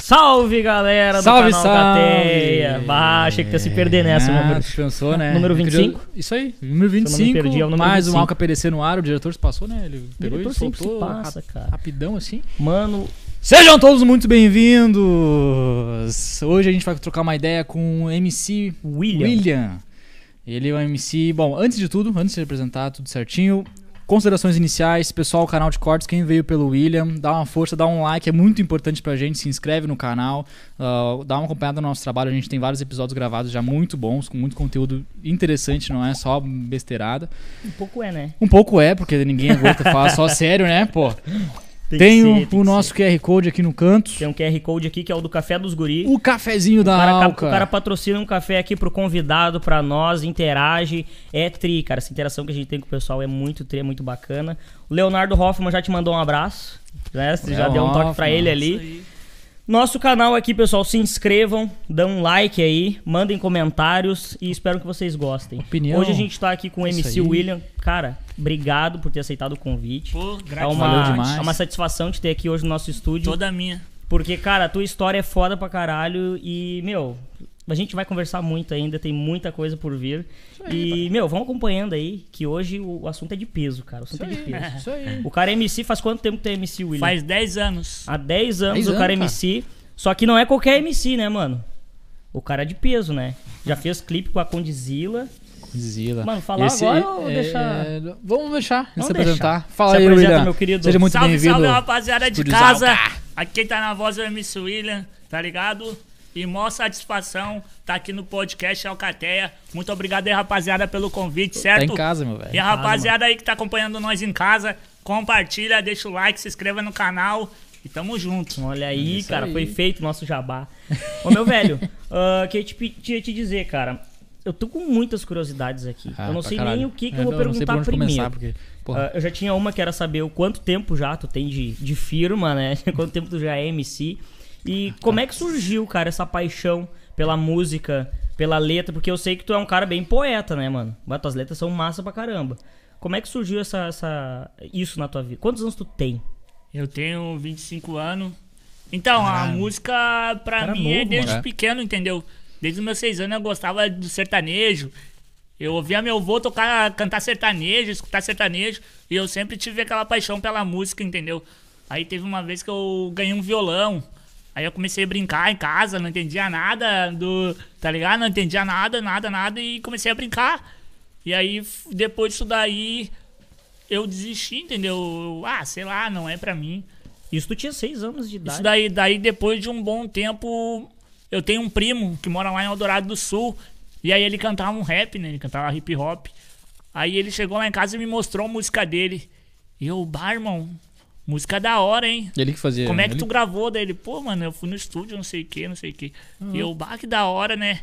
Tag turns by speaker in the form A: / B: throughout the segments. A: Salve, galera do
B: Salve,
A: canal
B: salve.
A: Cateia. Bah, achei que ia se perder nessa, meu
B: Ah,
A: bruxo.
B: tu pensou, né?
A: Número
B: Outro
A: 25.
B: dia- Isso aí, número
A: eu não me
B: 25.
A: perdi, é o número
B: mais
A: 25.
B: um Alca PDC no ar, o diretor se passou, né? Ele pegou
A: Diretor
B: e
A: sempre
B: soltou
A: se passa,
B: rap-
A: cara.
B: rapidão assim.
A: Mano,
B: Sejam todos muito bem-vindos! Hoje a gente vai trocar uma ideia com o MC
A: William.
B: William. Ele é um MC. Bom, antes de tudo, antes de apresentar tudo certinho, considerações iniciais, pessoal, canal de cortes, quem veio pelo William, dá uma força, dá um like, é muito importante pra gente, se inscreve no canal, ah, dá uma acompanhada no nosso trabalho, a gente tem vários episódios gravados já muito bons, com muito conteúdo interessante, não é só besteirada.
A: Um pouco é, né?
B: Um pouco é, porque ninguém aguenta falar só sério, né, pô? Tem,
A: que ser,
B: o-
A: tem um
B: o
A: que
B: nosso
A: ser.
B: QR Code aqui no canto.
A: Tem um QR Code aqui que é o do Café dos Guri.
B: O cafezinho da
A: O cara, ca-
B: Alca.
A: o cara patrocina um café aqui pro convidado, pra nós, interage. É tri, cara. Essa interação que a gente tem com o pessoal é muito tri, é muito bacana. O Leonardo Hoffman já te mandou um abraço. Né? Você já
B: Léo
A: deu um toque pra
B: Hoffman,
A: ele ali. Nosso canal aqui, pessoal, se inscrevam, dão um like aí, mandem comentários e espero que vocês gostem.
B: Opinião.
A: Hoje a gente tá aqui com o
B: Isso
A: MC
B: aí.
A: William. Cara, obrigado por ter aceitado o convite.
C: Pô,
A: é,
C: gratidão.
B: Valeu
A: uma,
B: demais.
A: é uma satisfação te ter aqui hoje no nosso estúdio.
C: Toda minha.
A: Porque, cara, a tua história é foda pra caralho e, meu, a gente vai conversar muito ainda, tem muita coisa por vir. e, meu, vão acompanhando aí, que hoje o o assunto é de peso, cara. O assunto é de peso.
B: Isso aí.
A: O cara é MC, faz quanto tempo que tem MC, William?
C: Faz 10 anos.
A: Há 10 anos
B: 10
A: o cara é
B: anos,
A: MC, só que não é qualquer MC, né, mano? O cara é de peso, né? Já fez clipe com a Condizila.
B: Zila.
A: Mano, falar agora ou deixar-
B: é, Vamos deixar, ele
A: Vamos
B: se apresentar.
A: deixar.
B: Fala
A: Se
B: aí,
A: apresenta,
B: William.
A: meu querido.
B: Seja muito
C: salve,
B: bem-vindo.
C: salve, rapaziada de
B: Estúdios
C: casa. Aqui quem tá na voz é o MC William, tá ligado? E maior satisfação tá aqui no podcast Alcateia. Muito obrigado aí, rapaziada, pelo convite,
B: Tá
C: certo?
B: em casa, meu velho.
C: E a
A: ah,
C: rapaziada aí que tá acompanhando nós em casa, compartilha, deixa o like, se inscreva no canal e tamo junto.
A: Olha aí,
B: É Isso
A: cara,
B: aí.
A: foi feito o nosso jabá. Ô, meu velho, ah, queria te, pe- queria te dizer, cara, eu tô com muitas curiosidades aqui.
B: Ah,
A: eu não
B: pra
A: sei
B: caralho.
A: nem o que, que
B: É,
A: eu vou
B: não sei
A: perguntar
B: por onde
A: primeiro.
B: começar, porque, porra,
A: Ah, eu já tinha uma que era saber o quanto tempo já tu tem de, de firma, né? Quanto tempo tu já é MC. E como é que surgiu, cara, essa paixão pela música, pela letra? Porque eu sei que tu é um cara bem poeta, né, mano? Mas tuas letras são massa pra caramba. Como é que surgiu essa, essa- isso na tua vida? Quantos anos tu tem?
C: Eu tenho 25 anos. Então, a música pra
A: Cara
C: mim é
A: novo,
C: desde
B: mano.
C: pequeno, entendeu? Desde os meus 6 anos eu gostava do sertanejo. Eu ouvia meu avô tocar, cantar sertanejo, escutar sertanejo. E eu sempre tive aquela paixão pela música, entendeu? Aí teve uma vez que eu ganhei um violão. Aí eu comecei a brincar em casa, não entendia nada do. Tá ligado? Não entendia nada, nada, nada. E comecei a brincar. E aí, f- depois disso daí, eu desisti, entendeu? Eu, Ah, sei lá, não é pra mim.
A: Isso tu tinha seis anos de idade.
C: Isso daí, daí, depois de um bom tempo, eu tenho um primo que mora lá em Eldorado do Sul. E aí ele cantava um rap, né? Ele cantava hip hop. Aí ele chegou lá em casa e me mostrou a música dele. E eu, bah, irmão, música da hora, hein?
B: Ele que fazia.
C: Como é que
B: ele...
C: tu gravou? Daí ele, pô, mano, eu fui no estúdio, não sei o que, não sei o que. E eu, bah, que da hora, né?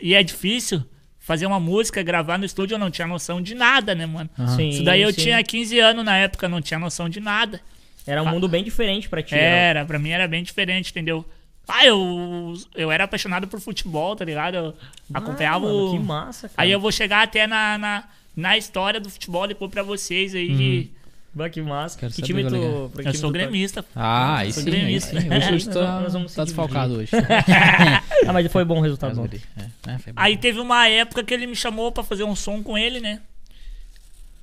C: E é difícil fazer uma música, gravar no estúdio, eu não tinha noção de nada, né, mano?
A: Sim,
C: Isso daí eu
A: sim.
C: tinha 15 anos na época, não tinha noção de nada.
A: Era um mundo bem diferente pra ti. né?
C: Era, pra mim era bem diferente, entendeu? Ah, eu, eu era apaixonado por futebol, tá ligado? Eu
A: um-
C: acompanhava
A: Ah, mano,
C: o...
A: que massa, cara.
C: Aí eu vou chegar até na, na, na história do futebol depois pra vocês aí. que-
A: Bah, que massa.
B: Quero
A: que
B: saber
A: time
B: qual é que
A: tu... pra que
C: Eu
A: time
C: sou
A: tu tá?
C: gremista.
B: Ah, aí
C: Sou
B: sim, aí
C: gremista.
B: sim. Hoje
A: Nós
B: tu tá,
A: vamos- nós vamos
B: tá
A: se
B: desfalcado hoje.
A: Ah, mas foi bom o resultado. Bom.
B: É, é, foi bom.
C: Aí teve uma época que ele me chamou pra fazer um som com ele, né?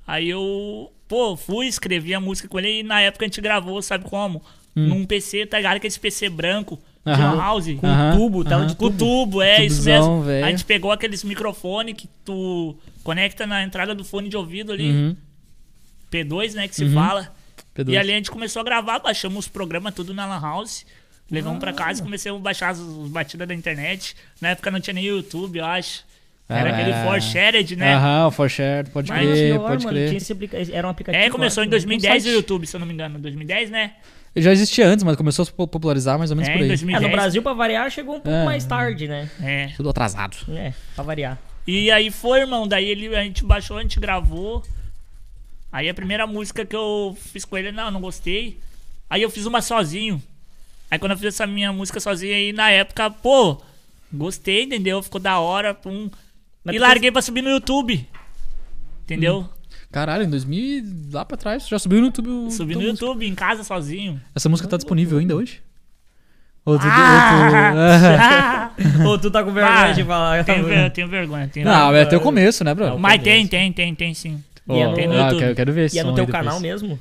C: Aí eu, pô, fui, escrevi a música com ele e na época a gente gravou, sabe como?
A: Hum.
C: Num PC, tá ligado? Aquele PC branco, de
B: Aham.
C: house.
A: Com
B: Aham,
A: tubo, tela de
C: Com
A: tubo.
C: o tubo, é isso
B: Tubozão,
C: mesmo.
B: velho.
C: A gente pegou aqueles microfones que tu conecta na entrada do fone de ouvido ali,
B: Uhum,
C: P2, né, que se fala.
B: P2.
C: E ali a gente começou a gravar, baixamos os programas tudo na Lan House. Levamos pra casa e comecei a baixar as, as batidas da internet. Na época não tinha nem YouTube, eu acho. Era
B: Ah,
C: aquele
B: é.
C: For Shared, né?
B: Aham, o For Shared, pode
A: Mas tinha
B: crer,
A: hora,
B: pode
A: mano,
B: crer.
A: tinha esse aplica- Era um aplicativo.
C: É, começou
A: eu
C: em
A: acho,
C: 2010 o
A: um site.
C: YouTube, se eu não me engano. 2010, né?
B: Já existia antes, mas começou a se po- popularizar mais ou menos
C: É,
B: por
C: em
B: aí.
C: 2000.
A: É, no Brasil, pra variar, chegou um pouco
B: É.
A: mais tarde, né?
C: É.
B: Tudo atrasado.
A: É, pra variar.
C: E aí foi, irmão. Daí ele, a gente baixou, a gente gravou. Aí a primeira música que eu fiz com ele, não, não gostei. Aí eu fiz uma sozinho. Aí quando eu fiz essa minha música sozinha aí, na época, pô, gostei, entendeu? Ficou da hora, pum.
A: Mas
C: e
A: tu
C: larguei pra subir no YouTube. Entendeu?
B: Hum, Caralho, em 2000 e lá pra trás, já subiu no YouTube. o-
C: Subi
B: tua
C: no
B: então música.
C: YouTube, em casa, sozinho.
B: Essa música tá disponível ainda hoje? Ou tu- ou tu-
C: Ah!
A: Ou tu tá com vergonha
C: Ah,
A: de falar.
C: tenho, ver, tenho vergonha, tenho
B: Não,
C: vergonha.
B: é até o começo, né, bro?
C: Mas tem, tem, tem, tem sim.
B: Ó,
A: E é no-
C: tem no
B: ah, eu
C: YouTube.
B: quero, eu quero ver esse
A: E é no
B: som
A: teu
B: aí depois.
A: canal mesmo?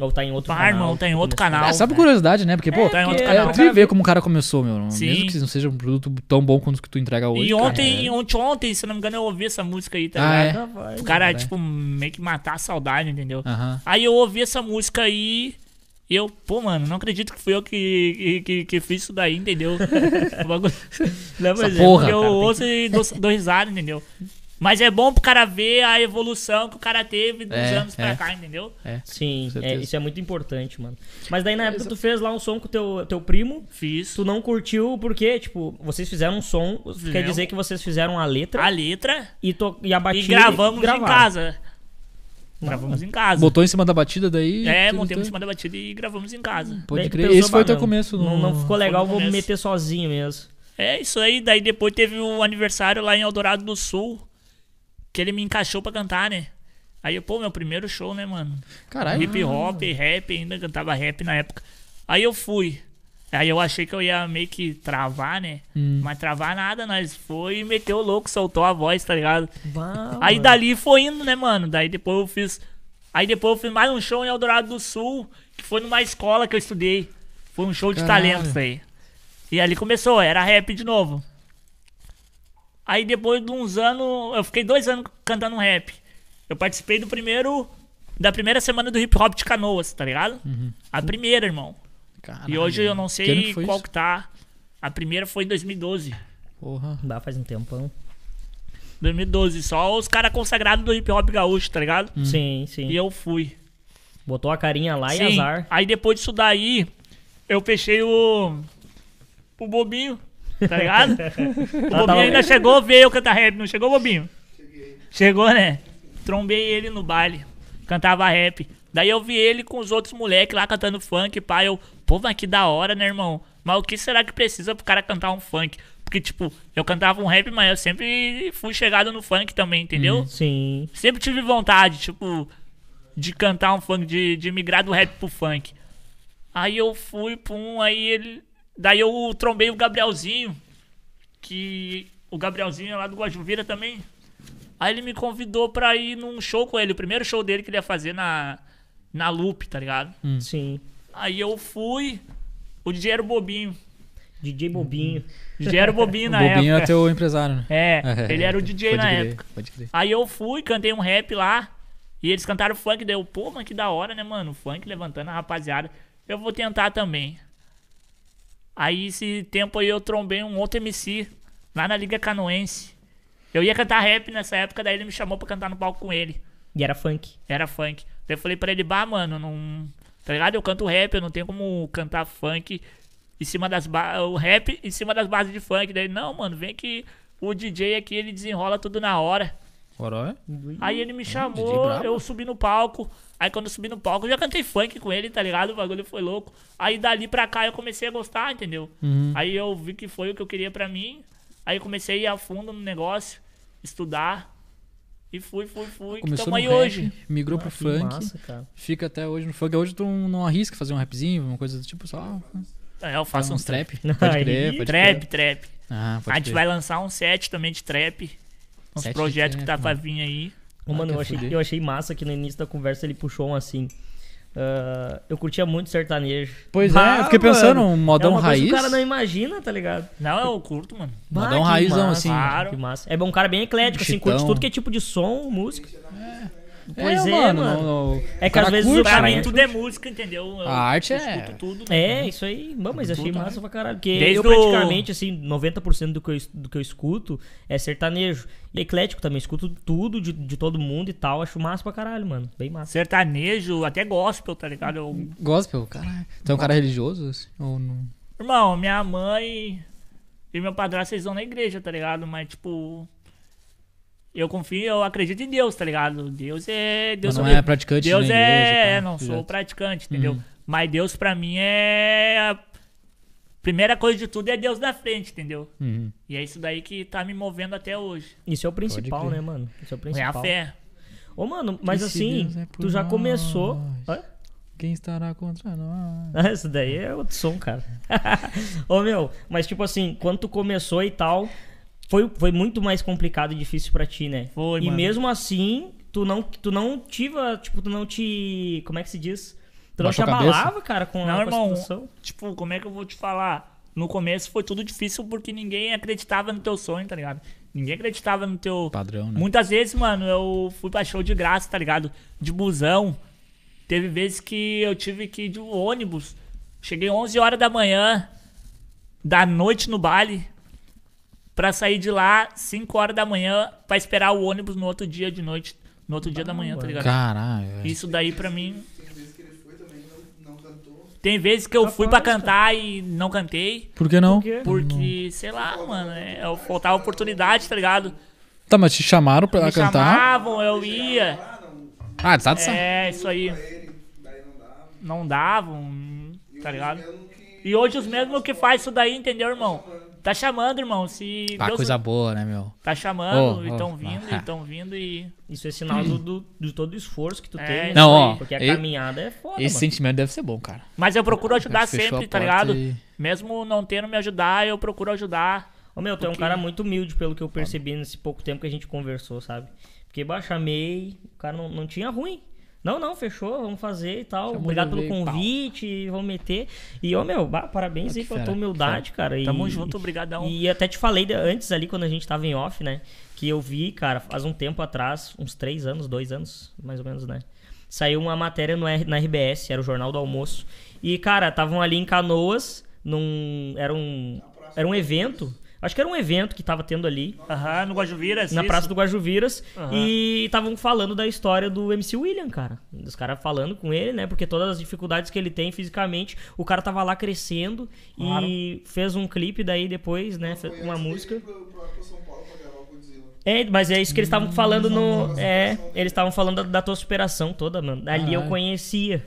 A: Ou tá em outro
C: Pá,
A: canal?
C: irmão, tá em outro
A: Começou-
C: canal.
B: É, só por curiosidade, né? Porque, pô,
C: tá em outro
B: é,
C: canal.
B: tu ver como o cara começou, meu.
C: Sim.
B: Mesmo que não seja um produto tão bom quanto o que tu entrega hoje.
C: E
B: cara,
C: ontem,
B: é.
C: ontem, ontem, se eu não me engano, eu ouvi essa música aí, tá
B: Ah,
C: ligado?
B: é?
A: Ah, vai.
C: O cara,
B: Caralho.
C: tipo, meio que matar a saudade, entendeu?
B: Aham.
C: Aí eu ouvi essa música aí. E eu, pô, mano, não acredito que fui eu que, que, que fiz isso daí, entendeu? O bagulho-
A: Não, mas
B: Essa
A: é,
B: porra.
C: eu
B: cara, tem
C: ouço e dou, dou risada, entendeu? Mas é bom pro cara ver a evolução que o cara teve dos
B: É,
C: anos pra
B: é.
C: cá, entendeu?
A: Sim, é,
B: certeza.
A: isso é muito importante, mano. Mas daí na época tu fez lá um som com teu, teu primo,
C: Fiz.
A: tu não curtiu porque, tipo, vocês fizeram um som, quer
C: Fizemos.
A: dizer que vocês fizeram a letra
C: A letra
A: e, to, e a
C: e
A: batida.
C: gravamos em
A: gravaram.
C: casa. Gravamos em casa.
B: Botou em cima da batida daí.
C: É,
B: tu-
C: montamos em
B: tu-
C: cima da batida e gravamos em casa.
A: Daí
B: Pode
A: tu
B: crer.
A: pensou,
B: Esse foi o
A: "Bah,
B: teu
A: mano,
B: começo.
A: Não, não ficou legal,
C: no
A: vou me
C: começo.
A: meter sozinho mesmo.
C: É isso aí, daí depois teve o aniversário lá em Eldorado do Sul, que ele me encaixou pra cantar, né? Aí, pô, meu primeiro show, né, mano?
B: Caralho.
C: Hip hop, rap, ainda cantava rap na época. Aí eu fui. Aí eu achei que eu ia meio que travar, né? Mas travar nada, nós foi e meteu o louco, soltou a voz, tá ligado?
A: Bah,
C: Aí
A: mano.
C: dali foi indo, né, mano? Daí depois eu fiz. Aí depois eu fiz mais um show em Eldorado do Sul, que foi numa escola que eu estudei. Foi um show de
B: Caralho.
C: talentos aí. E ali começou, era rap de novo. Aí depois de uns anos, eu fiquei dois anos cantando rap. Eu participei do primeiro. Da primeira semana do hip hop de canoas, tá ligado? A primeira, irmão.
B: Uhum. Caralho.
C: E hoje eu não
B: Que ano
C: sei
B: que foi
C: qual
B: isso?
C: que tá. A primeira foi em 2012.
B: Porra.
A: Bah, faz um tempão.
C: 2012, só os caras consagrados do hip hop gaúcho, tá ligado?
B: Hum.
A: Sim, sim.
C: E eu fui.
A: Botou a carinha lá e
C: Sim.
A: azar.
C: Aí depois disso daí, eu fechei o. o bobinho, tá ligado? o
A: tava
C: bobinho ainda
A: bem.
C: chegou, veio cantar rap, não chegou, bobinho? Chegou, né? Trombei ele no baile, cantava rap. Daí eu vi ele com os outros moleques lá cantando funk, pai. Eu, pô, mas que da hora, né, irmão? Mas o que será que precisa pro cara cantar um funk? Porque, tipo, eu cantava um rap, mas eu sempre fui chegado no funk também, entendeu?
A: Sim.
C: Sempre tive vontade, tipo, de cantar um funk, de, de migrar do rap pro funk. Aí eu fui, pum, aí ele. Daí eu trombei o Gabrielzinho, que. O Gabrielzinho é lá do Guajuvira também. Aí ele me convidou pra ir num show com ele, o primeiro show dele que ele ia fazer na, na Loop, tá ligado?
A: Sim.
C: Aí eu fui, o DJ era o Bobinho.
A: DJ Bobinho.
C: O DJ era o Bobinho na
B: Bobinho é
C: época.
B: teu empresário, né?
C: É, ele era o DJ
B: Pode
C: na
B: crer,
C: época.
B: Pode crer.
C: Aí eu fui, cantei um rap lá. E eles cantaram funk. Daí eu, pô, mas que da hora, né, mano? Funk levantando a rapaziada. Eu vou tentar também. Aí esse tempo aí eu trombei um outro MC lá na Liga Canoense. Eu ia cantar rap nessa época, daí ele me chamou pra cantar no palco com ele.
A: E era funk.
C: Era funk. Daí eu falei pra ele, bah, mano, não. Tá ligado? Eu canto rap, eu não tenho como cantar funk em cima das ba... O rap em cima das bases de funk. Daí, ele, não, mano, vem que o DJ aqui ele desenrola tudo na hora.
B: Orói?
C: Aí ele me
B: DJ
C: chamou,
B: Hum. Ah, brabo.
C: eu subi no palco. Aí quando eu subi no palco, eu já cantei funk com ele, tá ligado? O bagulho foi louco. Aí dali pra cá eu comecei a gostar, entendeu?
B: Uhum. Hum.
C: Aí eu vi que foi o que eu queria pra mim. Aí eu comecei a ir a fundo no negócio, estudar. E fui, fui, fui. que
B: Começou
C: tamo
B: no
C: aí
B: rap,
C: hoje.
B: migrou pro
A: Ah, que
B: funk,
A: Massa, cara.
B: fica até hoje no funk. Hoje tu não arrisca fazer um rapzinho, uma coisa do tipo, só né?
C: É, eu faço
B: um
C: uns trap.
B: trap. Pode crer, pode
C: Trap,
B: crer.
C: trap.
B: Ah, pode
C: A gente
B: crer.
C: vai lançar um set também de trap. Uns
B: Set de
C: projetos que tá
B: trap,
C: pra vir aí.
A: Ô, mano,
B: Ah,
A: eu
B: quer
A: achei,
B: fuder.
A: eu achei massa que no início da conversa ele puxou um assim. ah, eu curtia muito sertanejo.
B: Pois é,
A: Ah,
B: eu fiquei pensando, um
A: é
B: modão
A: uma
B: raiz.
A: Coisa que o cara não imagina, tá ligado?
C: Não, eu curto, mano.
A: Bah,
B: Modão
A: que
B: raizão,
A: massa,
B: assim.
A: Que massa. É um cara bem eclético, assim, curte
B: Chitão.
A: tudo que é tipo de som, música. Pois é, mano.
B: não- não-
A: É
B: o
A: que às
B: cara
A: vezes o
B: curte,
C: Pra
A: cara
B: né?
A: entra-
C: mim tudo é música, entendeu? Eu
B: A arte é-
C: escuto tudo. né?
A: É, isso aí. Bom, mas
B: né?
A: achei massa pra caralho. Porque
C: Desde
A: eu
C: o-
A: praticamente, assim, 90% do que, eu, es- do que eu escuto é sertanejo. E eclético também. Escuto tudo de, de todo mundo e tal. Acho massa pra caralho, mano. Bem massa.
C: Sertanejo, até gospel, tá ligado? Eu-
B: Gospel, caralho. Tu é um cara religioso? Assim? Ou não?
C: Irmão, minha mãe e meu padrasto, eles vão na igreja, tá ligado? Mas, tipo... Eu confio, eu acredito em Deus, tá ligado? Deus é... Deus
B: Mas não
C: sobre-
B: é praticante
C: Deus
B: na igreja, Hum.
C: é...
B: tá?
C: é, não sou
B: Direto.
C: praticante, entendeu? Mas Deus pra mim é... a Primeira coisa de tudo é Deus na frente, entendeu?
B: Uhum.
C: E é isso daí que tá me movendo até hoje.
A: Isso é o principal,
B: crer.
A: né, mano? Isso é o
C: É a
A: principal.
C: fé.
A: Ô, mano, mas
B: E se
A: assim,
B: Deus é por
A: tu já
B: nós?
A: começou. Hã?
B: Quem estará contra nós?
A: Ah, Isso daí é outro som, cara. Ô meu, mas tipo assim, quando tu começou e tal, foi, foi muito mais complicado e difícil pra ti, né?
C: Foi,
A: E
C: mano.
A: mesmo assim, tu não, tu não tiva, tipo, tu não te. Como é que se diz? Tu não
B: Baixou
A: te
B: a cabeça?
A: abalava, cara, com, a,
C: Não,
A: com a
C: irmão.
A: situação?
C: Tipo, como é que eu vou te falar? No começo foi tudo difícil porque ninguém acreditava no teu sonho, tá ligado? Ninguém acreditava no teu.
B: Padrão, né?
C: Muitas vezes, mano, eu fui pra show de graça, tá ligado? De busão. Teve vezes que eu tive que ir de ônibus. Cheguei 11 horas da manhã, da noite no baile, pra sair de lá 5 horas da manhã, pra esperar o ônibus no outro dia de noite, no outro dia da manhã, tá ligado?
B: Caralho. velho.
C: Isso daí pra mim.
D: Tem vezes que ele foi também, não, não cantou.
C: Tem vezes que eu fui pra
A: Capaz,
C: cantar e não cantei.
B: Por que não?
A: Porque-
C: Porque, sei lá, mano, é, eu faltava oportunidade, tá ligado?
B: Tá, mas te chamaram pra
C: Me
B: cantar?
C: chamavam, eu ia.
B: Ah, tá de saco.
C: É, isso aí.
D: Ele, daí não dá.
C: Não davam, hum, tá ligado?
D: Mesmo que
C: E hoje os mesmos que faz isso daí, entendeu, irmão? Tá chamando, irmão. Se
B: Ah,
C: Deus-
B: coisa boa, né, meu?
C: Tá chamando,
B: Oh,
C: e
B: oh,
C: tão vindo,
B: ah.
C: e tão vindo, e...
A: Isso é sinal do, do- de todo o esforço que tu
C: É,
A: tem.
C: isso
B: Não, aí. ó,
A: Porque a
B: e-
A: caminhada é foda,
B: Esse
A: mano.
B: sentimento deve ser bom, cara.
C: Mas eu procuro ajudar
B: Fechou a
C: sempre,
B: porta
C: tá ligado?
B: e-
C: Mesmo não tendo me ajudar, eu procuro ajudar.
A: Ô meu, tu é um cara muito humilde, pelo que eu percebi nesse pouco tempo que a gente conversou, sabe? Porque bachamei, o cara não, não tinha ruim. Não, não, fechou, vamos fazer e tal.
B: Chamou,
A: Obrigado pelo
B: levei, pau.
A: convite, vamos meter. E, ô meu, bah, parabéns
B: Ah,
A: aí
B: que
A: pela
B: fera,
A: tua humildade, cara. e-
C: Tamo junto, brigadão.
A: E até te falei de- antes ali, quando a gente tava em off, né? Que eu vi, cara, faz um tempo atrás, uns três anos, dois anos, mais ou menos, né? Saiu uma matéria no R- na RBS, era o Jornal do Almoço. E, cara, estavam ali em Canoas, num. Era um. Era um evento. Acho que era um evento que tava tendo ali,
C: Aham, no Guajuviras,
A: na
C: isso.
A: Praça do Guajuviras.
C: Aham.
A: E estavam falando da história do MC William, cara. Os caras falando com ele, né? Porque todas as dificuldades que ele tem fisicamente, o cara tava lá crescendo e fez um clipe daí depois, né? fez
D: foi
A: uma
D: antes dele
A: música.
D: ir Pro, pro, pro São Paulo pra gravar o Godzilla.
A: É, mas é isso que eles estavam
B: Hum,
A: falando no.
D: nossa,
A: É,
D: nossa.
A: eles estavam falando da, da tua superação toda, mano. Ali eu
B: Caralho.
A: conhecia.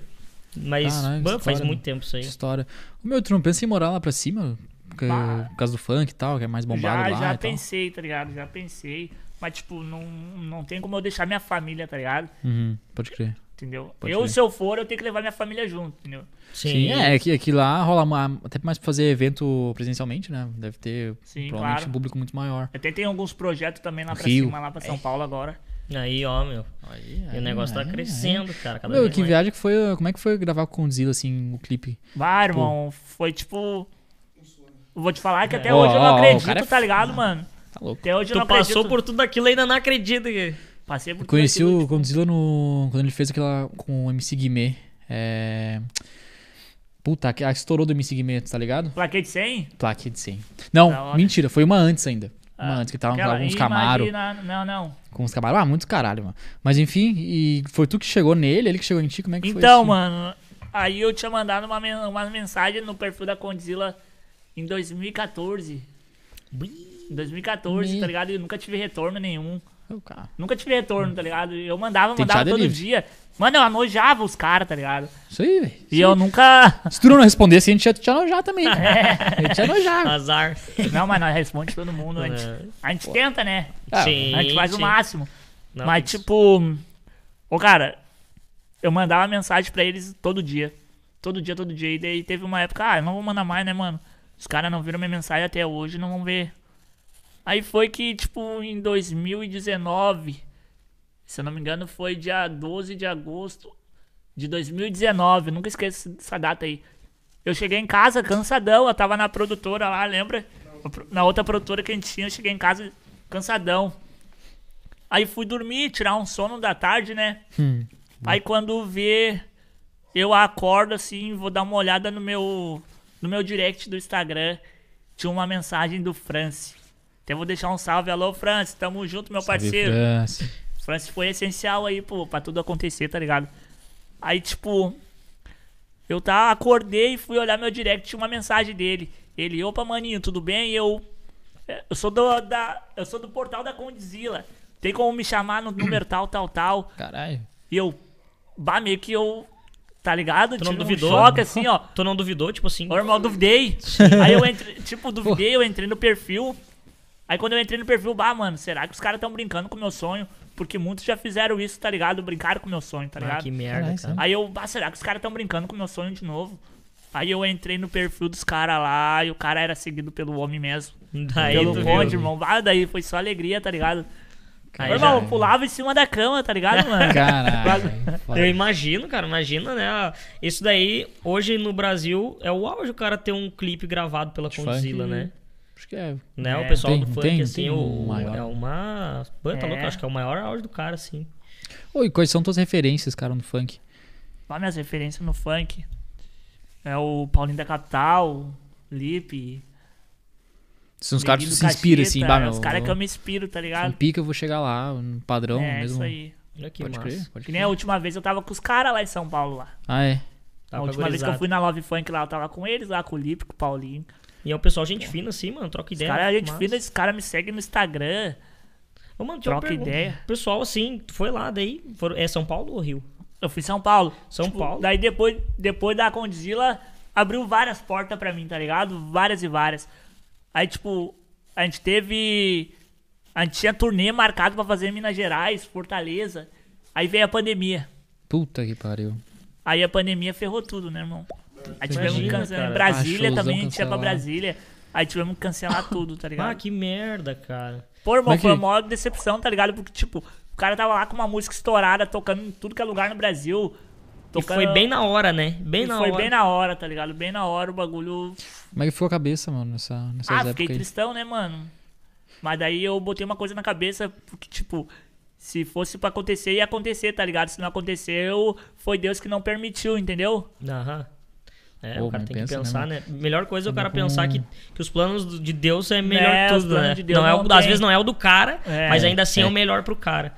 A: Mas
B: Caralho,
A: bah,
B: que
A: faz
B: história,
A: muito
B: mano.
A: tempo isso aí.
B: Que história. O meu, tu não pensa em morar lá pra cima? Porque-
C: Bah.
B: Por causa do funk e tal, que é mais bombado lá
C: já, já
B: e tal.
C: pensei, tá ligado? Já pensei. Mas, tipo, não, não tem como eu deixar minha família, tá ligado?
B: Uhum, pode crer.
C: Entendeu?
B: Pode
C: eu,
B: crer.
C: se eu for, eu tenho que levar minha família junto, entendeu?
A: Sim,
B: Sim, é, é que, é que lá rola ma- até mais pra fazer evento presencialmente, né? Deve ter
C: Sim,
B: provavelmente
C: claro.
B: um público muito maior.
C: Até tem alguns projetos também lá pra
B: Rio. É.
C: cima, lá pra São Paulo agora.
A: Aí, ó, meu.
B: Aí,
A: e o negócio tá crescendo, cara. Cada
B: é, Meu,
A: vez
B: que
A: mais.
B: viagem que foi. Como é que foi gravar com o Zila, assim, o clipe?
C: Vai, irmão. Foi tipo. eu Vou te falar que até
B: É.
C: hoje eu
B: Ó, ó,
C: não
B: o cara é
C: acredito, tá
B: foda.
C: ligado, mano?
B: Tá louco.
C: Até hoje eu não
A: Tu passou
C: acredito.
A: por tudo aquilo e ainda não acredita. que-
C: Passei por tudo
B: Conheci
C: aquilo,
B: o Condzilla no. Quando ele fez aquela com o MC Guimê. É. Puta, que a que estourou do MC Guimê, tá ligado?
C: tipo, Plaquei de 100?
B: Plaque de 100.
C: Da
B: Não,
C: hora.
B: mentira, foi uma antes ainda. Uma
C: Ah,
B: antes, que tava
C: aquela-
B: com uns
C: Ih,
B: Camaro.
C: imagina- Não, não.
B: Com uns Camaro. Ah, muito caralho, mano. Mas enfim, e foi tu que chegou nele, ele que chegou em ti, como é que foi
C: Então,
B: isso?
C: mano, aí eu tinha mandado uma, men- uma mensagem no perfil da Condzilla em 2014. Em 2014,
B: Me-
C: tá ligado? E eu nunca tive retorno nenhum.
B: Ô, cara,
C: Nunca tive retorno, tá ligado? Eu mandava,
B: Tem
C: mandava
B: chá de
C: todo
B: livre.
C: dia. Mano, eu anojava os caras, tá ligado?
B: Isso aí, velho.
C: E eu É. nunca.
B: Se tu não respondesse, a gente ia te anojar também. né? A gente ia anojar.
A: Azar. É.
C: Não, mas nós responde todo mundo. A
B: É,
C: gente, a gente tenta, né?
B: Ah,
A: sim,
C: A gente faz o
A: sim.
C: máximo.
A: Não,
C: mas,
A: isso-
C: tipo. Ô, cara, eu mandava mensagem pra eles todo dia. Todo dia, todo dia. E daí teve uma época, ah, eu não vou mandar mais, né, mano? Os caras não viram minha mensagem até hoje, não vão ver. Aí foi que, tipo, em 2019, se eu não me engano, foi dia 12 de agosto de 2019. eu Nunca esqueço dessa data aí. Eu cheguei em casa cansadão, eu tava na produtora lá, lembra? Na outra produtora que a gente tinha, eu cheguei em casa cansadão. Aí fui dormir, tirar um sono da tarde, né?
E: Hum.
C: Aí quando vê, eu acordo assim, vou dar uma olhada no meu, no meu direct do Instagram. Tinha uma mensagem do France. Até vou deixar um salve. Alô, France, tamo junto, meu parceiro.
B: França.
C: France foi essencial aí, pô, pra tudo acontecer, tá ligado? Aí, tipo, eu tá, acordei e fui olhar meu direct, tinha uma mensagem dele. Ele, opa, maninho, tudo bem? E Eu, é, eu sou do, da, eu sou do portal da Condizila. Tem como me chamar no número tal, tal, tal.
E: Caralho.
C: E eu, bah, meio que eu, tá ligado?
A: Tu não
C: Tive
A: duvidou? né?
C: um choque, assim, ó.
A: Tu não duvidou, tipo assim.
C: Normal, duvidei. Aí eu entrei, tipo, duvidei, eu entrei no perfil. Aí quando eu entrei no perfil, bah, mano, será que os caras estão brincando com o meu sonho? Porque muitos já fizeram isso, tá ligado? Brincaram com o meu sonho, tá
A: Ah,
C: ligado?
A: que merda,
E: Caralho,
A: cara.
C: Aí eu, bah, será que os caras estão brincando com o meu sonho de novo? Aí eu entrei no perfil dos caras lá e o cara era seguido pelo homem mesmo.
A: Daí
C: pelo
A: tu
C: bonde,
A: viu.
C: irmão. Ah, daí foi só alegria, tá ligado?
A: Aí
C: Meu
A: já- é.
C: irmão, eu pulava em cima da cama, tá ligado, mano?
B: Caralho. foda.
A: Eu imagino, cara, imagina, né? Isso daí, hoje no Brasil, é o auge o cara ter um clipe gravado pela
B: Funk.
A: Condzilla, né?
B: Acho que é.
A: né?
C: É.
A: O pessoal
B: Tem-
A: do funk,
B: tem-
A: assim,
B: tem
A: o,
B: um maior.
A: é uma. Pô, tá
C: É.
A: louco, eu acho que é o maior auge do cara, assim.
B: Oi, quais são tuas referências, cara, no funk?
C: Lá minhas referências no funk. É o Paulinho da Capital, Lipe.
B: São os caras que
C: Neguinho
B: tu se
C: do
B: inspira,
C: Caxeta,
B: assim, bah, meu.
C: é, Os caras que eu me inspiro, tá
B: Um
C: ligado?
B: pica eu vou chegar lá, no padrão
C: é,
B: mesmo.
C: isso aí.
A: Olha que
B: Pode
A: massa.
B: crer, pode
C: Que nem a
B: crer.
C: última vez eu tava com os caras lá em São Paulo lá.
B: Ah, é.
A: Tá
C: a última vez que eu fui na Love Funk lá, eu tava com eles lá, com o Lipe, com o Paulinho.
A: E é o pessoal, gente fina, assim, mano, troca
C: Os
A: ideia.
C: caras, a gente
A: massa.
C: fina, esses caras me seguem no Instagram.
A: Ô, mano, deixa eu
C: troca
A: perguntar.
C: ideia.
A: O Pessoal, assim, tu foi lá, daí. foram- é São Paulo ou Rio?
C: Eu fui em São Paulo. Tipo,
A: São Paulo.
C: Daí depois, depois da Condzilla, abriu várias portas pra mim, tá ligado? Várias e várias. Aí, tipo, a gente teve. A gente tinha turnê marcado pra fazer em Minas Gerais, Fortaleza. Aí veio a pandemia.
B: Puta que pariu.
C: Aí a pandemia ferrou tudo, né, irmão? Aí tivemos que
A: Imagina,
C: cancelar.
A: cara.
C: Em Brasília
B: Ah, showzão
C: também, a gente ia pra
B: cancelado.
C: Brasília. Aí tivemos que cancelar tudo, tá
A: Ah,
C: ligado?
A: que merda, cara.
C: Pô, irmão,
B: Mas
C: foi a
B: que-
C: maior decepção, tá ligado? Porque, tipo, o cara tava lá com uma música estourada, tocando em tudo que é lugar no Brasil.
A: E
C: Tocando...
A: foi bem na hora, né? Bem
C: E
A: na
C: foi
A: hora.
C: bem na hora, tá ligado? Bem na hora o bagulho.
B: Como é que ficou a cabeça, mano, nessa, nessas
C: ah, fiquei
B: épocas aí?
C: tristão, né, mano? Mas daí eu botei uma coisa na cabeça, porque, tipo, se fosse pra acontecer, ia acontecer, tá ligado? Se não aconteceu, foi Deus que não permitiu, entendeu?
A: Aham. É,
B: Pô,
A: o cara
B: mas
A: tem que
B: pensa, né,
A: pensar,
B: mano?
A: né? Melhor coisa é o cara pensar
B: um-
A: que, que os planos do- de Deus é melhor
C: É,
A: que
C: os
A: tudo,
C: planos
A: né?
C: de Deus
A: não é
C: não
A: o- às
C: tem.
A: vezes não é o do cara,
C: É.
A: mas ainda assim é,
B: É.
A: o melhor pro cara.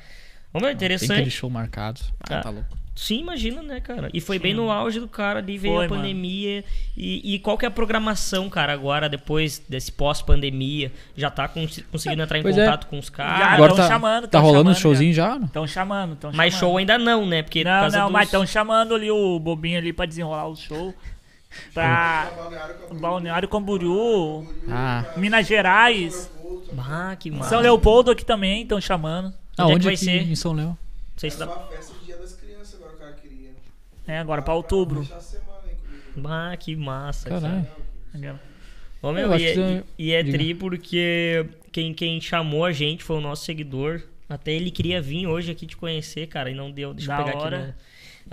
A: Ô, meu,
B: Tem aquele
A: interessante.
B: show marcado. Ah,
A: Ah.
B: tá louco.
A: Sim, imagina, né, cara? E foi bem no auge do cara, ali veio
C: Foi,
A: a
C: mano.
A: pandemia. E, e qual que é a programação, cara, agora, depois desse pós-pandemia? Já tá con- conseguindo entrar em
B: Pois é.
A: contato com os caras?
C: Já,
B: Agora
C: tão
B: tá,
C: chamando,
B: tá
C: tão
B: rolando um
C: chamando já.
B: showzinho já? não?
C: Tão chamando, tão
A: Mas
C: chamando.
A: show ainda não, né? Porque por
C: Não,
A: causa
C: não,
A: dos...
C: mas estão chamando ali o bobinho ali pra desenrolar o show. Pra
D: Balneário com a Bruno,
C: Balneário Camboriú,
B: Ah.
C: Minas Gerais,
D: Leopoldo,
A: Ah, que massa.
C: São Leopoldo aqui também estão chamando.
A: Onde
B: Ah,
A: é que
B: onde
A: vai
B: aqui
A: ser?
B: Em São Léo.
A: Não sei se
D: era
A: dá...
D: uma festa do dia das crianças agora que ela queria.
C: É, agora pra outubro.
D: Fechar a semana aí comigo.
A: Ah, que massa, cara.
B: Caralho.
C: entendeu?
A: Ô, meu,
B: Eu
A: e,
B: acho que
A: é-
B: você-
A: e é
B: Diga.
A: tri porque quem, quem chamou a gente foi o nosso seguidor. Até ele queria vir hoje aqui te conhecer, cara, e não deu. Deixa
C: Da
A: eu pegar
C: hora.
A: aqui. No...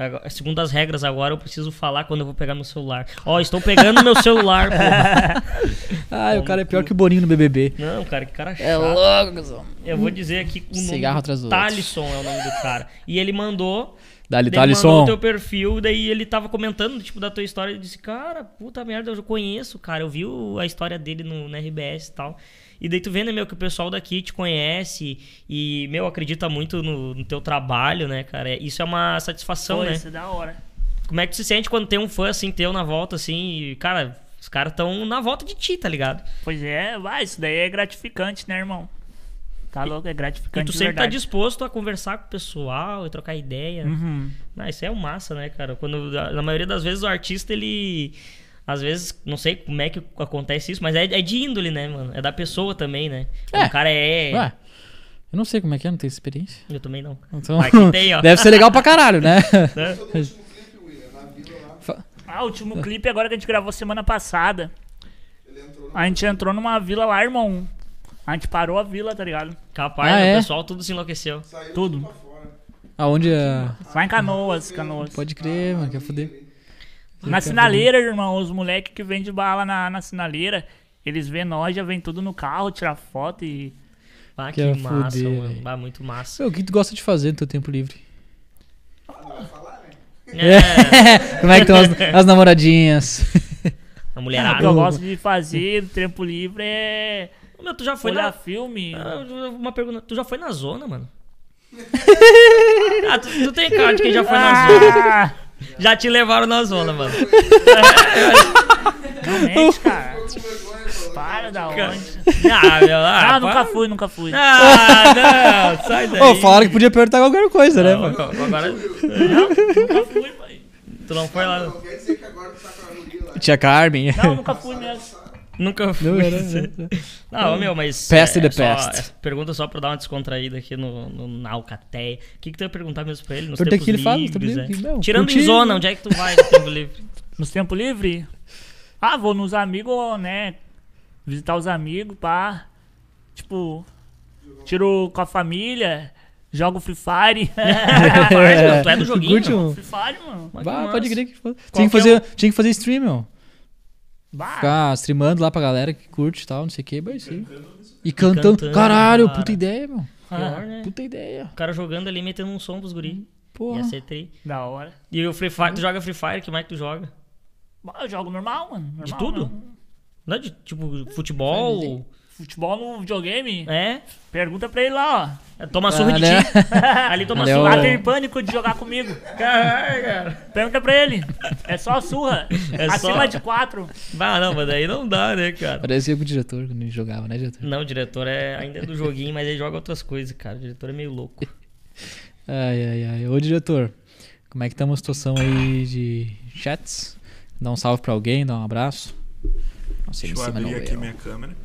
A: Agora- segundo as regras, agora eu preciso falar quando eu vou pegar meu celular. Ó, estou pegando meu celular, pô.
B: Ah, o cara é pior que o Boninho no BBB.
A: Não, cara, que cara chato.
E: É louco, cuzão.
A: Eu vou dizer aqui o nome.
B: Cigarro
A: do-
B: atrás do outro.
A: Talisson é o nome do cara. E ele mandou.
B: Dali,
A: Daí ele mandou o teu
B: Thalisson.
A: perfil, daí ele tava comentando, tipo, da tua história, e disse, cara, puta merda, eu conheço, cara, eu vi o- a história dele no, na RBS e tal. E daí tu vê, né, meu, que o pessoal daqui te conhece e, meu, acredita muito no, no teu trabalho, né, cara? É- Isso é uma satisfação,
C: Pô,
A: né?
C: isso é da hora.
A: Como é que tu se sente quando tem um fã, assim, teu na volta, assim, e, cara, os caras tão na volta de ti, tá ligado?
C: Pois é, vai, isso daí é gratificante, né, irmão? Tá louco, é
A: E
C: gratificante.
A: tu
C: de
A: sempre tá
C: verdade.
A: disposto a conversar com o pessoal e trocar ideia.
C: Uhum.
A: Ah, isso é o massa, né, cara? Quando, na na maioria das vezes, o artista, ele... Às vezes, não sei como é que acontece isso, mas é, é de índole, né, mano? É da pessoa também, né?
B: É.
A: O cara é...
B: Ué, eu não sei como é que é, não tenho experiência.
A: Eu também não.
B: Então,
A: Mas que tem, ó.
B: deve ser legal pra caralho, né?
D: Esse é o do último clipe, William, na vila lá.
C: Ah, o último clipe agora que a gente gravou semana passada.
D: Ele entrou no
C: A gente entrou numa vila lá, irmão. A gente parou a vila, tá ligado?
A: Capaz,
B: Ah,
A: né?
B: é?
A: o pessoal tudo se enlouqueceu.
D: saiu
C: Tudo.
D: pra fora.
B: Aonde é...
C: Lá em Canoas, Canoas.
B: Pode crer, mano, quer foder.
C: Na sinaleira, irmão, os moleques que vendem bala na, na sinaleira, eles vê nós, já vem tudo no carro, tirar foto e.
A: Ah, que,
B: Que é
A: massa,
B: fuder,
A: mano.
B: velho.
A: Bah, muito massa.
B: O que tu gosta de fazer no teu tempo livre?
D: Ah, né?
A: É,
B: Como é que estão as, as namoradinhas?
A: a
C: Cara, o
A: mulherada.
C: que
B: Tá
C: eu gosto de fazer no tempo livre é
A: Meu, tu já foi
C: olhar
A: na.
C: filme.
A: Ah, Uma pergunta. Tu já foi na zona, mano? ah, tu, tu tem cara de quem já foi na zona.
C: Ah,
A: Já te levaram na zona, mano.
C: realmente, cara.
D: Tô com vergonha falando.
C: Para da
A: Cara.
C: onde?
A: Ah, meu, ah,
C: Ah, nunca
A: para.
C: fui, nunca fui.
A: Ah, não, sai daí.
B: Ô, falaram que podia perguntar qualquer coisa, né,
A: Não,
B: mano?
A: Agora,
C: Não, nunca fui, pai.
A: tu não foi lá.
D: Não quer dizer que agora tu tá com a guria lá.
B: Tia Carmen.
C: Não, nunca fui mesmo.
A: Nunca fui.
B: Não, era-
A: Não, meu, mas.
B: Pest the
A: só-
B: past.
A: pergunta só pra dar uma descontraída aqui no, no, na Alcateia. O que, que tu ia perguntar mesmo pra ele? Nos
B: Pergunta
A: tempos
B: o que ele faz,
A: livres,
B: tá
A: é.
B: ligado? Não,
A: Tirando em
B: curtir.
A: zona, onde é que tu vai no tempo livre?
C: Nos tempos livres? Ah, vou nos amigos, né? Visitar os amigos, pá. Tipo, tiro com a família, jogo Free Fire.
A: Rapaz, meu, tu é do joguinho.
B: Curte um-
C: Free Fire, mano.
A: Mas que
B: Bah,
A: massa.
B: pode crer que foda.
A: Qual
B: Tinha que,
A: que é
B: fazer, tinha que fazer stream, meu.
A: Ah.
C: Bah,
B: Ficar streamando lá pra galera que curte e tal, não sei o que, mas sim. E cantando.
A: cantando,
B: Caralho,
A: cara.
B: puta ideia, meu. Ah,
A: Pior, né?
B: Puta ideia.
A: O cara jogando ali, metendo um som pros guri.
B: Porra.
A: Ia ser tri.
C: da hora.
A: E o Free Fire, tu joga Free Fire, que mais que tu joga?
C: Bah, eu jogo normal, mano. Normal,
A: De tudo?
C: mano.
A: Não é de, tipo, futebol?
C: Futebol no videogame?
A: É?
C: Pergunta pra ele lá,
A: É, Toma surra de
B: né?
A: ti. Ali toma
B: Ele é o-
C: ó.
A: surra. Ah,
C: Lá tem pânico de jogar comigo.
A: Caralho, cara.
C: Pergunta pra ele. É só surra.
A: É só-
C: Acima de quatro.
A: Bah, não, mas daí não dá, né, cara?
B: Parecia com o diretor quando ele jogava, né, diretor?
A: Não, o diretor é ainda é do joguinho, mas ele joga outras coisas, cara. O diretor é meio louco.
B: Ai, ai, ai. Ô, diretor, como é que estamos a situação aí de chats? Dá um salve pra alguém, dá um abraço. Nossa,
F: Deixa eu
B: MC
F: abrir
B: Manuel.
F: aqui minha câmera.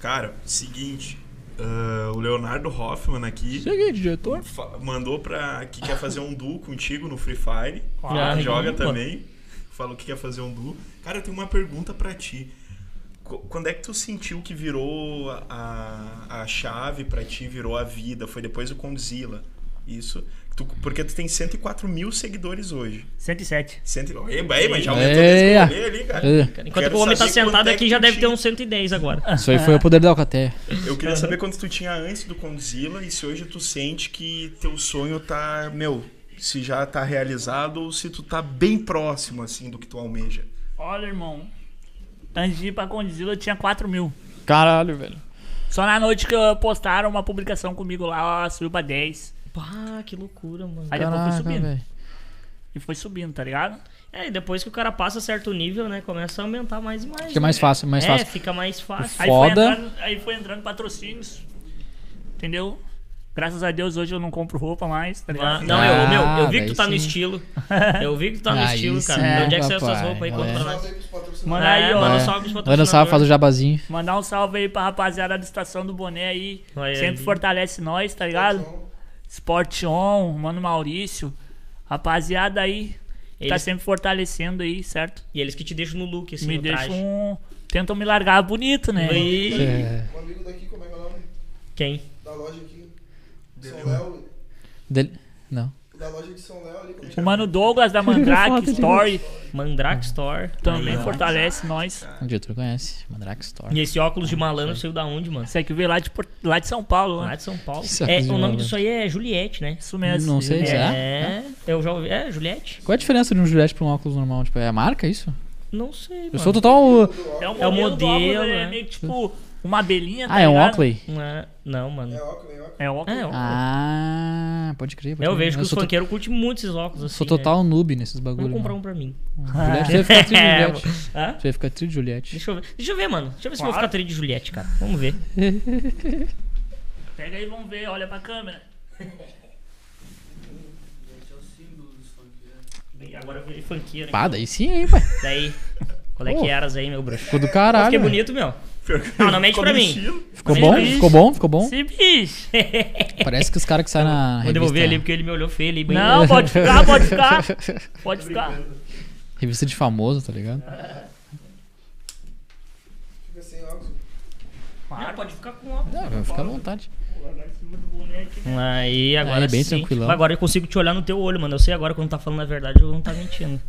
F: Cara, seguinte. ah, o Leonardo Hoffman aqui
B: Cheguei, diretor.
F: fa- mandou pra. que quer fazer um duo contigo no Free Fire.
A: Ah,
F: joga
A: opa.
F: também. Falou que quer fazer um duo. Cara, eu tenho uma pergunta pra ti. Co- Quando é que tu sentiu que virou a- a, a chave pra ti, virou a vida? Foi depois do Condzilla. Isso. Tu- porque tu tem 104 mil seguidores hoje.
C: 107.
F: Cento, eba, eba, já aumentou
B: Eia.
F: desde que eu olhei ali, cara.
B: É,
A: Enquanto
F: Quero
A: que o homem tá
F: saber quanto
A: sentado
F: é
A: aqui,
F: que
A: já deve
F: te-
A: ter uns 110 agora.
B: Isso aí foi o poder da Alcateia.
F: Eu queria saber quanto tu tinha antes do Condzilla e se hoje tu sente que teu sonho tá, meu, se já tá realizado ou se tu tá bem próximo, assim, do que tu almeja.
C: Olha, irmão. Antes de ir pra Condizila, eu tinha 4 mil.
B: Caralho, velho.
C: Só na noite que eu postaram uma publicação comigo lá, ó, subiu pra 10.
A: Pá, que loucura, mano.
C: Aí depois foi
B: Caraca,
C: subindo.
B: velho.
C: E foi subindo, tá ligado?
A: É, e depois que o cara passa certo nível, né? Começa a aumentar mais e mais.
B: Fica mais fácil, mais
A: é,
B: fácil.
A: fica mais fácil.
C: Aí
B: Foda.
C: Foi entrando, aí foi entrando patrocínios. Entendeu? Graças a Deus hoje eu não compro roupa mais,
A: Ah,
C: tá ligado?
A: não, eu, meu, eu vi que
B: daí
A: tu tá no
B: sim.
A: estilo. Eu vi que tu tá no
B: Aí
A: estilo, cara.
B: sim,
A: De onde é que saiu essas
B: papai,
A: roupas aí? Conta
B: é.
A: pra
D: Fala
A: nós.
D: aí pros patrocinadores.
C: Manda aí,
A: É,
C: ó.
A: mano,
B: É.
A: salve pros
B: Ana Sá
A: patrocinadores.
B: faz o jabazinho.
C: Mandar um salve aí pra rapaziada da estação do boné aí.
A: Vai
C: Sempre
A: ali.
C: fortalece nós, tá ligado? Sport On, Mano Maurício. Rapaziada aí, tá
A: Eles-
C: sempre fortalecendo aí, certo?
A: E eles que te deixam no look, assim,
C: Me
A: no
C: deixam.
A: traje.
C: Tentam me largar bonito, né?
A: E...
B: É.
D: Um amigo daqui, como é que é o nome?
A: Quem?
D: Da loja aqui. São Léo.
B: Dele- Não.
D: O Da loja de São Léo ali. como é que
C: O Mano Douglas da Mandrake Story
A: Mandrake Store.
C: também fortalece nós.
B: O diretor conhece. Mandrake Store.
A: E esse óculos de malandro saiu da onde, mano?
C: Isso aqui veio lá de, Port- lá de São Paulo,
A: Lá
C: né?
A: de São Paulo.
B: Esse
A: É,
B: óculos de
A: o nome
B: malandro.
A: disso aí é Juliette, né?
C: Isso mesmo.
B: Não sei,
C: É.
B: será?
A: É, eu já ouvi. É, Juliette?
B: Qual é a diferença de um Juliette pra um óculos normal? Tipo, é a marca isso?
A: Não sei, mano.
B: Eu sou total.
C: É um
A: É o
C: modelo, do óculos,
A: modelo,
C: ele é
A: né?
C: meio que tipo uma abelhinha. tá
B: Ah, é um
C: ligado?
B: Oakley?
A: Não, é- não, mano.
D: É óculos, é óculos.
C: É óculos.
A: É, ó.
B: Ah, pode crer. Pode
A: eu
B: crer.
A: vejo que os
B: sou, to-
A: funkeiros curtem muito esses óculos assim.
B: sou
A: né?
B: total noob nesses
A: Vamos
B: bagulho.
A: comprar
B: mano.
A: um pra mim.
B: Juliette, você vai ficar tri de
A: É,
B: Juliette.
A: Hã?
B: Você vai ficar tri de Juliette.
A: Deixa eu ver. Deixa eu ver, mano. Deixa eu ver se eu vou
C: Claro.
A: ficar tri de Juliette, cara. Vamos ver.
C: Pega aí, vamos ver, olha pra câmera.
A: E Agora eu virei funkeiro. hein?
B: Pá, daí sim, hein, pai.
A: Daí. Qual é
B: Pô.
A: que eras aí, meu bruxo?
B: Ficou do
A: Ah,
B: caralho.
A: Fiquei
B: velho.
A: bonito, meu.
F: Pior que
A: Não, não mente pra
F: ficou
A: mim.
F: mentindo.
B: Ficou
A: Sim,
B: bom?
A: bicho.
B: Ficou bom? Ficou bom?
C: Se bicho.
B: Parece que os caras que saem na.
A: Vou devolver
B: revista-
A: ali porque ele me olhou feio ali. bem-
C: Não, pode ficar, pode ficar. Pode ficar.
B: Revista de famoso, tá ligado?
D: Fica sem óculos.
A: Ah, pode ficar com óculos.
B: Ah, vai ficar à vontade.
A: Aí, agora
B: Aí, bem
A: sim.
B: tranquilão.
A: Agora eu consigo te olhar no teu olho, mano. Eu sei agora quando tá falando a verdade, eu não tá mentindo.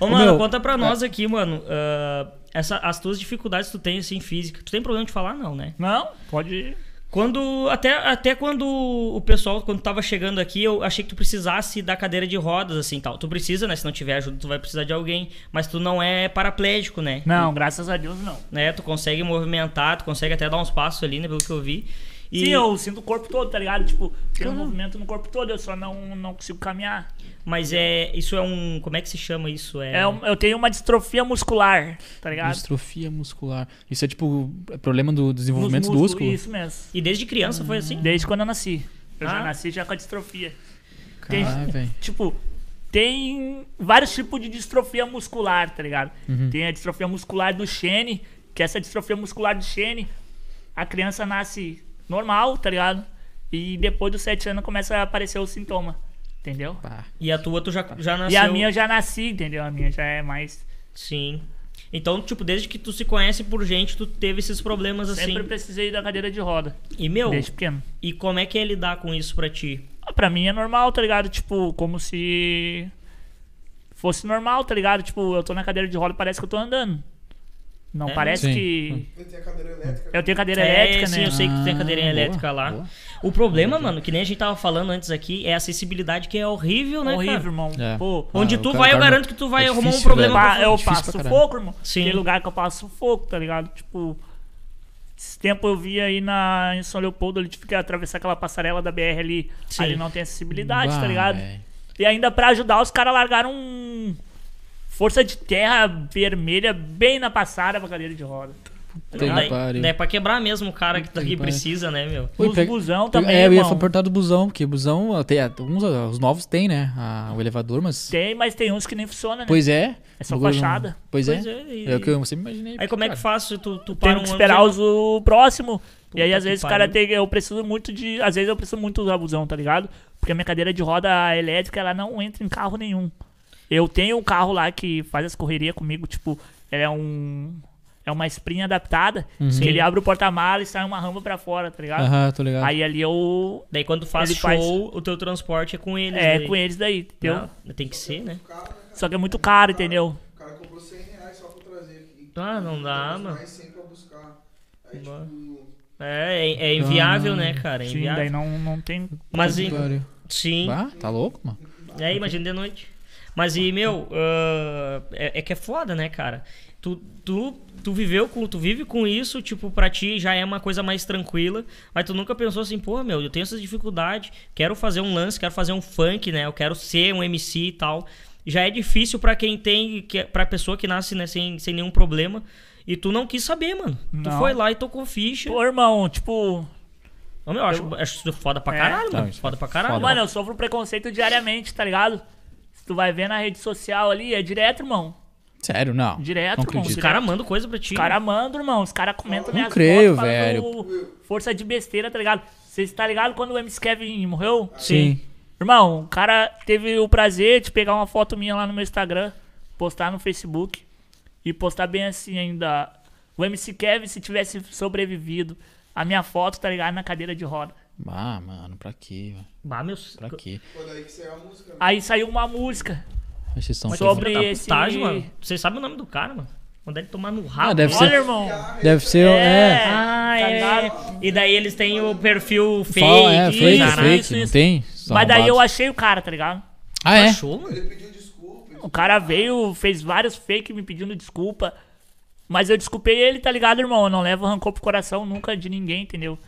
A: Ô, mano,
B: meu,
A: conta
C: é.
A: pra nós aqui, mano. ah, essa, as tuas dificuldades que tu tem, assim, física. Tu tem problema de falar, não, né?
C: Não, pode ir.
A: Quando. Até, até quando o pessoal, quando tava chegando aqui, eu achei que tu precisasse da cadeira de rodas, assim tal. Tu precisa, né? Se não tiver ajuda, tu vai precisar de alguém. Mas tu não é paraplégico, né?
C: Não, graças a Deus não.
A: Né? Tu consegue movimentar, tu consegue até dar uns passos ali, né? Pelo que eu vi. E,
C: Sim, eu sinto o corpo todo, tá ligado? Tipo, tem um movimento no corpo todo, eu só não, não consigo caminhar.
A: Mas é. Isso é um. Como é que se chama isso? É.
C: É. um- eu tenho uma distrofia muscular, tá ligado?
B: Distrofia muscular. Isso é tipo é problema do desenvolvimento
C: Nos
B: do
C: músculos,
B: músculo?
C: Isso mesmo.
A: E desde criança foi assim?
C: Desde quando eu nasci. Eu já
A: Ah.
C: nasci já com a distrofia. Tem-
B: Caralho, velho.
C: Tipo, tem vários tipos de distrofia muscular, tá ligado? Tem a distrofia muscular do Shane, que é essa distrofia muscular do Shane, a criança nasce normal, tá ligado? E depois dos sete anos começa a aparecer o sintoma, entendeu?
B: Pá.
A: E a tua, tu já, já nasceu.
C: E a minha eu já nasci, entendeu? A minha já é mais.
A: Sim. Então, tipo, desde que tu se conhece por gente, tu teve esses problemas assim.
C: Sempre precisei da cadeira de roda,
A: E meu,
C: desde pequeno.
A: e como é que é lidar com isso pra ti?
C: Ah, Pra mim é normal, tá ligado? Tipo, como se fosse normal, tá ligado? Tipo, eu tô na cadeira de roda, parece que eu tô andando. Não
A: É?
C: parece
B: Sim.
C: que.
D: Ele tem a cadeira elétrica.
C: Eu tenho cadeira
A: É,
C: elétrica,
A: sim,
C: né?
A: eu sei que tu tem cadeirinha
B: Ah, boa,
A: elétrica lá.
B: boa.
A: O problema, mano, que nem a gente tava falando antes aqui, é a acessibilidade que é horrível, né,
C: Horrível,
A: cara?
C: irmão.
B: É.
C: Pô,
B: Ah,
A: Onde
B: o
A: tu
B: cara-
A: vai, eu
B: cara-
A: garanto que tu vai
B: é
A: arrumar um
B: difícil,
C: eu,
A: problema.
B: velho.
A: pra
C: pa- eu
B: difícil
C: passo
B: pra caralho.
C: sufoco, irmão.
A: Sim.
C: Tem lugar que eu passo sufoco, tá ligado? Tipo. Esse tempo eu vi aí na, em São Leopoldo, ali tive que atravessar aquela passarela da BR ali.
A: Sim.
C: Ali não tem acessibilidade, tá
B: Bah, é.
C: ligado?
B: velho.
C: E ainda pra ajudar, os caras largaram um. Força de terra vermelha bem na passada pra cadeira de roda.
B: Tem
A: Daí-
B: pariu.
A: daí é pra quebrar mesmo o cara que tá
B: Puta
A: aqui
B: que pariu.
A: precisa, né, meu?
B: Ui,
C: Os
B: pega-
C: busão Então também,
B: É, eu ia
C: irmão.
B: perguntar do busão, porque busão, ah, tem, ah, uns, ah, os novos tem, né? ah, o elevador, mas...
C: Tem, mas tem uns que nem funciona, né?
B: Pois é.
C: É só
B: O bagulho
C: fachada.
B: não- Pois,
A: Pois
B: é.
A: é, e-
B: É o que eu sempre imaginei.
A: Aí
B: porque,
A: como é que
B: cara,
A: faz? Tu, tu para um
C: Tenho que
A: ano
C: esperar
A: sem-
C: os- o próximo. E aí,
A: Puta
C: às
A: que
C: vezes, o
A: pariu.
C: cara tem. Eu preciso muito de. Às vezes eu preciso muito usar busão, tá ligado? Porque a minha cadeira de roda elétrica, ela não entra em carro nenhum. Eu tenho um carro lá que faz as correrias comigo, tipo, é um. É uma spring adaptada, que ele abre o porta-malas e sai uma rampa pra fora, tá ligado?
B: Uhum. Aham, tô ligado.
C: Aí ali eu.
A: Daí quando faz
C: Ele
A: show,
C: faz.
A: o teu transporte é com eles.
C: É
A: daí.
C: com eles daí, entendeu?
A: Não, tem que ser, né?
C: Só que é muito caro, entendeu?
D: O cara comprou 100 reais só pra trazer aqui.
A: Ah, não dá, mano.
D: Mais 100 pra buscar. Aí,
A: Bora.
D: tipo,
A: É, é, é inviável, né, cara? É
C: Ah, Sim, daí
A: inviável.
C: não, não tem.
A: Mas e-
B: Pariu.
A: assim, sim.
B: Ah, tá louco, mano?
A: É, imagina de noite. Mas e, meu, ah, é, é que é foda, né, cara? Tu, tu, tu viveu com, tu vive com isso, tipo, pra ti já é uma coisa mais tranquila, mas tu nunca pensou assim, pô, meu, eu tenho essas dificuldades, quero fazer um lance, quero fazer um funk, né? Eu quero ser um MC e tal. Já é difícil pra quem tem, que, pra pessoa que nasce né, sem, sem nenhum problema. E tu não quis saber, mano. Tu
C: Não.
A: foi lá e tocou ficha.
C: Pô, irmão, tipo,
A: Ô, meu, eu acho, acho isso foda pra
C: É.
A: caralho,
B: Não,
A: mano.
B: isso é
A: Foda pra caralho.
B: foda.
C: Mano, eu sofro preconceito diariamente, tá ligado? Se tu vai ver na rede social ali, é direto, irmão.
B: Sério, não.
C: Direto,
B: não
C: irmão.
B: acredito.
A: Os caras mandam coisa pra ti.
C: Os caras mandam, irmão. Os caras comentam
B: Não
C: minhas
B: creio,
C: fotos falando Força de besteira, tá ligado? Vocês tá ligado quando o MC Kevin morreu?
B: Sim.
C: Irmão, o cara teve o prazer de pegar uma foto minha lá no meu Instagram, postar no Facebook e postar bem assim ainda. O MC Kevin, se tivesse sobrevivido, a minha foto, tá ligado? Na cadeira de roda.
B: Ah, mano, pra quê, velho?
A: Bah, meu,
B: Pra quê?
D: pô, daí que saiu a música.
A: Ah.
D: né?
C: Aí saiu uma música.
B: Vocês são
C: Sobre-
A: Filho da
C: esse-
A: tá putagem, mano. Você sabe o nome do cara, mano? Mandar ele tomar no rabo.
B: Ah, deve ser-
C: Olha, irmão.
B: Deve ser. É.
A: Ah,
C: Tá
A: é. E daí eles têm o perfil fake.
B: Fala, é, fake,
A: caralho.
B: fake,
C: isso,
B: não
C: isso.
B: tem?
C: Mas daí eu achei o cara, tá ligado?
B: Ah, é?
A: Achou, mano?
D: Ele pediu desculpa.
C: O cara veio, fez vários fake me pedindo desculpa. Mas eu desculpei ele, tá ligado, irmão? Eu não levo rancor pro coração nunca de ninguém, entendeu?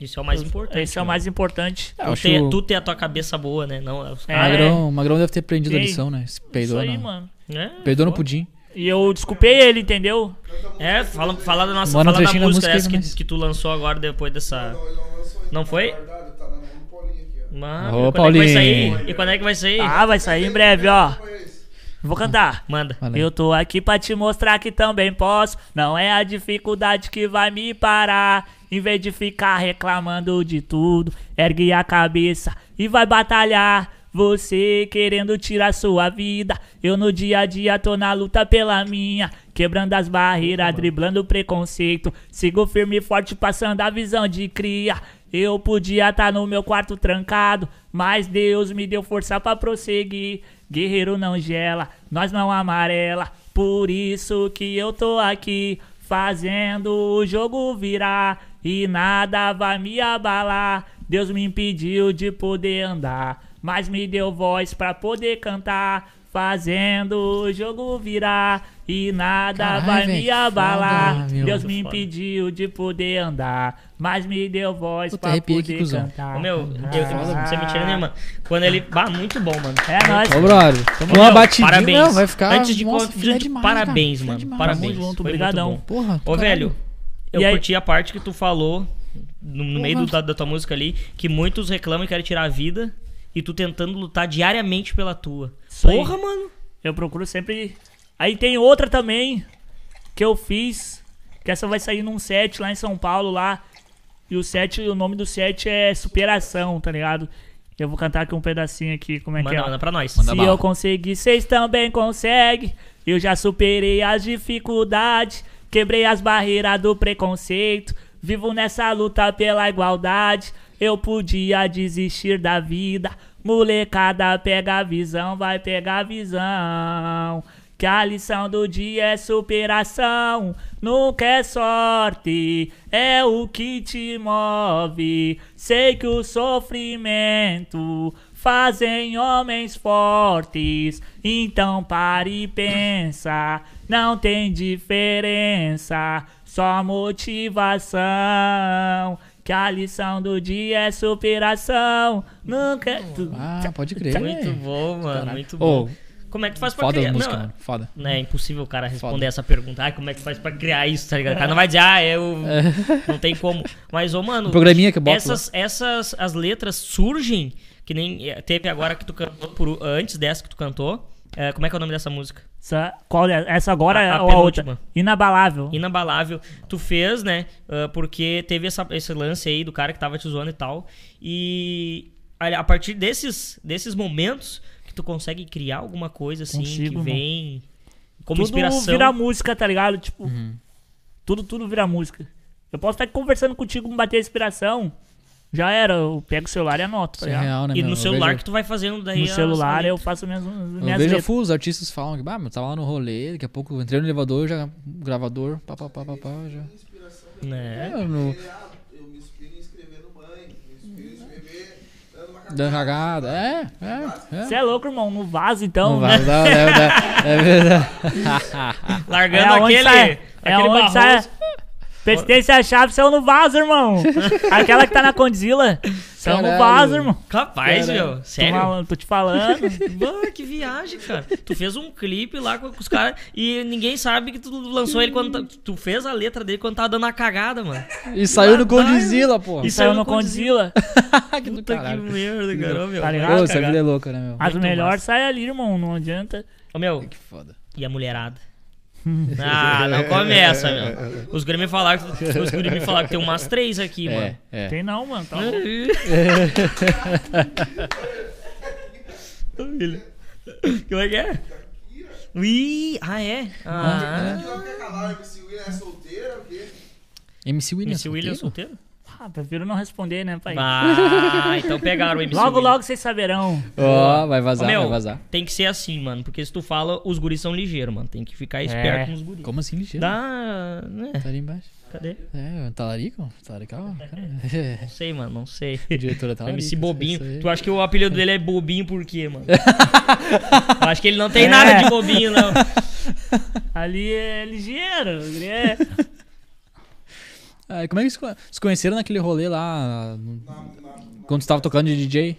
A: Isso é o mais importante.
C: Esse é o mais importante.
B: Ah, eu
A: Tu
B: acho Ah,
A: ter, tu ter a tua cabeça boa, né? Não, é os
C: É,
A: caras.
B: Magrão, Magrão deve ter aprendido a
C: Ei,
B: lição, né? Se
C: Isso
B: peidou
C: aí,
B: na-
C: mano.
A: É,
B: Peidou no
A: pô.
B: pudim.
C: E eu desculpei ele, entendeu?
A: É, fala, fala da nossa
B: Manda um
A: fala da
B: trechinho da
A: música
B: música aí,
A: essa que,
B: mas-
A: que tu lançou agora depois dessa.
D: Não, ele não lançou ainda.
A: Não
D: tá
A: foi?
D: Guardado, tá na mão do Paulinho aqui, ó.
A: Mano,
B: Ô,
A: quando é que vai
B: Paulinho.
A: sair? E quando é que vai sair?
C: Ah, vai sair em breve, ó.
D: Foi esse.
C: Vou cantar.
A: Manda.
B: Valeu.
C: Eu tô aqui pra te mostrar que também posso. Não é a dificuldade que vai me parar. Em vez de ficar reclamando de tudo, ergue a cabeça e vai batalhar. Você querendo tirar sua vida. Eu no dia a dia tô na luta pela minha. Quebrando as barreiras, driblando o preconceito. Sigo firme e forte, passando a visão de cria. Eu tá podia estar no meu quarto trancado, mas Deus me deu força pra prosseguir. Guerreiro não gela, nós não amarela. Por isso que eu tô aqui, fazendo o jogo virar. E nada vai me abalar. Deus me impediu de poder andar, mas me deu voz pra poder cantar. Fazendo o jogo virar e nada
B: Caralho,
C: vai
B: velho,
C: me
B: que
C: abalar.
B: foda, meu.
C: Deus me impediu de poder andar, mas me deu voz
B: Puta,
C: pra
B: arrepiei
C: poder
B: aqui, cuzão.
C: cantar.
A: Ô, meu, eu tenho
C: Ah.
A: sem mentira nenhuma. né, Quando ele. Bah, muito bom, mano.
C: É nóis.
B: Ô, brother, tamo
A: Ô,
B: uma
A: meu,
B: batidinha,
A: parabéns.
B: não, vai ficar...
A: Antes de
B: nossa,
A: con-
B: filé
A: de-
B: demais,
A: parabéns,
B: cara, filé
A: mano,
B: demais.
A: parabéns.
B: Muito
A: Foi
C: Obrigadão.
A: muito bom.
B: Porra,
A: Ô,
B: caralho.
A: velho, eu
C: E aí?
A: curti a parte que tu falou no, no meio
B: Porra.
A: do- da, da tua música ali, que muitos reclamam e querem tirar a vida, e tu tentando lutar diariamente pela tua.
C: Isso aí.
A: Porra, mano.
C: Eu procuro sempre. Aí tem outra também que eu fiz. Que essa vai sair num set lá em São Paulo lá. E o set, o nome do set é Superação, tá ligado? Eu vou cantar aqui um pedacinho aqui, como é que é?
A: Manda, manda pra nós.
B: Manda
C: Se
B: bala.
C: eu conseguir, vocês também conseguem. Eu já superei as dificuldades, quebrei as barreiras do preconceito. Vivo nessa luta pela igualdade. Eu podia desistir da vida. Molecada, pega a visão, vai pegar a visão. Que a lição do dia é superação, nunca é sorte, é o que te move. Sei que o sofrimento fazem homens fortes. Então pare e pensa, não tem diferença, só motivação. Que a lição do dia é superação, nunca. é-
B: Ah, pode crer,
A: é Muito bom, mano. Muito
B: Ô,
A: bom. Como é que tu faz pra
B: Foda
A: criar?
B: as músicas,
A: Não,
B: mano, foda.
A: Não é impossível o cara responder
B: Foda.
A: essa pergunta. Ai, como é que faz pra criar isso, tá ligado? O cara não vai dizer, ah, eu. Não tem como. Mas, ô, mano.
B: É. Um programinha que bota
A: Essas, essas as letras surgem, que nem eh, teve agora que tu cantou, por- antes dessa que tu cantou. Eh, como é que é o nome dessa música?
C: Essa, qual é? Essa agora
A: A- a
C: é ou a outra?
A: penúltima.
C: Inabalável.
A: Inabalável. Tu fez, né? ah, porque teve essa- esse lance aí do cara que tava te zoando e tal. E a, a partir desses, desses momentos que tu consegue criar alguma coisa assim
C: Consigo,
A: que
C: mano.
A: vem como
C: tudo
A: inspiração.
C: vira música, tá ligado? Tipo, tudo, tudo vira música. Eu posso estar aqui conversando contigo, me bater a inspiração, já era, eu pego o celular e anoto, tá
B: Isso é
C: ligado?
B: real, né,
A: E
B: meu?
A: no
B: Eu
A: celular
B: vejo-
A: que tu vai fazendo daí.
C: No
A: as-
C: celular eu faço minhas, minhas
B: Eu vejo a
C: letras.
B: full, os artistas falam que, bah, meu, tava lá no rolê, daqui a pouco eu entrei no elevador, já gravador, pá, pá, pá, pá, pá, já.
A: Né?
B: É, no,
D: Ah, eu me inspiro em escrever no banho, me inspiro em escrever dando uma
B: da cagada, é, é, é.
C: Você é louco, irmão, no vaso
A: um,
C: então.
B: Não vai,
C: né?
B: não, é verdade, é verdade.
C: É
A: Largando
C: onde
A: aquele.
C: sai. É
A: aquele
C: onde sai. a- Persistência e a chave são no vaso, irmão. Aquela que tá na Condzilla são no
B: Caralho.
C: vaso, irmão.
A: Capaz,
B: Caralho.
A: meu.
C: Tô,
A: Sério?
C: mal, tô te falando.
A: Bah, que viagem, cara. Tu fez um clipe lá com com os caras e ninguém sabe que tu lançou ele quando. tá- Tu fez a letra dele quando tava dando a cagada, mano.
B: E saiu no Condizila, pô.
A: Isso
C: Saiu
A: aí
C: no
A: no Condzilla.
C: Condzilla.
B: que do
A: Puta que
B: caralho.
A: merda, cara. Ô, meu.
C: Tá
A: vai
C: ligado?
B: Pô, essa
A: cagar.
B: vida é louca, né, meu?
C: As
A: Muito
C: melhores
A: massa.
C: saem ali, irmão, não adianta.
A: Ô, meu.
B: Que foda.
A: E a mulherada? Ah, não começa, meu. Os Grêmio falaram, os Grêmio falaram que tem umas três aqui,
B: É,
A: mano.
B: é.
C: Tem não, mano. Tá louco.
A: Família. Como é que é? Ui, ah, é? Ah,
D: Eu quero calar, o MC William é solteira, porque
B: MC Williams.
A: MC William solteiro?
C: Ah, prefiro não responder, né, pai?
A: Ah, então pegaram o MC
C: Logo,
A: William.
C: logo vocês saberão.
B: Ó, vai
A: Ô,
B: vazar,
A: meu,
B: vai vazar.
A: tem que ser assim, mano. Porque se tu fala, os guris são ligeiros, mano. Tem que
C: É.
A: ficar esperto nos guris.
B: Como assim, ligeiro?
A: Dá, né?
B: Tá ali embaixo.
A: Cadê?
B: É, talarico? Talarical? Cara,
A: Não sei, mano, não sei.
B: diretora talarica.
A: MC Bobinho. Tu
B: Tu
A: acha que o apelido dele é Bobinho por quê, mano? Eu acho que ele não
C: É.
A: tem nada de bobinho, não.
C: Ali é ligeiro. ali é-
B: como é que se co- se conheceram naquele rolê lá? no- Quando tu tava tocando de DJ?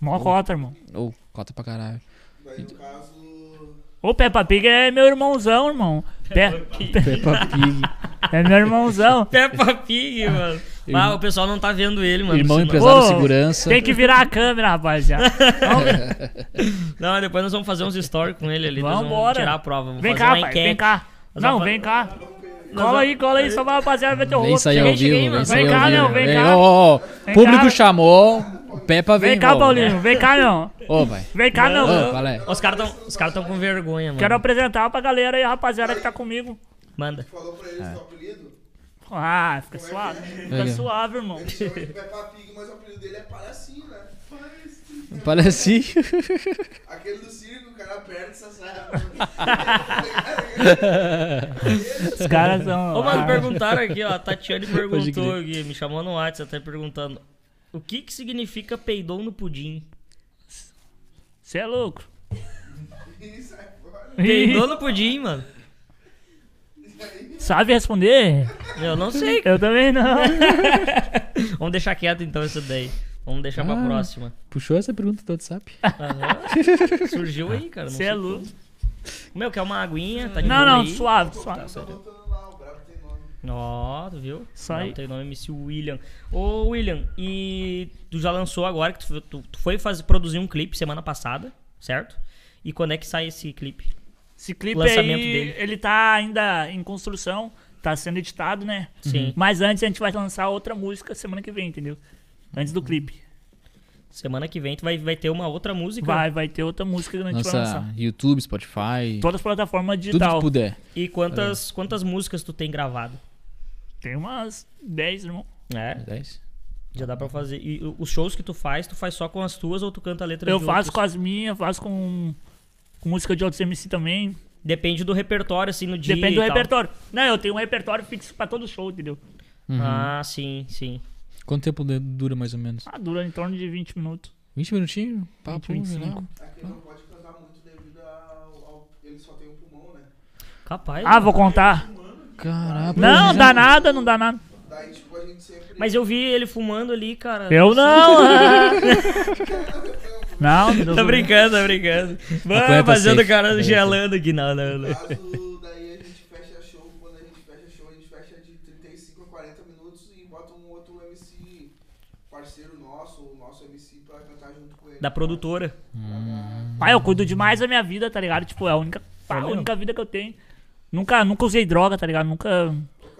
C: Mó cota, irmão.
B: Ou, cota pra caralho.
D: daí no caso.
C: O Peppa Pig é meu irmãozão, irmão. Pe-
B: Peppa Pig.
C: É meu irmãozão.
A: Peppa É Pig, mano. Ah, o pessoal não tá vendo ele, mano.
B: Irmão
A: Senão-
B: empresário
C: Ô,
B: segurança.
C: Tem que virar a câmera, rapaziada.
A: Não, depois nós vamos fazer uns stories com ele ali. nós Vamos
C: Vambora.
A: tirar a prova. Vamos
C: Vem
A: fazer
C: cá,
A: uma
C: pai.
A: enquete.
C: Vem cá. Não, vem cá. Cola aí, cola aí. Só pra rapaziada ver teu
B: Vem
C: rosto.
B: sair ao
A: Cheguei, cheguei,
B: vivo, vem
A: mano.
B: sair
C: Vem cá,
B: ao
C: meu,
B: vivo.
C: vem cá.
B: ô, ô,
C: Vem
B: Público
C: cá.
B: chamou, o Peppa vem.
C: Vem cá,
B: ô.
C: Paulinho. Vem cá, meu.
B: Ô, vai.
C: Vem cá, meu.
B: Ô, é? Valé.
A: Os caras tão, os cara tão com vergonha, mano.
C: Quero apresentar pra galera aí, a rapaziada que tá comigo.
A: Manda.
D: Falou pra ele o seu apelido?
C: Ah, fica suave. Fica suave, irmão.
D: Chama de Peppa Pig, mas o apelido dele é palhacinho, né? Parece.
B: Parece.
D: aquele do circo, o cara aperta essa saia. Cara,
C: Os caras são.
A: Ô, mano,
C: Ah,
A: perguntaram aqui, ó. A Tatiane
B: Pode
A: perguntou
B: crer.
A: aqui, me chamou no WhatsApp até perguntando. O que que significa peidou no pudim?
C: Você é louco.
D: e sai fora.
A: Peidou no pudim, mano.
C: Sabe responder?
A: Eu não sei.
C: Eu também não.
A: Vamos deixar quieto então isso daí. Vamos deixar pra
B: Ah.
A: próxima.
B: Puxou essa pergunta do WhatsApp?
C: Ah,
A: Surgiu aí, cara. Não
C: Você
A: sei.
C: é louco.
A: Meu, quer uma aguinha? Tá de
C: Não,
A: boa
C: não,
A: aí?
C: suave, suave.
D: Tá voltando lá, o brabo tem nome.
A: Ó, tu viu?
C: Só aí.
A: Não, tem nome MC William. Ô, William, e tu já lançou agora que tu, tu- tu foi fazer, produzir um clipe semana passada, certo? E quando é que sai esse clipe?
C: Esse clipe
A: Lançamento
C: aí,
A: dele.
C: ele tá ainda em construção, tá sendo editado, né?
A: Sim.
C: Mas antes a gente vai lançar outra música semana que vem, entendeu? Antes do clipe.
A: Semana que vem tu vai, vai ter uma outra música.
C: Vai, vai ter outra música que a gente vai lançar.
B: Nossa, YouTube, Spotify,
C: Todas as plataformas
B: tudo que
A: tipo
C: digital.
B: puder.
A: E quantas,
B: É.
A: quantas músicas tu tem gravado?
C: Tem umas 10, irmão.
A: É,
B: Dez?
A: já dá pra fazer. E o- os shows que tu faz, tu faz só com as tuas ou tu canta a letra
C: Eu
A: de
C: faço
A: outros?
C: com as minhas, faço com, com música de outros MC também.
A: Depende do repertório, assim, no dia
C: Depende
A: e
C: do
A: tal.
C: repertório. Não, eu tenho um repertório fixo pra todo show, entendeu?
B: Uhum.
A: Ah, sim, sim.
B: Quanto tempo de- dura mais ou menos?
C: Ah, dura em torno de 20 minutos.
B: 20 minutinhos? Papo,
C: 20, 25.
B: né?
D: Aqui não pode cantar muito devido ao. ao- ele só tem um pulmão, né?
A: Capaz. né?
C: Ah, vou contar.
B: Caraca.
C: Não,
B: já-
C: dá nada, não dá nada.
D: Daí, tipo, a gente sempre.
A: Mas eu vi ele fumando ali, cara.
C: Eu não! ah. não, não.
A: Tá brincando, tá brincando. Vai
B: Aguenta
A: fazendo o
B: safe,
A: cara
B: aguenta.
A: gelando aqui. Não, não,
D: No
A: não.
D: caso, daí a gente fecha show. Quando a gente fecha show, a gente fecha de 35 a 40 minutos e bota um outro MC parceiro nosso, o nosso MC, pra cantar junto com ele.
A: Da produtora.
C: Pai, eu cuido demais da minha vida, tá ligado? Tipo, é a única, pá, a
A: mesmo?
C: única vida que eu tenho. Nunca, nunca usei droga, tá ligado? Nunca.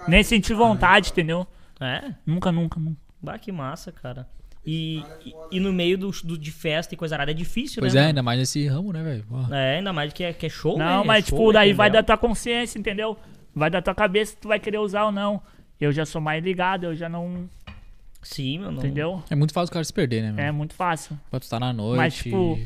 C: Nem senti vontade, entendeu?
A: É?
C: Nunca, nunca, nunca.
A: Bah, que massa, cara. E, e, e no meio do, do- de festa e coisa arada é difícil,
B: Pois
A: né?
B: é, ainda mais nesse ramo, né, velho? Ó.
A: mano? É, ainda mais que é, que é show, né?
C: Não,
A: É
C: mas
A: show,
C: tipo,
A: é
C: daí vai
A: tendel.
C: da tua consciência, entendeu? Vai da tua cabeça se tu vai querer usar ou não. Eu já sou mais ligado, eu já não.
A: Sim, meu, não.
C: Entendeu?
B: É muito fácil o cara se perder, né,
C: É
B: velho?
C: muito fácil.
B: Pra tu estar na noite.
C: Mas, tipo,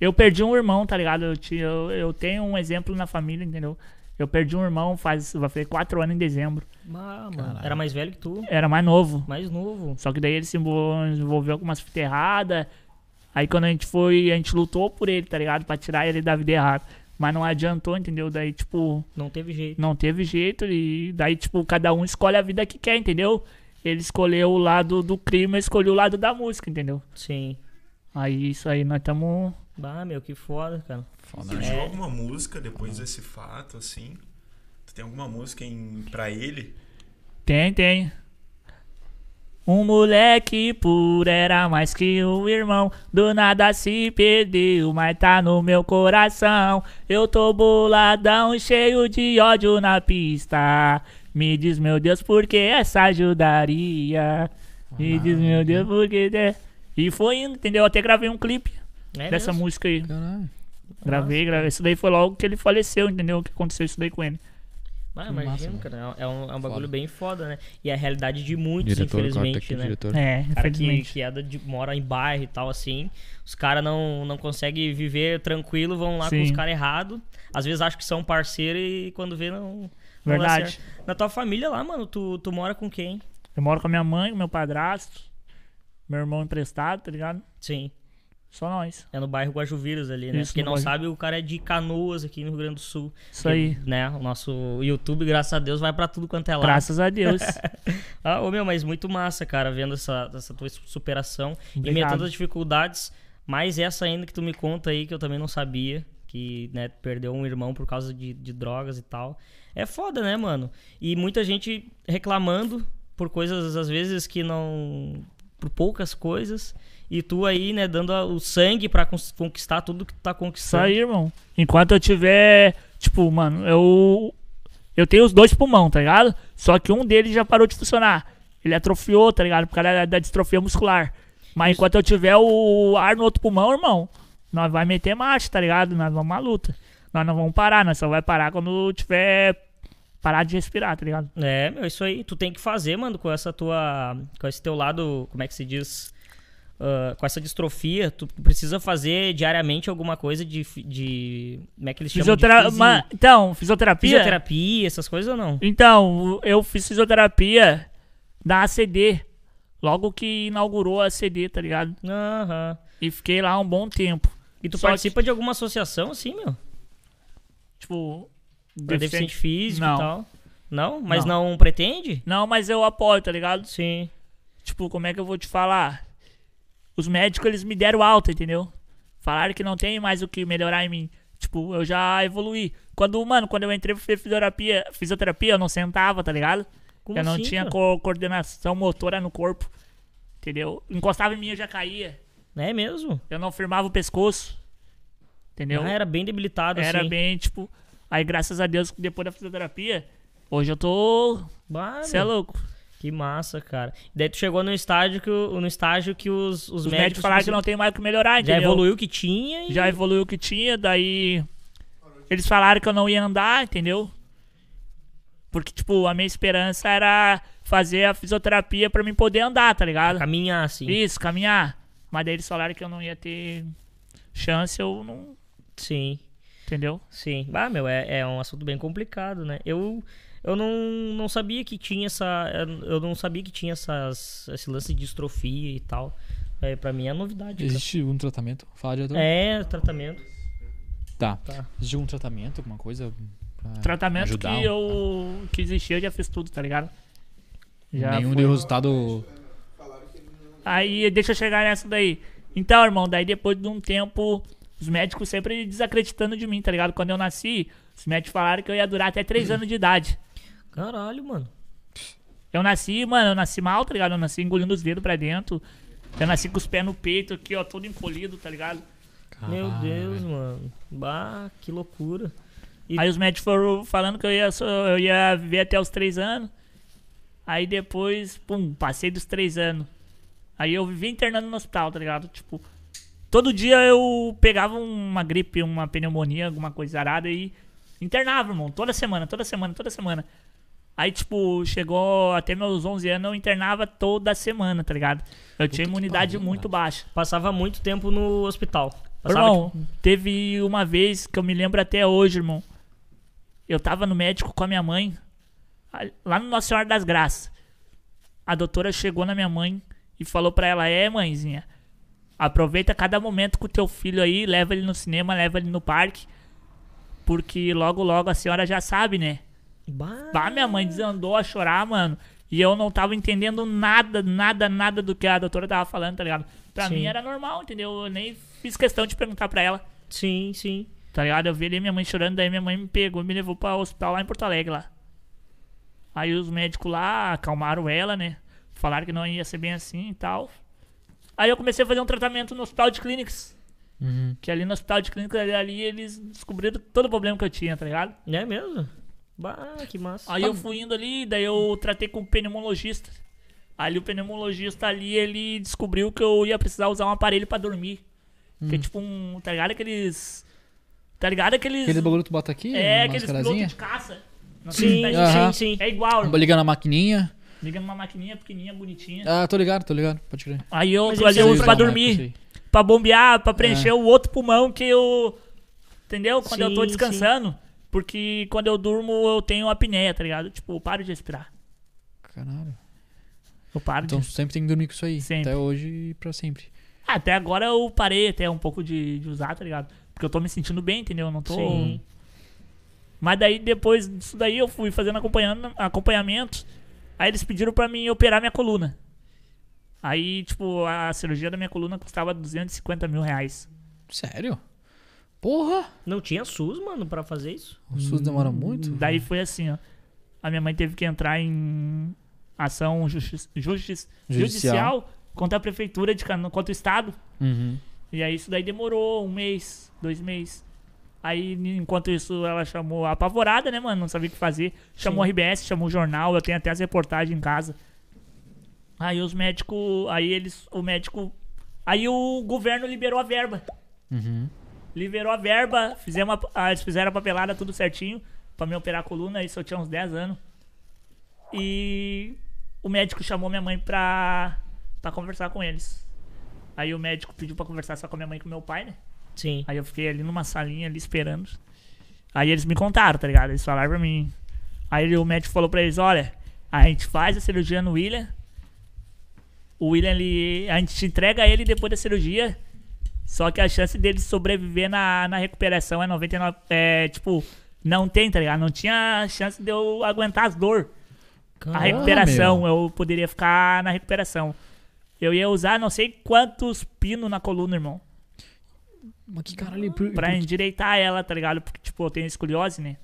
C: Eu perdi um irmão, tá ligado? Eu, ti- eu, eu tenho um exemplo na família, entendeu? Eu perdi um irmão faz. Vai fazer quatro anos em dezembro.
A: Bah, mano, era mais velho que tu.
C: Era mais novo.
A: Mais novo.
C: Só que daí ele se envol- envolveu com umas fitas erradas. Aí quando a gente foi, a gente lutou por ele, tá ligado? Pra tirar ele da vida errada. Mas não adiantou, entendeu? Daí, tipo,
A: Não teve jeito.
C: não teve jeito. E daí, tipo, cada um escolhe a vida que quer, entendeu? Ele escolheu o lado do crime, eu escolhi o lado da música, entendeu?
A: Sim.
C: Aí isso aí nós estamos.
A: Bah, meu, que foda, cara.
F: Surgiu alguma música depois desse fato, assim? Tu tem alguma música em, pra ele?
C: Tem, tem. Um moleque puro era mais que um irmão. Do nada se perdeu, mas tá no meu coração. Eu tô boladão e cheio de ódio na pista. Me diz, meu Deus, por que essa ajudaria? Me diz, meu Deus, por que. é? E foi indo, entendeu? Eu até gravei um clipe
A: É
C: dessa
A: mesmo?
C: música aí.
B: Caralho.
C: Gravei, gravei. Isso daí foi logo que ele faleceu, entendeu? O que aconteceu isso daí com ele.
A: Ah,
B: Que
A: imagino,
B: massa, mano.
A: cara. É um, é um bagulho
B: Foda.
A: bem foda, né? E é a realidade de muitos, infelizmente, né?
C: É,
A: Cara que,
C: infelizmente.
A: que é da- de- mora em bairro e tal, assim. Os caras não, não conseguem viver tranquilo, vão lá com
C: Sim.
A: os caras errados. Às vezes acham que são parceiros e quando vê, não. não dá
C: Verdade.
A: certo. Na tua família lá, mano, tu, tu mora com quem?
C: Eu moro com a minha mãe, com meu padrasto, meu irmão emprestado, tá ligado?
A: Sim.
C: Só nós.
A: É no bairro Guajuviras ali, né?
C: Isso,
A: Quem
C: no
A: não
C: bairro.
A: sabe, o cara é de canoas aqui no Rio Grande do Sul.
C: Isso aí.
A: Né? O nosso YouTube, graças a Deus, vai pra tudo quanto é lá.
C: Graças a Deus.
A: Ah, ô meu, mas muito massa, cara, vendo essa, essa tua superação. E meio a
C: Obrigado.
A: tantas dificuldades, mais essa ainda que tu me conta aí, que eu também não sabia. Que, né, perdeu um irmão por causa de, de drogas e tal. É foda, né, mano? E muita gente reclamando por coisas, às vezes, que não. por poucas coisas. E tu aí, né, dando a- o sangue pra cons- conquistar tudo que tu tá
C: Isso
A: conquistando.
C: aí, irmão. Enquanto eu tiver, tipo, mano, eu eu tenho os dois pulmão, tá ligado? Só que um deles já parou de funcionar. Ele atrofiou, tá ligado? Por causa da distrofia muscular. Mas enquanto eu tiver o ar no outro pulmão, irmão, nós vai meter marcha, tá ligado? Nós vamos à luta. Nós não vamos parar, nós só vai parar quando tiver parar de respirar, tá ligado?
A: É, meu, isso aí. Tu tem que fazer, mano, com essa tua. Com esse teu lado, como é que se diz? ah, com essa distrofia, tu precisa fazer diariamente alguma coisa de. fi- de como é que eles chamam? De
C: Fisiotera-
A: fisi-
C: ma- Então, fisioterapia?
A: fisioterapia, essas coisas ou não?
C: Então, eu fiz fisioterapia da ACD. Logo que inaugurou a ACD, tá ligado?
A: Aham.
C: E fiquei lá um bom tempo.
A: E tu
C: Só
A: participa de alguma associação, assim, meu?
C: Tipo,
A: Pra deficiente físico
C: Não.
A: e tal? Não? Mas não, pretende?
C: Não, mas eu apoio, tá ligado?
A: Sim.
C: Tipo, como é que eu vou te falar? Os médicos, eles me deram alta, entendeu? Falaram que não tem mais o que melhorar em mim. Tipo, eu já evoluí. Quando, mano, quando eu entrei pra fisioterapia, fisioterapia, eu não sentava, tá ligado?
A: Como
C: eu não
A: assim,
C: tinha
A: cara?
C: co- coordenação motora no corpo. Entendeu? Encostava em mim, eu já caía.
A: É mesmo?
C: Eu não firmava o pescoço. Entendeu?
A: Ah, era bem debilitado,
C: Era
A: assim.
C: bem, tipo. Aí, graças a Deus, depois da fisioterapia, hoje eu tô.
A: Bah,
C: Você é
A: meu,
C: louco.
A: que massa, cara. Daí tu chegou no estágio que, o- no estágio que os, os,
C: Os médicos falaram que não tem mais o que melhorar,
A: Já
C: entendeu?
A: evoluiu o que tinha e...
C: né? Já evoluiu o que tinha, daí. Eles falaram que eu não ia andar, entendeu? Porque, tipo, a minha esperança era fazer a fisioterapia pra mim poder andar, tá ligado?
A: caminhar, assim.
C: Isso, caminhar. Mas daí eles falaram que eu não ia ter chance, eu não.
A: Sim,
C: Entendeu?
A: sim. Ah, meu, é, é um assunto bem complicado, né? Eu, eu não, não sabia que tinha essa... Eu não sabia que tinha essas, esse lance de distrofia e tal. É, pra mim é novidade, cara.
B: Existe né? um tratamento? Fala diretor.
A: É, tratamento.
B: Tá.
A: Tá.
B: Existe um tratamento, alguma coisa? pra
C: Tratamento
B: ajudar?
C: que eu. que existia, eu já fiz tudo, tá ligado? Já
B: Nenhum
C: fui-
B: deu resultado.
C: Aí, deixa eu chegar nessa daí. Então, irmão, daí depois de um tempo, os médicos sempre desacreditando de mim, tá ligado? Quando eu nasci, os médicos falaram que eu ia durar até 3 anos de idade.
A: Caralho, mano.
C: Eu nasci, mano, eu nasci mal, tá ligado? Eu nasci engolindo os dedos pra dentro. Eu nasci com os pés no peito aqui, ó, todo encolhido, tá ligado?
A: Meu
B: Caralho,
A: Deus,
B: velho.
A: mano. Bah, que loucura. E-
C: Aí os médicos foram falando que eu ia, só- eu ia viver até os 3 anos. Aí depois, pum, passei dos 3 anos. Aí eu vivi internando no hospital, tá ligado? Tipo, todo dia eu pegava uma gripe, uma pneumonia, alguma coisa arada e internava, irmão. Toda semana, toda semana, toda semana. Aí, tipo, chegou até meus 11 anos, eu internava toda semana, tá ligado? Eu tinha
B: que
C: imunidade
B: pariu,
C: muito baixa.
A: Passava muito tempo no hospital. Passava,
C: Irmão, tipo, teve uma vez que eu me lembro até hoje, irmão. Eu tava no médico com a minha mãe, a- lá no Nossa Senhora das Graças. A doutora chegou na minha mãe e falou pra ela: É, mãezinha, aproveita cada momento com o teu filho aí, leva ele no cinema, leva ele no parque. Porque logo, logo a senhora já sabe, né?
A: tipo, bah,
C: Bah, minha mãe desandou a chorar, mano. E eu não tava entendendo nada, nada, nada do que a doutora tava falando, tá ligado? Pra
A: Sim.
C: mim era normal, entendeu? Eu nem fiz questão de perguntar pra ela,
A: Sim, sim.
C: tá ligado? Eu vi ali minha mãe chorando, daí minha mãe me pegou e me levou pra hospital lá em Porto Alegre, lá. Aí os médicos lá acalmaram ela, né? Falaram que não ia ser bem assim e tal. Aí eu comecei a fazer um tratamento no hospital de clínicas.
B: Uhum.
C: Que ali no hospital de clínicas, ali, ali eles descobriram todo o problema que eu tinha, tá ligado?
A: É mesmo? Bah, que massa.
C: Aí eu fui indo ali, daí eu tratei com o pneumologista. Ali o pneumologista ali, ele descobriu que eu ia precisar usar um aparelho pra dormir. Que é tipo um, tá ligado aqueles tá ligado aqueles
B: Aquele bagulho que tu bota aqui?
C: É,
B: uma
C: aqueles pilotos
B: mascarazinha? Ah.
C: de caça. Não
A: Sim,
C: sei se tá
B: Aham.
A: sim, sim.
C: É igual, irmão.
B: Liga na maquininha.
C: liga numa maquininha pequenininha, bonitinha.
B: Ah, tô ligado, tô ligado. Pode crer.
C: Aí eu
A: Mas
C: ali
A: eles
C: eu uso
A: usam
C: um pra
B: Não,
C: dormir,
B: Marcos, isso
C: pra bombear, pra
B: Ah.
C: preencher o outro pulmão que eu entendeu? Quando eu tô
A: Sim,
C: descansando, porque quando eu durmo eu tenho apneia, tá ligado? Tipo, eu paro de respirar.
B: aí. Caralho.
C: Eu paro de
B: Então sempre tem que dormir com isso aí.
C: Uhum. Sempre.
B: Até hoje e pra sempre.
C: Até agora eu parei até um pouco de, de usar, tá ligado? Porque eu tô me sentindo bem, entendeu? Eu não tô.
A: Sim.
C: Mas daí depois disso daí eu fui fazendo acompanhando, acompanhamento. Aí eles pediram pra mim operar minha coluna. Aí, tipo, a cirurgia da minha coluna custava 250 mil reais.
B: Sério? Porra!
A: Não tinha SUS, mano, pra fazer isso?
B: O SUS demora muito?
C: Hum, Daí foi assim, ó. A minha mãe teve que entrar em ação justi- justi-
B: Judicial.
C: judicial contra a prefeitura de Cano, contra o estado.
B: Uhum.
C: E aí isso daí demorou um mês, dois meses. Aí, n- enquanto isso, ela chamou apavorada, né, mano? Não sabia o que fazer. Chamou a RBS, chamou o jornal, eu tenho até as reportagens em casa. Aí os médicos. Aí eles. O médico. Aí o governo liberou a verba.
B: Uhum.
C: Liberou a verba, fizemos a, ah, eles fizeram a papelada tudo certinho pra me operar a coluna, isso eu tinha uns 10 anos. E o médico chamou minha mãe pra, pra conversar com eles. Aí o médico pediu pra conversar só com a minha mãe e com meu pai, né?
A: Sim.
C: Aí eu fiquei ali numa salinha ali esperando. Aí eles me contaram, tá ligado? Eles falaram pra mim. Aí o médico falou pra eles, olha, a gente faz a cirurgia no William. O William, ele, a gente entrega ele depois da cirurgia. Só que a chance dele sobreviver na, na recuperação é 99. É, tipo, não tem, tá ligado? Não tinha chance de eu aguentar as dor. A recuperação, eu poderia ficar na recuperação. Eu ia usar não sei quantos pinos na coluna, irmão.
B: Mas que caralho. Por,
C: Pra
B: por-
C: endireitar ela, tá ligado? Porque, tipo, eu tenho escoliose, né?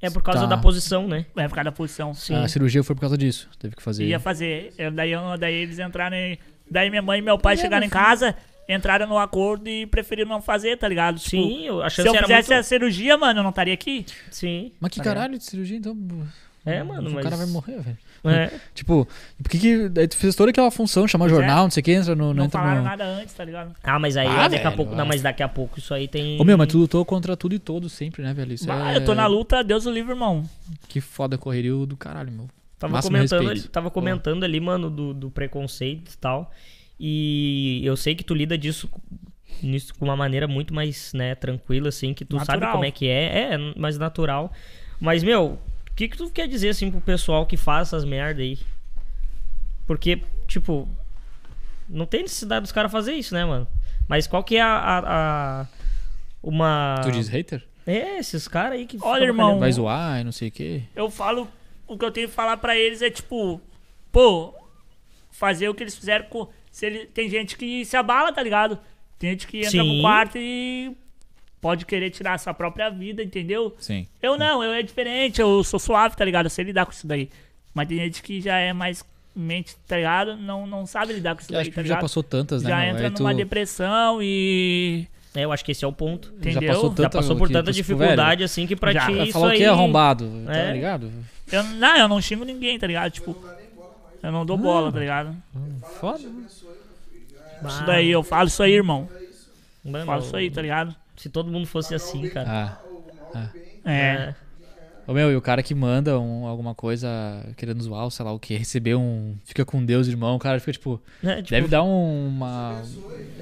A: É por causa
B: Tá.
A: da posição, né?
C: É por causa da posição.
A: Sim.
B: A cirurgia foi por causa disso. Teve que fazer.
C: Ia fazer. Eu- daí, eu- daí eles entraram em. Daí minha mãe e meu pai chegaram em casa, entraram no acordo e preferiram não fazer, tá ligado? Tipo,
A: Sim, eu- a
C: Se
A: chance
C: eu
A: era
C: fizesse a
A: muito...
C: cirurgia, mano, eu não estaria aqui.
A: Sim.
B: Mas que caralho de cirurgia, então.
A: É, mano,
B: O
A: mas...
B: cara vai morrer, velho.
A: É.
B: Tipo, por que que. Daí tu fez toda aquela função, chamar
C: Pois é.
B: jornal, não então sei o que, entra no.
C: Não
B: entra
C: falaram
B: no...
C: nada antes, tá ligado?
A: Ah, mas aí
B: Ah,
A: daqui
B: velho,
A: a pouco... Não,
B: ah.
A: mas daqui a pouco isso aí tem...
B: Ô meu, mas tu lutou contra tudo e todos sempre, né, velho? Isso
C: Bah,
B: é-
C: eu tô na luta, Deus o livre, irmão.
B: Que foda, correria do caralho, meu.
A: Tava
B: Máximo
A: comentando,
B: respeito.
A: tava comentando ali, mano, do, do preconceito e tal. E eu sei que tu lida disso nisso com uma maneira muito mais, né, tranquila, assim, que tu sabe
C: Natural.
A: como é que é. É, mais natural. Mas, meu, o que, que tu quer dizer, assim, pro pessoal que faz essas merda aí? Porque, tipo, não tem necessidade dos caras fazer isso, né, mano? Mas qual que é a. a- a- uma.
C: Ah.
B: Tu diz hater?
A: É, esses caras aí que.
C: Olha,
A: ficam
C: irmão,
B: Vai zoar e não sei o que.
C: Eu falo. O que eu tenho que falar pra eles é, tipo, pô, fazer o que eles fizeram com. Se ele, tem gente que se abala, tá ligado? Tem gente que entra
A: Sim.
C: no quarto e pode querer tirar a sua própria vida, entendeu?
B: Sim.
C: Eu não, eu é diferente, eu sou suave, tá ligado? Eu sei lidar com isso daí. Mas tem gente que já é mais mente, tá ligado? Não, não sabe lidar com isso
B: Eu
C: daí,
B: acho que
C: tá
B: já
C: ligado?
B: passou tantas, né?
C: já
B: meu?
C: entra
B: Aí tu-
C: numa depressão e.
A: É, eu acho que esse é o ponto.
C: Entendeu?
B: Já passou, tanta,
A: Já passou por
B: que-
A: tanta
B: que, tipo,
A: dificuldade, assim, que pra
C: Já.
A: ti
B: velho,
A: isso
B: Falou
A: aí...
B: que é arrombado, tá
A: É.
B: ligado?
C: Eu, não, eu não xingo ninguém, tá ligado? Tipo, eu não dou bola, tá ligado?
B: Foda.
A: Ah.
C: Isso daí, eu falo isso aí, irmão.
A: Mano,
C: Falo isso aí, tá ligado?
A: Se todo mundo fosse assim, cara. né?
B: Ah.
C: É.
B: Ô, meu, e o cara que manda um- alguma coisa querendo zoar, ou sei lá o que, receber um. Fica com Deus, irmão. O cara fica tipo.
A: É, tipo,
B: deve dar um- uma.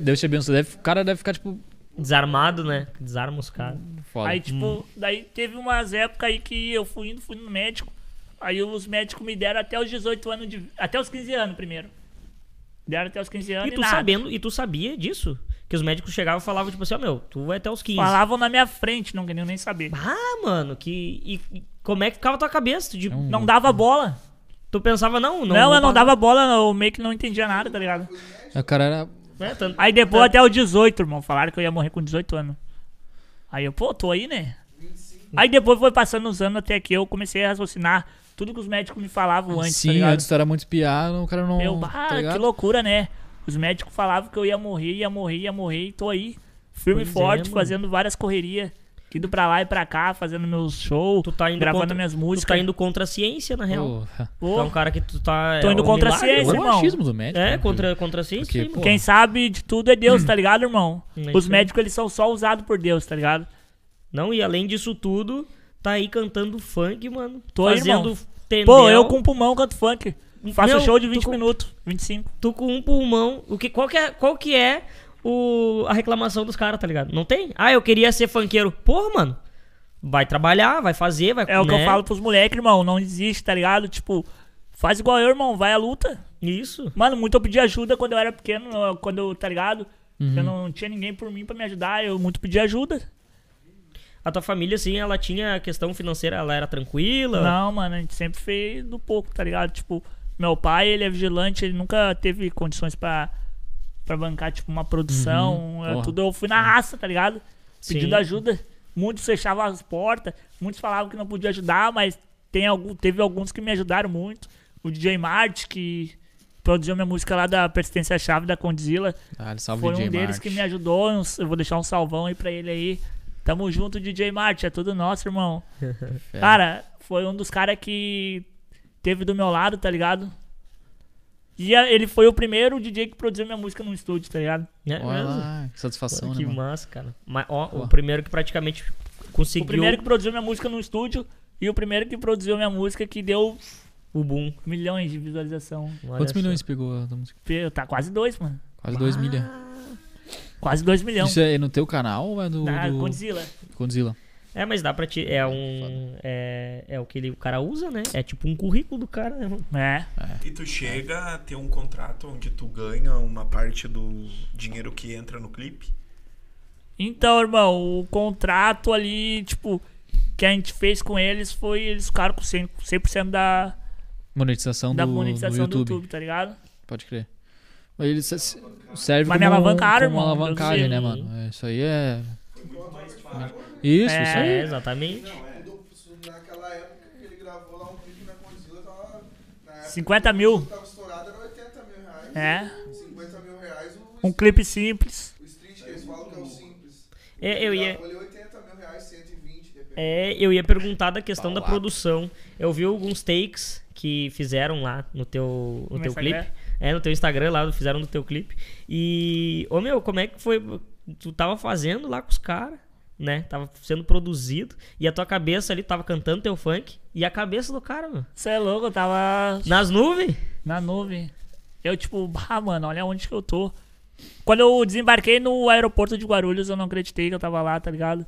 B: Deus te abençoe. Deve, o cara deve ficar tipo.
A: desarmado, né? Desarma os caras.
B: Foda.
C: Aí, tipo, daí teve umas épocas aí que eu fui indo, fui no médico. Aí os médicos me deram até os 18 anos de. Até os 15 anos primeiro. Deram até os 15 anos
A: E
C: e,
A: tu
C: nada.
A: sabendo, e tu sabia disso? Que os médicos chegavam e falavam, tipo assim, ó, meu, tu vai até os 15.
C: Falavam na minha frente, não queriam nem saber.
A: Ah, mano, que... E, e como é que ficava a tua cabeça? Tu,
B: É um-
A: tipo,
C: Não dava bola.
A: tu pensava, não, não...
C: Não, eu não
A: parar.
C: dava bola, eu meio que não entendia nada, tá ligado?
B: O cara era.
A: É, tanto-
C: Aí depois até os 18, irmão, falaram que eu ia morrer com 18 anos. Aí eu, pô, tô aí, né? Aí depois foi passando os anos até que eu comecei a raciocinar tudo que os médicos me falavam antes, tá
B: Sim,
C: ligado?
B: antes tu era muito piado, o cara não.
C: Eu,
B: tá
C: ah, que
B: ligado?
C: loucura, né? Os médicos falavam que eu ia morrer, ia morrer, ia morrer, e tô aí, firme
A: Pois é,
C: e forte,
A: mano.
C: fazendo várias correrias, indo pra lá e pra cá, fazendo meus shows,
A: Tu tá indo
C: gravando
A: contra-
C: minhas
A: Tu
C: músicas.
A: tá indo contra a ciência, na real.
B: Porra.
A: Tu
C: Pô,
A: é um cara que tu tá...
C: Tô
A: é
C: indo
A: um
C: contra a
A: milagre,
C: ciência,
A: né?
B: o
C: irmão.
B: machismo do médico.
A: É,
B: né?
A: contra, contra a ciência,
B: Porque,
A: sim,
B: pô,
A: mano.
C: Quem sabe de tudo é Deus, tá ligado, irmão?
A: É
C: Os
A: isso aí.
C: médicos, eles são só usados por Deus, tá ligado?
A: Não, e além disso tudo, tá aí cantando funk, mano.
C: Tô aí,
A: fazendo
C: irmão.
A: tendel.
C: Pô, eu com pulmão canto funk. Faço
A: Meu,
C: show de
A: tu
C: 20
A: com-
C: minutos, 25.
A: Tu com um pulmão. O que, qual que é, qual que é o, a reclamação dos caras, tá ligado? Não tem? Ah, eu queria ser funkeiro. Porra, mano. Vai trabalhar, vai fazer, vai
C: É o que
A: né?
C: eu falo pros moleques, irmão. Não desiste, tá ligado? Tipo, faz igual eu, irmão. Vai à luta.
A: Isso.
C: Mano, muito eu pedi ajuda quando eu era pequeno, eu- quando eu, tá ligado?
B: Uhum.
C: Eu não tinha ninguém por mim pra me ajudar, eu muito pedi ajuda.
A: A tua família, assim, ela tinha questão financeira, ela era tranquila.
C: Não, mano, a gente sempre fez do pouco, tá ligado? Tipo, meu pai, ele é vigilante, ele nunca teve condições pra, pra bancar, tipo, uma produção.
B: Uhum,
C: é,
B: porra.
C: tudo eu fui na raça, tá ligado? Pedindo
A: Sim.
C: ajuda. Muitos fechavam as portas, muitos falavam que não podia ajudar, mas tem algum, teve alguns que me ajudaram muito. O DJ Marte, que produziu minha música lá da Persistência Chave da Condzilla.
B: Ah, ele salve
C: Foi
B: o DJ
C: um deles
B: Marte.
C: que me ajudou. um- Eu vou deixar um salvão aí pra ele aí. Tamo junto, DJ Marte. É tudo nosso, irmão.
B: É.
C: Cara, foi um dos caras que teve do meu lado, tá ligado? E a- ele foi o primeiro DJ que produziu minha música no estúdio, tá ligado?
A: né?
B: Olha
A: Mesmo?
B: lá, que satisfação,
A: Olha
B: né?
A: que
B: mano?
A: massa, cara. Mas, ó,
B: Ó.
A: o primeiro que praticamente conseguiu
C: O primeiro que produziu minha música no estúdio e o primeiro que produziu minha música que deu
A: o boom.
C: milhões de visualização.
A: Olha
B: Quantos
A: só.
B: milhões pegou a tua música?
C: Pe- Tá quase dois, mano.
B: Quase 2 milha.
C: Quase 2 milhões.
B: Isso é no teu canal ou é do,
C: Na
B: do...
C: Godzilla.
B: Godzilla?
A: É, mas dá pra te. É um. É, é o que ele, o cara usa, né? É tipo um currículo do cara, né? mano?
C: É.
F: E tu chega a ter um contrato onde tu ganha uma parte do dinheiro que entra no clipe?
C: Então, irmão, o contrato ali, tipo, que a gente fez com eles foi eles ficaram com 100%, 100 da,
B: Monetização,
C: da
B: do,
C: monetização
B: do YouTube.
C: tá ligado?
B: Pode crer. Mas ele se- se- serve
C: Mas me
B: como, um-
C: alavancaram,
B: como uma
C: irmão,
B: alavancagem,
C: eu
B: né,
C: sei.
B: mano? É, Isso aí é... Isso, isso
A: É,
B: aí.
A: exatamente.
D: Então, Naquela época que ele gravou lá um clipe na Godzilla, tava. Na época
C: 50 mil.
D: que tava estourado, era 80 mil reais.
C: É. Tá
D: 50 mil reais o,
C: Um clipe simples.
D: o street que eles falam que é o simples.
A: É, eu ia.
D: Gravou ele 80 mil reais, 120, depende.
A: É, eu ia perguntar da questão da
B: Paulado.
A: produção. Eu vi alguns takes que fizeram lá no teu, no
C: No
A: teu
C: Instagram?
A: clipe. É, no teu Instagram lá, fizeram no teu clipe. E, ô meu, como é que foi? Tu tava fazendo lá com os caras, né? Tava sendo produzido. E a tua cabeça ali tava cantando teu funk. E a cabeça do cara, meu.
C: Você é louco, eu tava
A: Nas nuvens?
C: na nuvem. Eu, tipo, bah, mano, olha onde que eu tô. Quando eu desembarquei no aeroporto de Guarulhos, eu não acreditei que eu tava lá, tá ligado?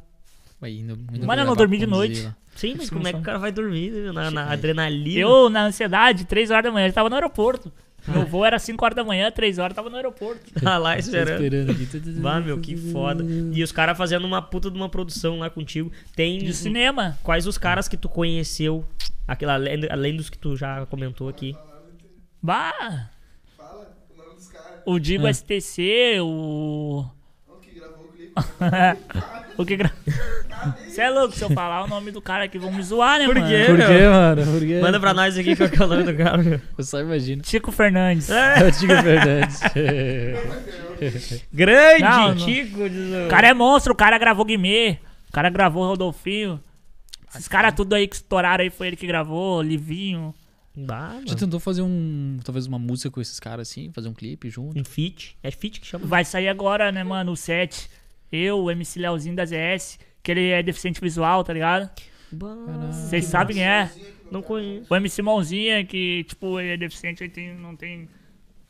B: Vai indo- indo
C: Mas eu não
B: gravar
C: dormi de
B: Godzilla.
C: noite.
A: Sim, mas
C: Sim,
A: como é que
C: sim.
A: o cara vai dormir né, na, na adrenalina?
C: Eu, na ansiedade, 3 horas da manhã, eu tava no aeroporto. Meu voo era 5 horas da manhã, 3 horas, eu tava no aeroporto.
A: Tá lá
B: Tô
A: esperando.
B: esperando aqui.
A: Bah, meu, que foda. E os caras fazendo uma puta de uma produção lá contigo. Tem
C: De cinema.
A: quais os caras que tu conheceu, aquela, além, além dos que tu já comentou aqui.
C: Bah!
D: Fala o nome dos caras.
C: O
A: É.
C: Digo STC, o.
D: O que gravou o clipe.
C: O que gra... Você é louco, se eu falar o nome do cara aqui, vão me zoar, né,
A: Por
C: mano?
A: quê?
B: Por que, mano? Por quê?
A: Manda pra nós aqui qual que é o nome do cara. meu.
B: Eu só imagino.
C: Chico Fernandes.
B: É o Tigo Fernandes.
A: Grande,
C: Não, não.
A: Tico. diz o-
C: O cara é monstro, o cara gravou Guimê, o cara gravou Rodolfinho. Esses caras tudo aí que estouraram aí foi ele que gravou, Livinho.
A: Bah, mano.
B: Já tentou fazer um. Talvez uma música com esses caras assim? Fazer um clipe junto?
A: Um feat. É feat que chama?
C: Vai sair agora, né, mano, o 7. Eu, o MC Leozinho da ZS, que ele é deficiente visual, tá ligado?
A: Bah,
C: Vocês sabem quem é.
A: não conheço.
C: O MC Mãozinha, que, tipo, ele é deficiente, ele tem, não tem.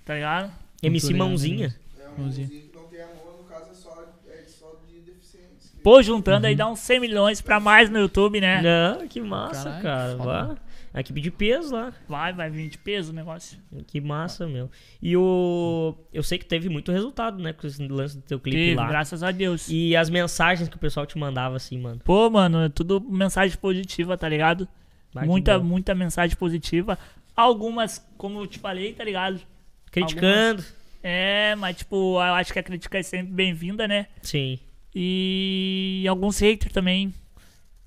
C: Tá ligado?
A: MC
B: ligado,
A: Mãozinha.
D: É um
B: Mãozinha.
D: músico que não tem amor, no caso é só, é só de deficientes. que-
C: Pô, juntando
B: Uhum.
C: aí dá uns 100 milhões pra mais no YouTube, né?
A: Não, que massa,
B: Caralho,
A: cara.
B: foda.
A: Bah. A equipe de peso lá.
C: Vai, vai vir de peso o negócio.
A: Que massa, meu. E o. Eu sei que teve muito resultado, né? Com esse lance do teu clipe
C: Teve,
A: lá.
C: graças a Deus.
A: E as mensagens que o pessoal te mandava, assim, mano.
C: Pô, mano, é tudo mensagem positiva, tá ligado?
A: Bah, que
C: muita,
A: bom.
C: muita mensagem positiva. Algumas, como eu te falei, tá ligado?
A: Criticando.
C: É, mas tipo, eu acho que a crítica é sempre bem-vinda, né?
A: Sim.
C: E alguns haters também.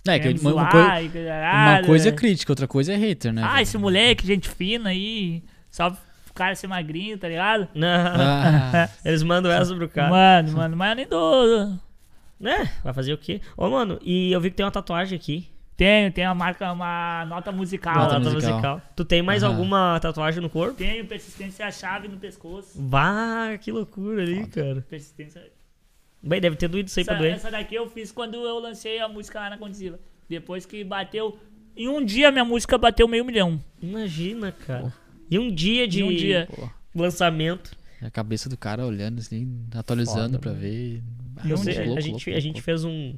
B: É, que
C: querendo
B: uma, uma
C: zoar
B: coi-
C: e
B: uma
C: caralho,
B: coisa é
C: né?
B: crítica, outra coisa é hater, né?
C: Ah,
B: velho?
C: esse moleque, gente fina aí. Só o cara ser magrinho, tá ligado?
A: Não.
B: Ah,
A: Eles mandam essa pro cara.
C: Mano, mano, mas eu nem dou.
A: Né? Vai fazer o quê? Ô, mano, e eu vi que tem uma tatuagem aqui.
C: Tenho, tenho uma marca, uma nota musical. né?
A: Uma
B: Nota
A: tatuagem
B: Ah, tá musical.
A: Tu tem mais
B: Aham.
A: alguma tatuagem no corpo?
C: Tenho persistência é a chave no pescoço.
A: Bah, que loucura ali, cara.
C: Persistência.
A: Bem, deve ter doído isso aí
C: Essa,
A: pra doer.
C: essa daqui eu fiz quando eu lancei a música lá na Godzilla. Depois que bateu. Em um dia minha música bateu meio milhão.
A: Imagina, cara. E um dia de
C: Em um dia.
A: lançamento.
B: a cabeça do cara olhando assim, atualizando pra ver. Ah,
A: Eu
B: louco,
A: sei,
B: louco,
A: né, a gente,
B: louco,
A: a gente
B: louco,
A: fez um,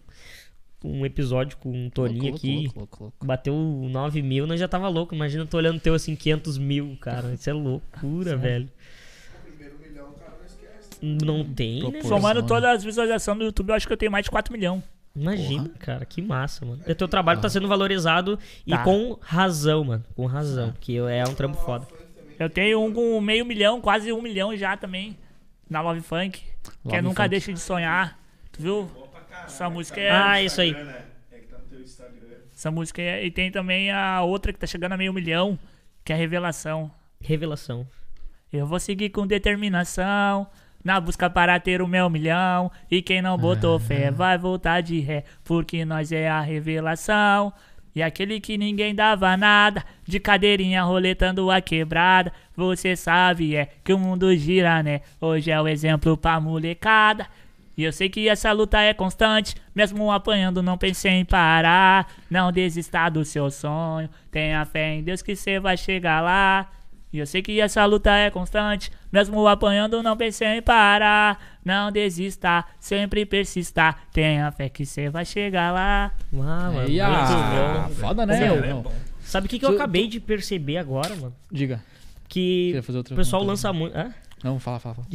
A: um episódio com o
B: louco,
A: Toninho
B: louco,
A: aqui.
B: louco, louco, louco.
A: Bateu 9 mil, nós já tava louco. Imagina, eu tô olhando teu assim, 500 mil, cara. Isso é loucura, velho.
D: O primeiro milhão, o cara não esquece.
A: Não tem, né?
B: Proporção.
C: Somando
B: né?
C: todas as visualizações do YouTube, eu acho que eu tenho mais de 4 milhões.
A: Imagina, cara, que massa, mano. O teu trabalho
B: Ah.
A: tá sendo valorizado e
C: Tá.
A: com razão, mano. Com razão,
B: Tá.
A: porque é um trampo foda.
C: Eu tenho um com meio milhão, quase um milhão já também. Na Love Funk. que é
B: Love
C: Nunca
B: Funk.
C: Deixe de Sonhar. Tu viu? Essa música é.
A: Ah, isso aí.
F: É que tá no teu Instagram.
C: Essa música é. E tem também a outra que tá chegando a meio milhão, que é a Revelação.
A: Revelação.
C: Eu vou seguir com determinação na busca para ter o meu milhão. E quem não botou fé vai voltar de ré, porque nós é a revelação. E aquele que ninguém dava nada, de cadeirinha roletando a quebrada. Você sabe, é que o mundo gira, né? Hoje é o exemplo pra molecada. E eu sei que essa luta é constante, mesmo apanhando, não pensei em parar. Não desista do seu sonho, tenha fé em Deus que você vai chegar lá. E eu sei que essa luta é constante, mesmo apanhando não pensei em parar, não desista, sempre persista, tenha fé que você vai chegar lá.
A: Uau, mano,
B: Aí, ah,
A: muito bom.
B: foda, né?
A: Ô,
F: Cara,
A: meu,
F: é bom.
A: Sabe o que, que eu
B: Tu-
A: acabei de perceber agora, mano?
B: Diga.
A: Que
B: Queria fazer outra
A: o pessoal
B: pergunta.
A: lança muito... Hã?
B: Não, fala, fala, fala.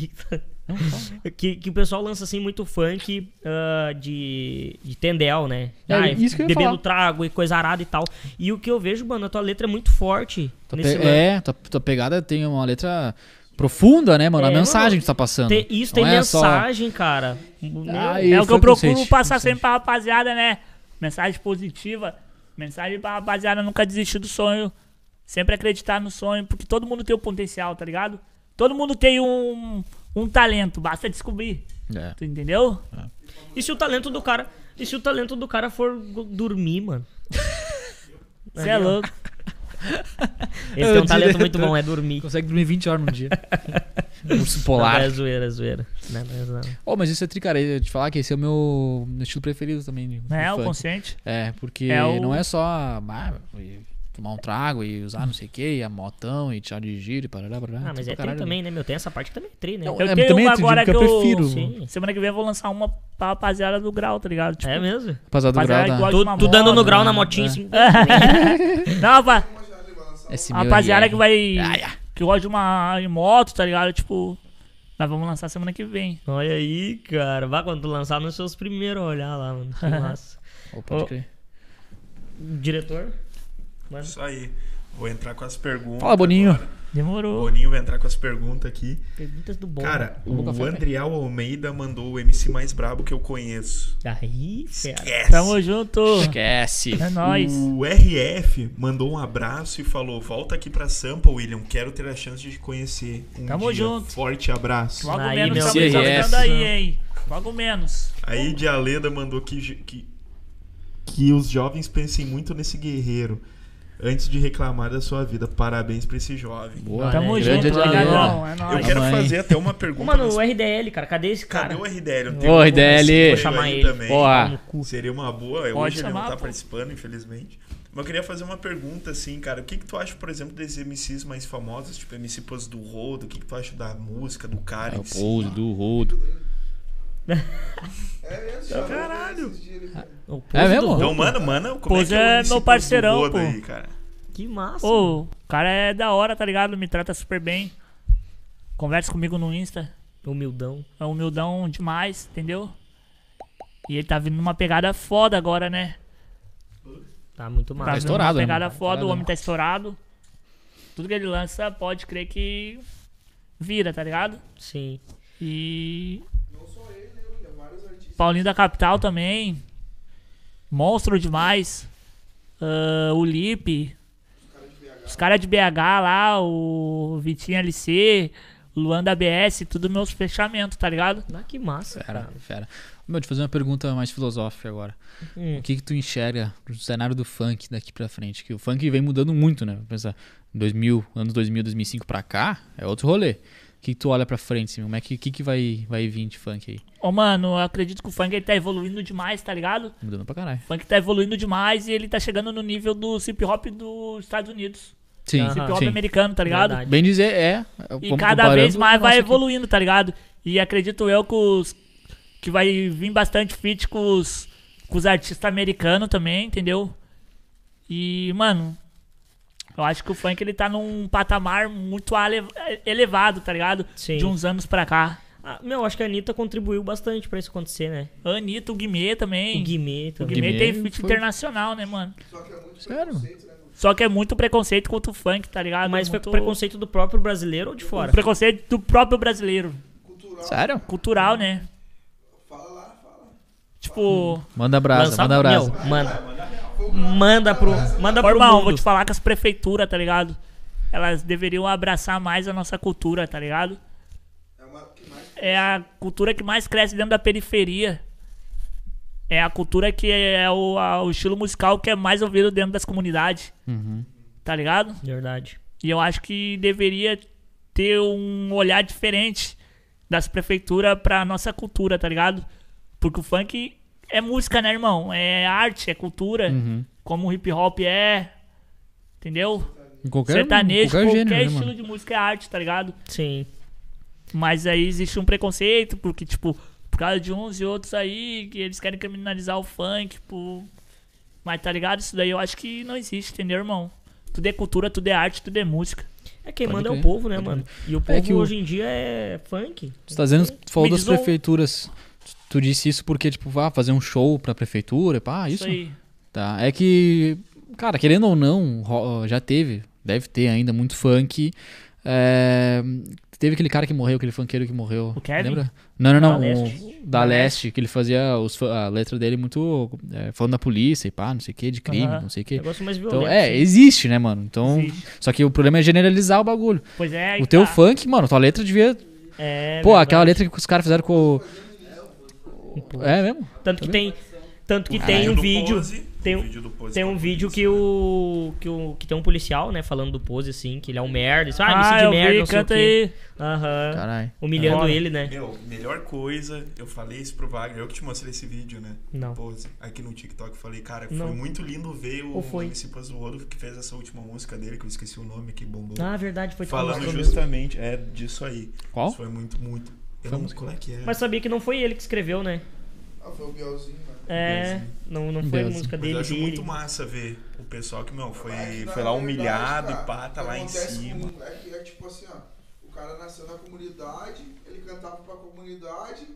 B: Não, fala.
A: que, que o pessoal lança assim muito funk ah, de, de tendel, né?
B: É, isso que eu ia
A: bebendo
B: falar.
A: trago e coisa arada e tal. E o que eu vejo, mano, a tua letra é muito forte.
B: Tua
A: nesse
B: pe-
A: lance.
B: É, tua, tua pegada tem uma letra profunda, né, mano?
A: É,
B: a mensagem
A: mano,
B: que tu tá passando.
A: Tem- isso tem
B: Não é só-
A: mensagem, cara. Meu,
B: Ah,
C: é o que eu
B: foi
C: procuro
B: consciente,
C: passar
B: consciente.
C: sempre pra rapaziada, né? Mensagem positiva, mensagem pra rapaziada nunca desistir do sonho, sempre acreditar no sonho, porque todo mundo tem o potencial, tá ligado? Todo mundo tem um, um talento, basta descobrir,
B: É.
C: tu entendeu?
A: E se o talento do cara. E se o talento do cara for go- dormir, mano?
C: Você é
A: Ali, ó.
C: louco.
A: Ele
B: É
A: tem
B: o
A: um talento
B: diretor.
A: muito bom, é dormir.
B: Consegue dormir 20 horas num dia. Urso
A: Não,
B: polar.
A: é zoeira, é zoeira. Não, não é zoeira.
B: Oh, mas isso é tri, cara. Eu ia te falar que esse é o meu, meu estilo preferido também. de- de
C: É, o
B: funk.
C: consciente.
B: É, porque
C: É o-
B: não é só ah, e tomar um trago e usar não sei o que, e a motão e tirar de giro e parará, parará.
A: Ah, mas
B: tudo
A: é
B: pra
A: tri
B: tipo caralho.
A: também, né, meu? Tem essa parte que também é tri, né?
B: Não,
C: Eu
B: é,
C: tenho
B: também
C: uma
B: eu te digo
C: agora
B: que
C: que
B: eu
C: eu-
B: prefiro.
A: Sim.
C: Semana que vem eu vou lançar uma pra rapaziada do grau, tá ligado? Tipo,
A: É mesmo?
B: Rapaziada do
C: rapaziada
B: grau,
C: igual
B: tá?
C: de
A: Tu,
C: uma
A: tu dando
C: moda,
A: no grau
B: né?
A: na motinha,
B: É.
A: assim.
C: Não, rapaz,
D: Uma já leva lançar
B: Esse
C: a
B: meu
C: rapaziada
B: IR.
C: que vai.
B: Ah, yeah.
C: Que gosta de uma em moto, tá ligado? Tipo, nós vamos lançar semana que vem.
A: Olha aí, cara. Vai quando tu lançar nos seus primeiros olhar lá, mano. Que massa.
B: Ô, pode
A: Ô.
B: crer.
A: Diretor? Mano.
F: Isso aí. Vou entrar com as perguntas.
B: Fala, Boninho.
F: O
C: Demorou.
F: Boninho vai entrar com as perguntas aqui.
A: Perguntas do bom.
F: Cara,
B: Nunca
F: o
B: foi, né?
F: Andriel Almeida mandou o MC mais brabo que eu conheço.
A: Aí, cara.
F: Esquece.
C: Tamo junto.
B: Esquece.
C: É nóis.
F: O RF mandou um abraço e falou: Volta aqui pra Sampa, William. Quero ter a chance de te conhecer. Um
C: Tamo
F: dia.
C: junto.
F: Forte abraço.
C: Logo
A: Aí,
C: menos
A: meu
C: estamos
B: CRS.
C: jogando aí, hein? Logo menos.
F: Aí Dialeda mandou que, ju- que, que os jovens pensem muito nesse guerreiro antes de reclamar da sua vida. Parabéns pra esse jovem.
B: Boa,
C: Tamo
B: né?
C: junto,
B: Grande Adriana.
C: brigadão. É
F: Eu
C: nóis.
F: quero
B: mãe.
F: fazer até uma
A: Ô,
F: pergunta.
A: mano,
F: nesse-
A: o RDL, cara. Cadê esse cara?
F: Cadê o RDL? Eu
B: Ô,
F: tenho um
B: RDL.
F: conselho
A: Vou chamar
F: aí
A: ele.
F: também.
A: Pau
B: Porra.
A: no cu.
F: Seria uma boa. Hoje
C: Pode
F: ele
C: chamar,
F: não tá
C: pô.
F: participando, infelizmente. Mas eu queria fazer uma pergunta, assim, cara. O que, que tu acha, por exemplo, desses MCs mais famosos, tipo MC Pose do Rodo? O que, que tu acha da música, do cara
B: É
F: em
B: o
F: si?
B: pose do rodo.
D: É mesmo,
F: Caralho.
A: O Pose
B: É
A: do
B: mesmo?
A: Rodo.
F: Então, mano, mano, como
C: Pose
F: é que
C: é
F: o MC
C: meu
F: Pose do
C: parceirão,
F: Rodo
C: pô.
F: aí, cara?
A: Que massa.
C: Ô, o cara é da hora, tá ligado? Me trata super bem. Conversa comigo no Insta.
A: Humildão.
C: É humildão demais, entendeu? E ele tá vindo numa pegada foda agora, né?
A: Tá muito
C: Tá
A: massa.
C: vindo
B: estourado,
C: numa
B: né,
C: pegada
B: mano? Tá
C: foda, o
B: estourado,
C: homem
B: né?
C: tá estourado. Tudo que ele lança, pode crer que vira, tá ligado?
A: Sim.
C: E
D: Não só ele, né, William? Vários artistas.
C: Paulinho da Capital também. Monstro demais. Ah, o Lipe. Os caras de BH lá, o Vitinho LC, Luan da BS, tudo meus fechamentos, tá ligado?
A: Ah, que massa,
B: Fera,
A: cara.
B: fera. Meu, te fazer uma pergunta mais filosófica agora.
A: Hum.
B: O que que tu enxerga do cenário do funk daqui pra frente? Que o funk vem mudando muito, né? Pensa, 2000, anos 2000, 2005 pra cá, é outro rolê. O que que tu olha pra frente, assim, como é que, que, que vai, vai vir de funk aí?
C: Ô, mano, eu acredito que o funk ele tá evoluindo demais, tá ligado?
B: Mudando pra caralho.
C: O funk tá evoluindo demais e ele tá chegando no nível do hip hop dos Estados Unidos.
B: Sim,
A: Aham.
C: Hip hop
B: Ah, sim.
C: americano, tá ligado?
A: Verdade.
B: Bem dizer, é.
C: E
B: como
C: cada
B: comparando,
C: vez mais vai
B: nossa, que-
C: evoluindo, tá ligado? E acredito eu que, os- que vai vir bastante feat com os, com os artistas americanos também, entendeu? E, mano, eu acho que o funk ele tá num patamar muito ale- elevado, tá ligado?
A: Sim.
C: De uns anos pra cá.
A: Ah, meu, acho que a Anitta contribuiu bastante pra isso acontecer, né?
C: Anitta, o Guimê também.
A: O Guimê
C: O
A: também.
C: Guimê,
B: Guimê
C: tem feat
B: foi-
C: internacional, né, mano?
D: Só que é muito
B: Sério?
D: preconceito, né? mano?
C: Só que é muito preconceito contra o funk, tá ligado?
A: Ah, Mas foi
C: muito...
A: preconceito do próprio brasileiro ou de fora?
C: Preconceito do próprio brasileiro.
D: Cultural.
B: Sério?
C: Cultural, né?
D: Fala lá, fala.
A: Hum.
C: Tipo.
B: Manda brasa,
A: Lançar-
B: manda brasa.
A: Meu, manda. Manda pro, manda
C: Ô,
A: pro
C: irmão,
A: Tá mundo.
C: vou te falar que as prefeituras, tá ligado? Elas deveriam abraçar mais a nossa cultura, tá ligado?
D: É uma que mais
C: É a cultura que mais cresce dentro da periferia. É a cultura que é o, a- o estilo musical que é mais ouvido dentro das comunidades,
B: Uhum.
C: tá ligado?
A: Verdade.
C: E eu acho que deveria ter um olhar diferente das prefeituras pra nossa cultura, tá ligado? Porque o funk é música, né, irmão? É arte, é cultura,
B: Uhum.
C: como o hip hop é, entendeu?
B: Em qualquer, um,
C: Sertanejo,
B: qualquer
C: qualquer,
B: gênero, né,
C: estilo
B: mano?
C: de música é arte, tá ligado?
A: Sim.
C: Mas aí existe um preconceito, porque, tipo, por causa de uns e outros aí, que eles querem criminalizar o funk, tipo. Mas tá ligado? Isso daí eu acho que não existe, entendeu, irmão? Tudo é cultura, tudo é arte, tudo é música.
A: É quem
B: Pode
A: manda é
B: crer,
A: o povo, né,
B: pode
A: mano? E o povo
B: É que o-
A: hoje em dia é funk.
B: Tu tá dizendo, tu falou
C: Me
B: das
C: diz um-
B: prefeituras. Tu, tu disse isso porque, tipo, vá fazer um show pra prefeitura, pá, Ah, isso?
C: Isso aí.
B: Tá. É que, cara, querendo ou não, ro- já teve, deve ter ainda muito funk. É, teve aquele cara que morreu, aquele funkeiro que morreu.
C: O Kevin?
B: Lembra? Não, não,
A: Da
B: não. o-
A: Leste.
B: da Leste, que ele fazia os fa- a letra dele muito é, falando da polícia e pá, não sei o que, de crime,
C: Aham.
B: não sei o que.
A: Negócio mais violento. assim.
B: Então, é, existe, né, mano? Então,
C: Existe.
B: só que o problema é generalizar o bagulho.
C: Pois é, aí
B: O teu
C: tá.
B: funk, mano, tua letra devia.
A: É,
B: Pô,
A: verdade.
B: aquela letra que os caras fizeram com. o. É mesmo?
A: Tanto que tem. Tanto que tem
B: Caralho.
A: um
F: do
A: vídeo.
F: Ah, Pose,
A: tem
F: o
A: um-
F: vídeo do Pose
A: Tem
F: com
A: um
F: a
A: vídeo
F: polícia.
A: que o, que o. que tem um policial, né, falando do pose, assim, que ele é um merda. Isso, ah,
C: Ah,
A: MC de
C: eu
A: merda, não
C: vi,
A: sei o
C: canta
A: quê.
C: aí.
A: Aham.
B: Caralho.
A: Humilhando
C: Foda.
A: ele, né?
F: Meu, melhor coisa, eu falei isso pro Wagner, eu que te mostrei esse vídeo, né?
A: Não.
F: Pose, aqui no TikTok, eu falei, cara,
A: Não.
F: foi muito lindo ver o
A: Ou foi?
F: MC Pose do Rodolfo que fez essa última música dele, que eu esqueci o nome, que bombou.
A: Ah, verdade, foi tu que
F: Falando
A: mostrou mesmo.
F: justamente, é disso aí.
B: Qual?
F: Isso foi muito, muito. Eu não sei qual é que é.
A: Mas sabia que não foi ele que escreveu, né?
D: Ah, foi o Bielzinho, mano.
A: É. Não, não foi a
B: né? Deus.
A: música
F: Mas eu
A: dele.
F: acho
A: dele.
F: muito massa ver o pessoal que, meu, foi,
D: É que, na
F: foi lá
D: verdade,
F: humilhado
D: cara,
F: e pá, tá lá em
D: acontece
F: cima.
D: com- é que é tipo assim, ó. O cara nasceu na comunidade, ele cantava pra comunidade,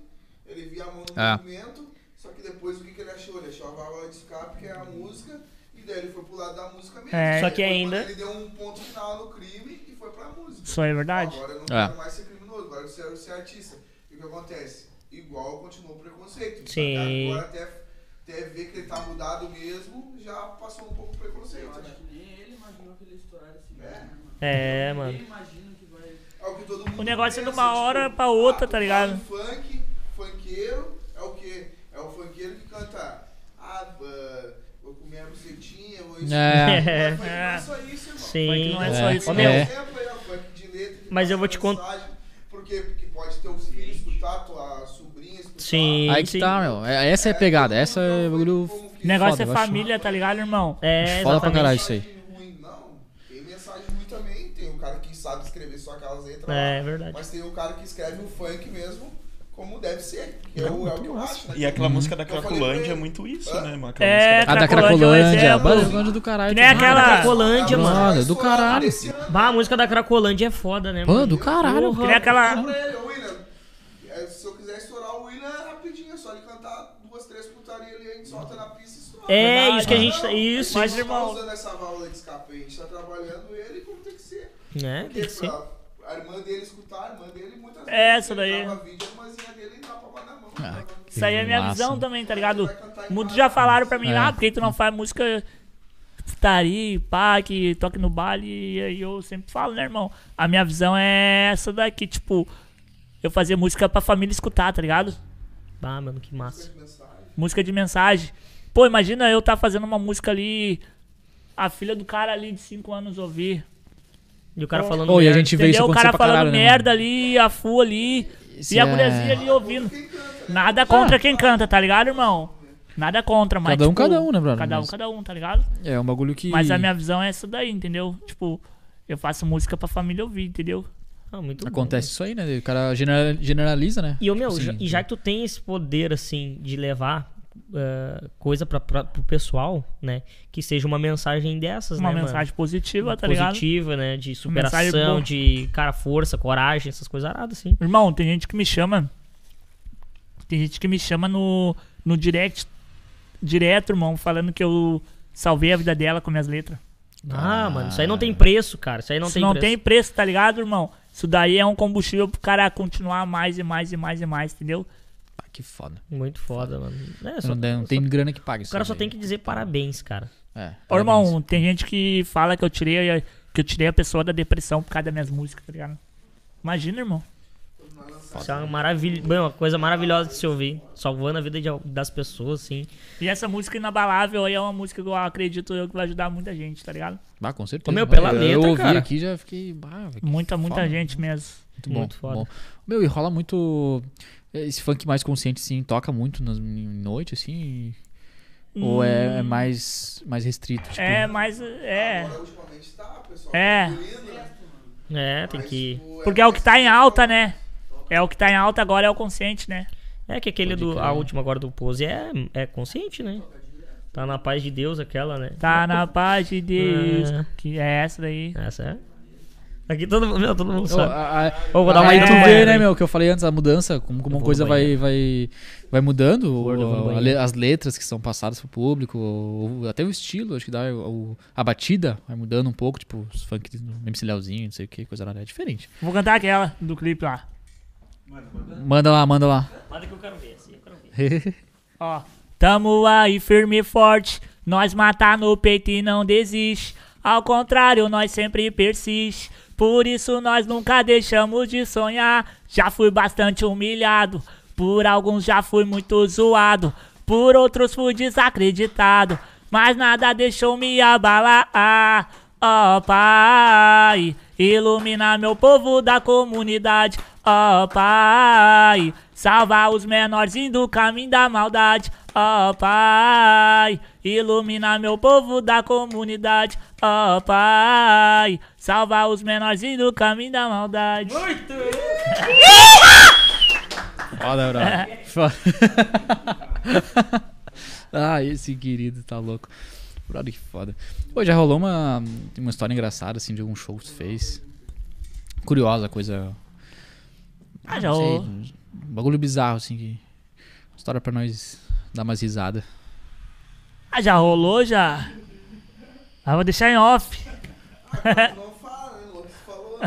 D: ele via a mão no
B: Ah.
D: movimento, só que depois o que, que ele achou? Ele achou a válvula de escape, que é a música, e daí ele foi pro lado da música mesmo.
C: É.
A: Só que
D: Foi quando
A: ainda-
D: Ele deu um ponto final no crime e foi pra música.
C: Isso aí é verdade.
D: Agora eu não
B: É.
D: quero mais ser criminoso, agora eu quero ser artista. E o que acontece? Igual continuou o preconceito.
A: Sim.
D: Agora até, até ver que ele tá mudado mesmo, já passou um pouco o preconceito. né?
A: É, mano.
D: É o que todo mundo
C: O negócio é de
D: pensa,
C: uma hora pra outra, tá
D: tu
C: ligado?
D: faz Funk, funkeiro, é o quê? É o funkeiro que canta. Ah, ah, vou comer a bucetinha, vou isso.
B: É.
D: Mas funk não é só isso, irmão.
A: Sim.
C: não é
B: É.
C: só isso,
A: Ô,
C: não.
A: meu,
B: É.
D: Exemplo aí, ó, funk de letra, que
A: Mas eu
D: passa
A: vou te cont-
D: mensagem. Por quê? Porque pode ter um filho escutar, tua sobrinha escutar.
A: Sim,
B: Aí que
A: sim.
B: tá, meu. É- Essa é a pegada, essa é o bagulho.
D: Como que
C: O negócio
B: Foda, eu
C: é
B: acho-
C: família, tá ligado, irmão?
A: É,
B: Foda pra
A: exatamente.
B: caralho isso aí.
D: mensagem ruim, não. Tem mensagem ruim também. Tem o cara que sabe escrever só aquelas letras lá.
A: É verdade.
D: Mas tem o cara que escreve o funk mesmo, como deve ser. Que é, o, é o que eu acho, né?
F: E aquela música da
D: Eu falei pra
F: Cracolândia é
D: ele.
F: muito isso,
D: Hã?
F: né, mano? Aquela
B: A
C: É,
F: música
B: da
C: Cracolândia é um
B: Cracolândia. A
C: exemplo.
B: Cracolândia do caralho. tá né?
C: Que nem
B: demais.
C: Ah, aquela-
A: Cracolândia,
D: Ah,
A: mano.
B: Mano, do
D: estourada
B: caralho.
D: esse ano.
A: Bah, a música da Cracolândia é foda, né,
B: Pô,
A: mano?
B: do caralho.
A: Porra.
C: Que nem aquela.
D: Fala pra ele, ô William. é, Se eu quiser estourar o William, é rapidinho. É só ele cantar duas, três putarias ali, a gente solta na pista e estoura.
A: É,
C: Verdade.
A: isso que a
D: Não,
A: gente. Isso,
D: a
C: Mas,
D: gente não tá
C: irmão-
D: usando essa válvula de escape aí. A gente tá trabalhando ele como tem que ser.
A: né? Tem
D: Porque
A: que ser.
D: pra a irmã dele escutar, a irmã dele muitas vezes.
C: É, essa daí.
D: ele grava vídeo, a irmãzinha dele dá pra na mão.
B: Ah,
D: tá?
C: Isso aí é minha
B: Massa.
C: visão também, tá ligado?
D: Vai cantar em
C: Muitos
D: casa.
C: já falaram pra mim,
B: É.
C: ah, por que tu não faz música putaria, pá, que toque no baile? E aí eu sempre falo, né, irmão? A minha visão é essa daqui, tipo, eu fazer música pra família escutar, tá ligado?
A: Bah, mano, que massa.
C: Música de mensagem. Pô, imagina eu tá fazendo uma música ali, a filha do cara ali de 5 anos ouvir.
A: E o cara falando.
B: Pô, e a
A: merda.
B: gente vê isso
C: Entendeu? O
B: acontecer
C: cara
B: pra
C: falando
B: caralho, né?
C: merda ali, a fu ali,
B: Isso
C: e a
B: é-
C: guriazinha ali ouvindo. Nada contra quem canta, tá ligado, irmão? Nada contra, mas.
B: Cada um,
C: tipo,
B: cada um, né, brother?
C: Cada um,
B: Mas-
C: cada um, tá ligado?
B: É um bagulho que.
C: Mas a minha visão é essa daí, entendeu? Tipo, eu faço música pra família ouvir, entendeu?
A: Ah, muito bom.
B: Acontece isso aí, né? O cara genera- generaliza, né?
A: E, ô, meu,
B: Assim,
A: já, e já que tu tem esse poder, assim, de levar ah, coisa pra, pra, pro pessoal, né? Que seja uma mensagem dessas,
C: Uma
A: né,
C: mensagem
A: mano?
C: positiva, tá ligado?
A: Positiva, né? De superação,
C: boa.
A: de, cara, força, coragem, essas coisas aradas, assim.
C: Irmão, tem gente que me chama. Tem gente que me chama no, no direct. Direto, irmão, falando que eu salvei a vida dela com minhas letras.
A: Ah, mano, isso aí não tem preço, cara. Isso aí não
C: Isso
A: tem
C: não
A: preço.
C: tem preço, tá ligado, irmão? Isso daí é um combustível pro cara continuar mais e mais e mais e mais, entendeu?
B: Ah, que foda.
A: Muito foda, mano. É, só-
B: não, tem- não tem grana que pague
A: O
B: isso.
A: cara só
B: aí.
A: tem que dizer parabéns, cara.
B: É.
C: Ô, irmão, tem gente que fala que eu tirei a- que eu tirei a pessoa da depressão por causa das minhas músicas, tá ligado? Imagina, irmão.
A: Isso é uma, maravilha... Bem, uma coisa maravilhosa de se ouvir. Salvando a vida de al- das pessoas, assim.
C: E essa música inabalável aí é uma música que eu acredito eu que vai ajudar muita gente, tá ligado?
B: Bah, com certeza.
A: Ô, meu, pela
B: eu, eu
A: letra,
B: ouvi
A: cara.
B: aqui já fiquei. Bah, velho, que
C: Muita, muita
B: foda.
C: gente mesmo.
B: Muito bom.
A: Muito foda.
B: bom. Meu, e rola muito. Esse funk mais consciente, assim, toca muito nas em noite, assim. e- Ou
E: Hum.
B: é, é mais, mais restrito? Tipo,
C: Hum, É, mas. É.
D: Agora, ultimamente, tá, pessoal.
C: É.
D: tá evoluindo, né?
E: É, tem
D: Mas,
E: que.
D: tipo,
C: Porque é o que tá em
D: mais-
C: alta, né? É o que tá em alta agora, é o consciente, né?
E: É que aquele do. A última agora do Pose é, é consciente, né? Tá na paz de Deus aquela, né?
C: Tá na paz de Deus.
E: É.
C: Que é essa daí.
E: Essa é. Aqui todo mundo, meu, todo mundo
B: Ô,
E: sabe.
B: a- a-
E: Ô, vou dar uma
B: aí tu
E: ideia,
B: vê,
E: né?
B: né, meu, que eu falei antes, a mudança, como,
E: Eu
B: como uma
E: vou
B: coisa
E: no
B: vai, vai, vai mudando,
E: Gordo, eu vou no
B: ou a-
E: banheiro.
B: as letras que são passadas pro público, ou- até o estilo, acho que dá, o- a batida vai mudando um pouco, tipo, os funk do MC Leozinho, não sei o que, coisa lá, é diferente.
C: Vou cantar aquela do clipe lá.
B: Manda lá, manda lá.
E: Nada que eu quero ver, assim, eu quero ver.
C: Ó. Tamo aí firme e forte, nós matar no peito e não desiste. Ao contrário, nós sempre persiste. Por isso nós nunca deixamos de sonhar. Já fui bastante humilhado, por alguns já fui muito zoado, por outros fui desacreditado, mas nada deixou me abalar. Ó Pai, ilumina meu povo da comunidade. Ó Pai, salva os menorzinhos do caminho da maldade. Ó Pai, ilumina meu povo da comunidade. Ó Pai, salva os menorzinhos do caminho da maldade.
B: Foda, bro. Foda. ah, esse querido tá louco. Brother, que foda. Pô, já rolou uma, uma história engraçada, assim, de algum show que tu fez. Curiosa coisa.
C: Ah, já
B: não sei,
C: rolou.
B: um bagulho bizarro, assim, que. História pra nós dar umas risadas.
C: Ah, já rolou já. Ah, vou deixar em off.
D: Não fala, né? O Lopes falou.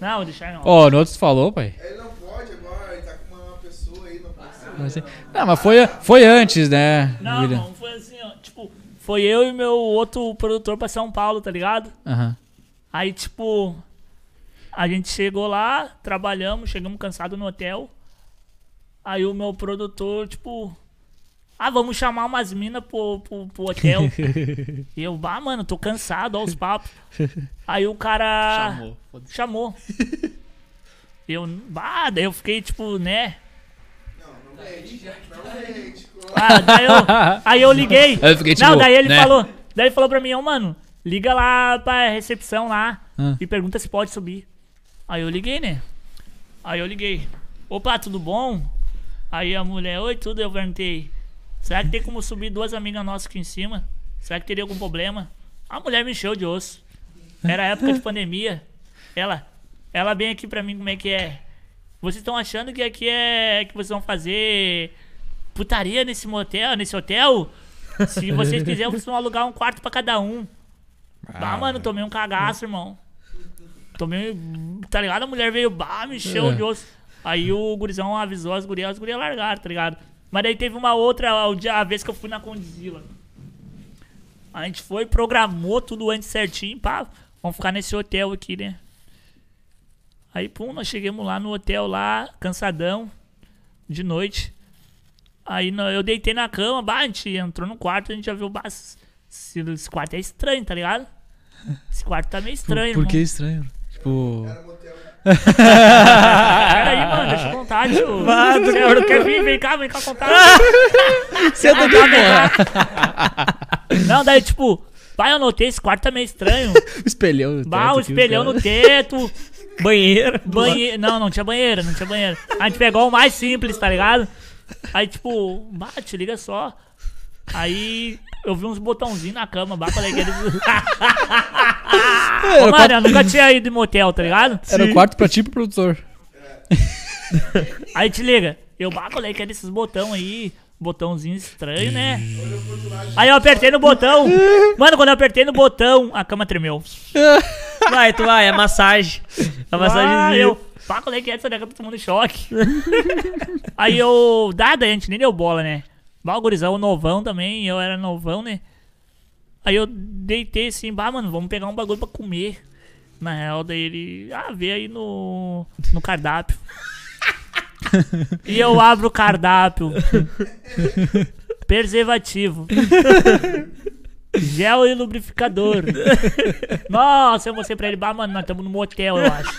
C: Não, vou deixar em off.
B: Ó, no outro tu falou, pai.
D: ele não pode agora, ele tá com uma pessoa né? aí, não
C: Ah,
D: pode ser.
B: Mas, Assim, não, mas foi, foi antes, né,
C: Não,
B: William?
C: não, foi assim, ó. Tipo, foi eu e meu outro produtor pra São Paulo, tá ligado?
B: Aham.
C: Aí, tipo, a gente chegou lá, trabalhamos, chegamos cansados no hotel. Aí o meu produtor, tipo, ah, vamos chamar umas minas pro, pro, pro hotel. e eu, bah, mano, tô cansado, ó os papos. Aí o cara
B: Chamou.
C: chamou. Eu, bah, daí eu fiquei, tipo, né? Ah, daí eu, aí eu liguei.
B: Aí eu fiquei, tipo,
C: Não, daí ele
B: né?
C: falou. Daí ele falou pra mim, ô mano, liga lá pra recepção lá
B: Ah.
C: e pergunta se pode subir. Aí eu liguei, né? Aí eu liguei. Opa, tudo bom? Aí a mulher, oi, tudo, eu perguntei. Será que tem como subir duas amigas nossas aqui em cima? Será que teria algum problema? A mulher me encheu de osso. Era época de pandemia. Ela, ela bem aqui pra mim como é que é. Vocês estão achando que aqui é que vocês vão fazer putaria nesse motel, nesse hotel? Se vocês quiserem, vocês vão alugar um quarto pra cada um. Bah, mano, tomei um cagaço, irmão. Tomei. Tá ligado? A mulher veio, bah, me encheu de osso. Aí o gurizão avisou as gurias, as gurias largaram, tá ligado? Mas daí teve uma outra, o dia- a vez que eu fui na Condizila. A gente foi, programou tudo antes certinho, pá, vamos ficar nesse hotel aqui, né? Aí, pum, nós chegamos lá no hotel lá, cansadão, de noite. Aí nó- eu deitei na cama, bah, a gente entrou no quarto, a gente já viu, bah, esse, esse quarto é estranho, tá ligado? Esse quarto tá meio
B: Por,
C: estranho,
B: por
C: irmão.
B: que estranho? Tipo.
D: Era motel.
C: Peraí,
B: Ah.
C: mano, deixa eu contar, tio. Mano, quer vir? Vem cá, vem cá contar.
B: Ah.
C: Ah,
B: Senta aqui, porra!
C: Não, daí, tipo, vai, eu notei, esse quarto tá meio estranho.
B: Espelhão. no
C: Bah,
B: teto
C: o
B: aqui, os
C: espelhão
B: caras-
C: no teto,
E: Banheiro.
C: banheiro. Não, não tinha banheiro, não tinha banheiro. A gente pegou o mais simples, tá ligado? Aí, tipo, bah, te liga só. Aí eu vi uns botãozinhos na cama, bah, falei que eles. Ô, mano, eu nunca tinha ido em motel, tá ligado?
B: Era o quarto pra ti e pro produtor.
C: Aí te liga, eu bah, falei que era esses botão aí, botãozinho estranho, né? Aí eu apertei no botão. Mano, quando eu apertei no botão, a cama tremeu.
E: Vai, tu vai, é massagem. A
C: Ah,
E: massagem
C: eu, pá, qual é que é essa daqui? Todo mundo em choque. aí eu, dada, a gente nem deu bola, né? Bah, o gurizão, o novão também, eu era novão, né? Aí eu deitei assim, bah, mano, vamos pegar um bagulho pra comer. Na real, daí ele, ah, vê aí no, no cardápio. e eu abro o cardápio. Preservativo. Gel e lubrificador. Nossa, eu mostrei pra ele, bah, mano, nós estamos no motel, eu acho.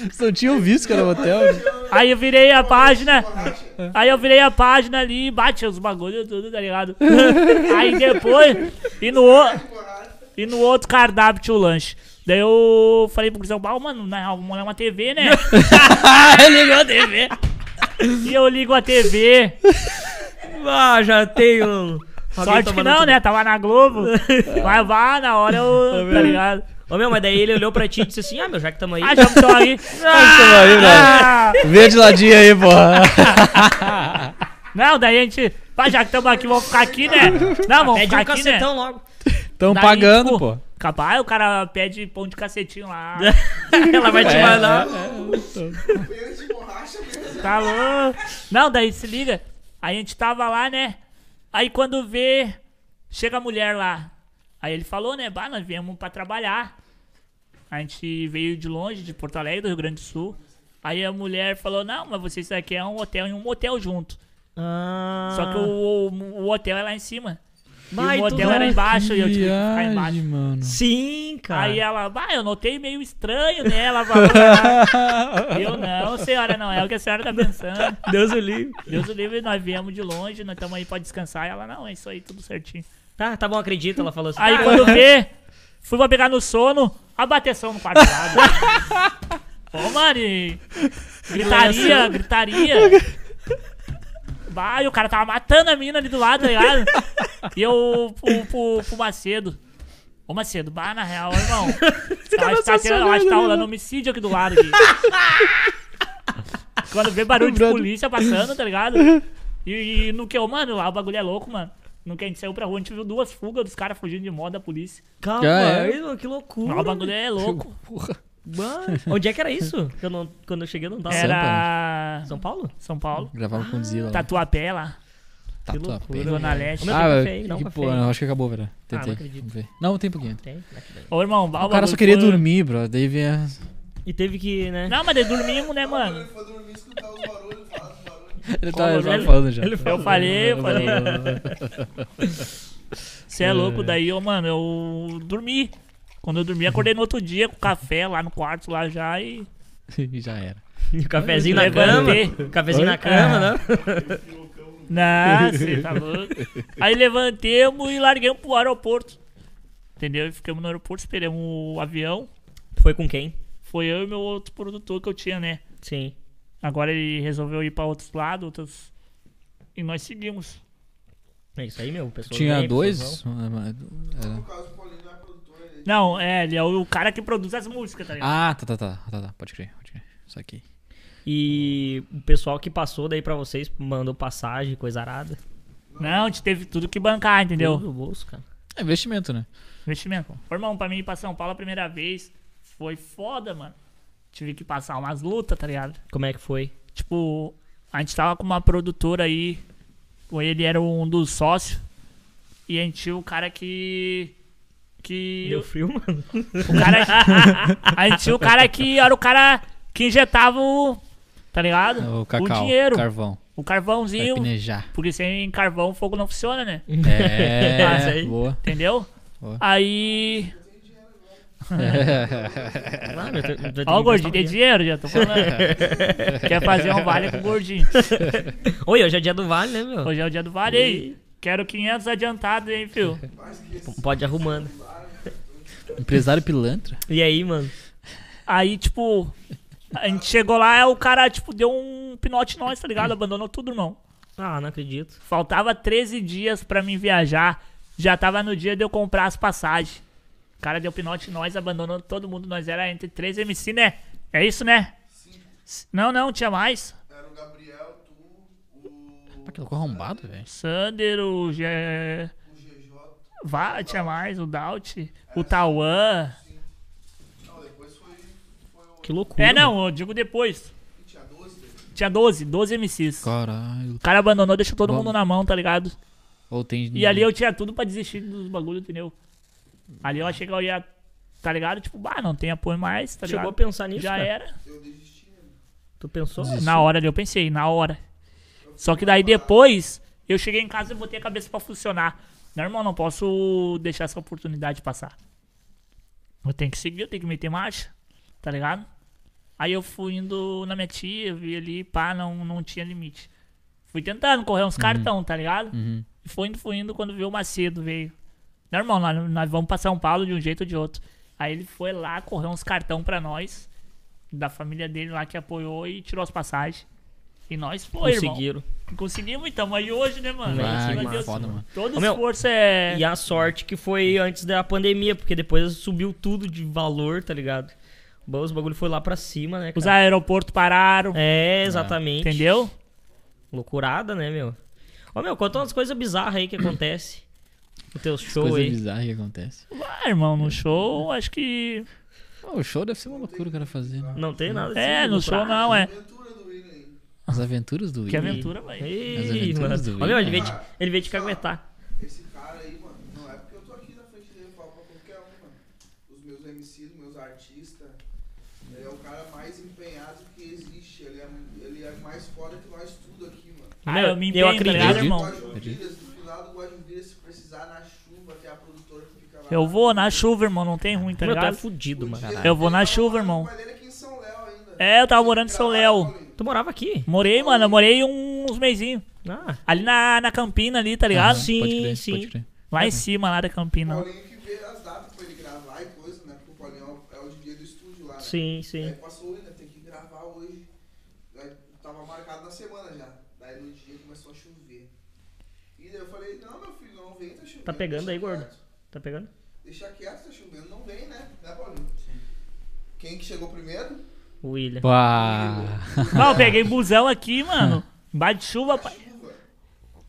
B: Vocês não tinham visto que era um hotel? né?
C: Aí eu virei a página.
D: né?
C: Aí eu virei a página ali e bate os bagulhos tudo, tá ligado? Aí depois, e no, o- e no outro cardápio tinha o lanche. Daí eu falei pro Cruzão, "Bah, mano, na real, vamos olhar uma TV, né?
E: Ele ligou a TV.
C: e eu ligo a TV.
E: Ah, já tenho. tá
C: Sorte que não, né? Tava na Globo. Mas vá, na hora eu. Tá ligado?
E: Ô meu, mas daí ele olhou pra ti e disse assim: Ah, meu, já que tamo aí.
C: Ah, já me tô
B: aí,
C: aí.
B: brother.
C: Ah!
E: né?
B: Vê de ladinho aí, porra.
C: Não, daí a gente. Pá, já que estamos aqui, vamos ficar aqui, né? Não, vamos
E: Pede
C: ficar
E: um
C: aqui, né?
E: cacetão logo.
B: Tão
C: Daí,
B: pagando,
C: tipo,
B: pô.
C: Capaz, o cara pede pão de cacetinho lá.
E: Ela vai te
B: É,
E: mandar.
D: Pena de borracha mesmo. né?
C: Tá louco. Não, daí se liga. Aí a gente tava lá, né? Aí quando vê, chega a mulher lá. Aí ele falou, né? Bah, nós viemos pra trabalhar. A gente veio de longe, de Porto Alegre, do Rio Grande do Sul. Aí a mulher falou, não, mas vocês daqui é um hotel e um motel junto.
E: Ah.
C: Só que o, o- o hotel é lá em cima.
E: Vai,
C: e o
E: tu
C: motel
E: vai.
C: era embaixo e eu tive que ficar
B: Viagem,
C: embaixo.
B: mano.
E: Sim,
A: Tá.
E: cara.
C: Aí ela, bah, eu notei meio estranho nela. blá, blá, blá." eu não, senhora, não é o que a senhora tá pensando.
E: Deus o livre.
C: Deus o livre, nós viemos de longe, nós estamos aí pra descansar. E ela, não, é isso aí, tudo certinho.
E: Tá, tá bom, acredito. Ela falou assim.
C: Aí
E: "Ah,
C: quando vê, fui pra pegar no sono, a bateção no quarto do lado. Ô, Mari! Gritaria, gritaria. Vai, o cara tava matando a mina ali do lado, tá ligado? E eu pro, pro, pro Macedo. Ô, Macedo, bah, na real, irmão. Eu acho que tá, tendo- eu acho que tá
B: né?
C: rolando homicídio aqui do lado. Aqui. Quando vê barulho de
B: Lembrando.
C: polícia passando, tá ligado? E, e no que eu, mano, lá o bagulho é louco, mano. No que a gente saiu pra rua, a gente viu duas fugas dos caras fugindo de moda da polícia.
E: Calma,
B: Já é.
E: aí, mano, que loucura.
C: Lá o bagulho é louco.
E: Mano, Onde é que era isso? Que eu não, quando eu cheguei, eu não tava.
A: né?
C: Era.
E: São Paulo?
C: São Paulo.
B: Gravava com o Zila. lá.
C: Tatuapé lá.
B: Tá,
E: que
B: tá,
E: loucura,
B: pera.
C: Zona Leste.
E: Meu, tem
B: Ah,
E: café
B: velho,
E: aí? Não,
B: que
E: café
B: porra,
E: aí.
B: eu acho que acabou, velho. Tentei.
E: não acredito.
B: Vamos ver. Não, tem um pouquinho.
E: Tem, aqui daí.
C: Ô, irmão, lá
B: O cara
C: bagulho
B: só queria
C: foi-
B: dormir, bro. Daí vinha.
E: E teve que, né?
C: Não, mas daí dormimos, né,
D: Quando
C: mano?
D: ele for dormir, escutar os barulhos, fala os barulhos.
B: Ele tá
C: Ô,
B: já
C: velho,
B: falando já.
E: ele
C: Eu falei, eu falei. Você é louco,
B: É.
C: daí, eu, mano, eu dormi. Quando eu dormi, acordei no outro dia com café lá no quarto, lá já e.
B: E já era.
E: E o cafezinho na cama.
C: Levantei.
E: Cafezinho na cama,
C: É.
E: né?
C: Não, você tá louco. Aí levantemos e larguemos pro aeroporto. Entendeu? E ficamos no aeroporto, esperamos o avião.
E: Foi com quem?
C: Foi eu e meu outro produtor que eu tinha, né?
E: Sim.
C: Agora ele resolveu ir pra outros lados, outros. E nós seguimos.
E: É isso aí, meu. Pessoal
B: Tinha
E: vem, pessoal
B: dois?
D: No caso, o Paulinho não é produtor, ele
C: Não, é, ele é o cara que produz as músicas, tá ligado?
B: Ah, tá, tá, tá, tá, tá. Pode crer, pode crer. Isso aqui.
E: vão. E o pessoal que passou daí pra vocês mandou passagem, coisa arada.
C: Não, a gente teve tudo que bancar, entendeu?
E: Tudo No bolso, cara.
B: É investimento, né?
C: Investimento. Ô, irmão, pra mim ir pra São Paulo a primeira vez foi foda, mano. Tive que passar umas lutas, tá ligado?
E: Como é que foi?
C: Tipo, a gente tava com uma produtora aí, ou ele era um dos sócios, e a gente tinha o cara que. Que.
E: Deu frio, mano?
C: O cara. a gente tinha o cara que era o cara que injetava o. Tá ligado?
B: O cacau,
C: o dinheiro,
B: carvão.
C: o
B: Vai
C: carvãozinho.
B: pinejar.
C: Porque sem carvão o fogo não funciona, né?
E: Uhum. Ah, isso
B: É,
E: aí.
B: boa.
C: Entendeu?
B: Boa.
C: Aí.
E: Ah, meu, tu- tu vai ter que
C: É. Ó, o gordinho tem
E: emprestar
C: dinheiro, já tô falando. Quer fazer um vale com o gordinho.
E: dinheiro. Oi, hoje é dia do vale, né, meu?
C: Hoje é o dia do vale. Ei, quero 500 adiantado, hein, filho?
E: Pode ir arrumando.
B: Empresário pilantra.
E: E aí, mano?
C: Aí, tipo, a gente chegou lá, o cara, tipo, deu um pinote em nós, tá ligado? Abandonou tudo, irmão.
E: Ah, não acredito.
C: Faltava 13 dias pra mim viajar. Já tava no dia de eu comprar as passagens. O cara deu pinote em nós, abandonou todo mundo. Nós era entre 3 MC, né? É isso, né? S- Não, não, tinha mais.
D: era o Gabriel, tu, o
B: Pá, que louco arrombado, velho.
C: Sander, o Gé.
D: GJ.
C: Vá, tinha mais, o Daut, o Tauan.
D: Não, depois foi, foi o.
E: Que loucura.
C: É, não, eu digo depois.
D: Tinha 12, né?
C: Tinha 12, 12 MCs.
B: Caralho.
C: O cara abandonou, deixou todo
B: Vamos.
C: mundo na mão, tá ligado?
B: Ou tem.
C: E ali eu tinha tudo pra desistir dos bagulhos, entendeu? Ali eu achei que eu ia, tá ligado? Tipo, bah, não tem apoio mais, tá
E: Chegou a
C: ligado?
E: pensar nisso, né?
C: Já
E: cara?
C: era.
D: eu desisti. né?
E: Tu pensou?
C: Na hora ali eu pensei, na hora. Só que daí depois, eu cheguei em casa e botei a cabeça pra funcionar. Não, irmão, não posso deixar essa oportunidade passar. Eu tenho que seguir, eu tenho que meter marcha, tá ligado? Aí eu fui indo na minha tia, vi ali, pá, não, não tinha limite. Fui tentando correr uns cartão, tá ligado?
B: Uhum.
C: E foi indo, foi indo, quando viu o Macedo veio. Normal, nós, nós vamos pra São Paulo de um jeito ou de outro. Aí ele foi lá, correu uns cartão pra nós, da família dele lá que apoiou e tirou as passagens. E nós foi, irmão.
A: Conseguiram.
C: Conseguimos, então, mas hoje, né, mano?
B: Ah,
C: Graças a
B: que
C: Deus.
B: foda, mano.
C: Todo
A: Ô, meu,
C: esforço é.
A: E a sorte que foi antes da pandemia, porque depois subiu tudo de valor, tá ligado? Bom, Os bagulho foi lá pra cima, né,
C: Os
A: cara?
C: aeroportos pararam,
A: É, exatamente.
C: entendeu?
A: Loucurada, né, meu? Ô, meu, conta umas coisas bizarras aí que acontece. O teu show
B: Coisa
A: aí.
B: bizarra que acontece.
C: Ah, irmão, no show, acho que.
B: Pô, o show deve ser uma loucura o cara fazer. né?
A: Não tem nada assim
C: É, no show
A: loucurada.
C: não, é.
D: Aventura do William aí.
B: As aventuras do
C: Que
B: Will.
C: aventura, velho.
A: Ih,
B: As aventuras
A: mano.
B: do
A: Ô, meu, ele veio,
B: William.
A: te, ele veio te caguetar.
D: Esse cara aí, mano, não é porque eu tô aqui na frente dele, eu falo pra qualquer um, mano. Os meus MCs, meus artistas. Ele é o cara mais empenhado que existe. Ele é, ele é mais foda que nós tudo aqui, mano.
C: Ah, eu me
A: Eu
C: empenho, tá
A: acredito.
C: ligado, irmão?
D: Guajuviras, do final do Guajuviras, se precisar na chuva, tem a produtora que fica lá.
C: Eu vou na chuva, irmão, não tem ruim, tá
A: Meu, tu é
C: ligado?
A: fudido, mano.
C: Eu vou na chuva,
D: tá
C: irmão. É, eu tava morando em São Léo.
A: Tu morava aqui?
C: Morei, mano, eu morei um, uns meizinhos.
A: Ah,
C: Ali na, na Campina, ali, tá ligado?
B: Aham,
A: Sim,
B: pode crer,
A: sim.
B: Pode crer.
C: Lá em cima, lá da Campina.
D: Paulinho que vê as datas pra ele gravar e coisa, né? Porque o Paulinho é o- é o DJ do estúdio lá, né?
A: sim,
D: Aí
A: sim.
D: passou, ainda tem que gravar hoje. Aí, tava marcado na semana já. Daí no dia começou a chover. E daí eu falei, não, meu filho, não vem, tá chovendo.
A: Tá pegando
D: deixa
A: aí, gordo?
D: quieto.
A: Tá pegando?
D: Deixa quieto, tá chovendo, não vem, né? Né, Paulinho? Quem que chegou primeiro?
A: O William.
B: Uá.
C: Não, eu peguei busão aqui, mano. Bate chuva, pai.
D: Chuva.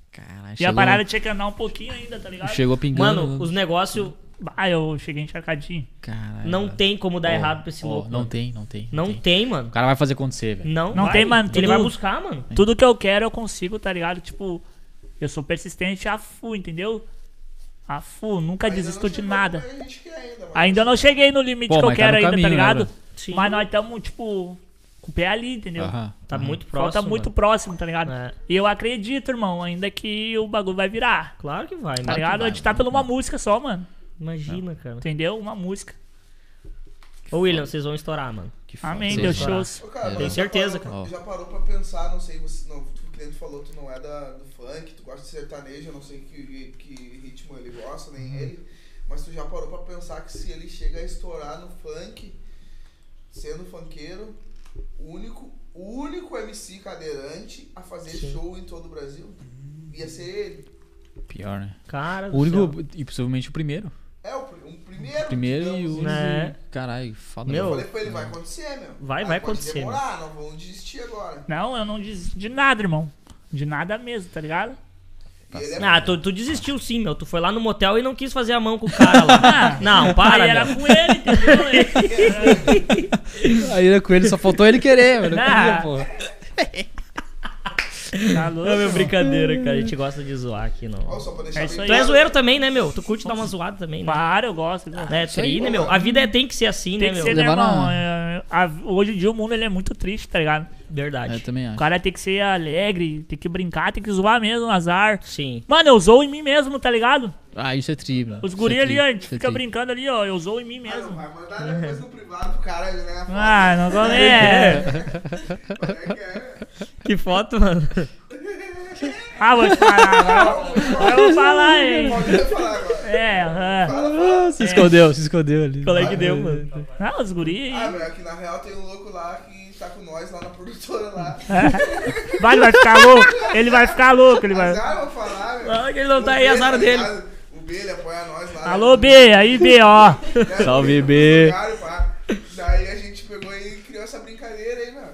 B: Caralho,
C: E a
B: chegou-
C: parada tinha que andar um pouquinho ainda, tá ligado?
B: Chegou pingando.
A: Mano, os negócios
C: Ah, eu cheguei encharcadinho.
B: Caralho.
A: não tem como dar
B: Ó,
A: errado pra esse
B: ó,
A: louco.
B: Não
A: mano.
B: tem, não tem.
A: Não
B: tem.
A: tem, mano.
B: O cara vai fazer acontecer, velho.
A: Não,
C: Não
A: vai.
C: tem, mano,
A: Ele
C: tudo-
A: vai buscar, mano.
C: Tudo que eu quero eu consigo, tá ligado? Tipo, eu sou persistente a full, entendeu? A full, nunca
D: Ainda não
C: Tá desisto de
D: chegou
C: nada.
D: como a gente quer ainda, mas-
C: Ainda não cheguei no limite
B: Pô,
C: que eu
B: mas tá
C: quero
B: no
C: ainda, tá
B: caminho, né,
C: ligado?
B: bro?
A: Sim.
C: Mas nós estamos, tipo, com o pé ali, entendeu?
B: Aham,
A: Tá
B: aham.
A: muito próximo.
C: Falta muito
A: mano.
C: próximo, tá ligado?
A: É.
C: E eu acredito, irmão, ainda que o bagulho vai virar.
A: Claro que vai, né?
C: Tá
A: mano.
C: ligado?
B: vai,
C: A gente tá
B: mano.
C: pela uma música só, mano.
A: Imagina, cara.
C: Entendeu? Uma música.
A: Ô, William, vocês vão estourar, mano.
B: Que foda.
C: Amém,
B: Vocês
C: Deus
B: vão-
C: shows.
D: Ô, cara,
B: É.
D: mas
A: Tenho
D: já
A: certeza,
D: parou
B: cara.
D: pra- Já parou pra pensar, não sei, você, não, tu que nem tu falou, tu não é da, do funk, tu gosta de sertanejo, eu não sei que, que ritmo ele gosta, nem
A: Uhum.
D: ele. Mas tu já parou pra pensar que se ele chega a estourar no funk, sendo funkeiro, o único, o único MC cadeirante a fazer show em todo o Brasil,
A: Hum.
D: ia ser ele.
B: Pior, né?
A: Cara, do
B: O
A: céu.
B: único, e possivelmente o primeiro.
D: É o, pri- um
B: O
D: primeiro.
B: primeiro e
D: digamos.
B: o.
A: Né?
B: Caralho, foda.
A: Meu,
D: Eu falei pra ele, vai acontecer, meu.
A: Uhum. Vai-
D: Ah,
A: vai
D: pode
A: acontecer,
D: Demorar, não vamos desistir agora.
C: Não, eu não desisto de nada, irmão. De nada mesmo, tá ligado?
D: E
B: Tá
D: ele é
A: Ah, tu, tu desistiu sim, meu. Tu foi lá no motel e não quis fazer a mão com o cara lá. não, para,
C: Aí era
A: meu.
C: com ele, entendeu?
B: Aí era com ele, só faltou ele querer, mano. Queria,
C: Ah.
B: porra.
C: Tá louco,
A: Não, meu,
C: irmão.
A: brincadeira, cara. A gente gosta de zoar aqui, não.
D: Ó, só pra deixar
C: É isso
D: bem
C: aí.
A: Tu é
D: claro.
A: zoeiro também, né, meu? Tu curte dar uma zoada também, né?
C: Claro, eu gosto. eu gosto.
A: É, tri, né, meu? A vida é- tem que ser assim, né,
C: Tem que
A: meu?
C: ser, né,
B: levar na-
C: irmão? É, a- hoje em dia o mundo ele é muito triste, tá ligado?
A: Verdade.
B: É, Eu também
C: O
B: acho.
C: cara tem que ser alegre, tem que brincar, tem que zoar mesmo, azar.
A: Sim.
C: Mano, eu zoo em mim mesmo, tá ligado?
B: Ah, isso é tri, mano.
C: Os
B: Isso
C: guri
B: é
C: ali,
B: tri,
C: ó, a gente
B: isso é
C: fica
B: tri.
C: brincando ali, ó, eu zoo em mim
D: Ah, não,
C: mesmo.
D: vai mandar depois no privado pro cara, ele né?
C: Ah, não vou nem.
D: Como é que é?
A: Que foto, mano.
C: Ah, vou te falar. Eu
D: É
C: vou falar, hein?
D: Pode até falar agora.
C: É, aham.
D: Fala, fala.
B: Ah, se escondeu, se escondeu ali.
A: Qual é que deu, mano?
C: Ah, os guri.
D: Ah, velho, aqui na real tem um louco lá que tá com nós lá na produtora lá.
C: Vai, ele vai ficar louco. Ele vai ficar louco, ele vai.
D: Azar, eu vou falar, velho.
A: Ah, que ele não tá aí,
D: O B,
A: azar dele.
D: ligado? O B, ele apoia nós lá.
C: Alô, B, aí, B, ó.
D: Né?
B: Salve, B.
D: Cara, pá. Daí a gente pegou e criou essa brincadeira aí, mano.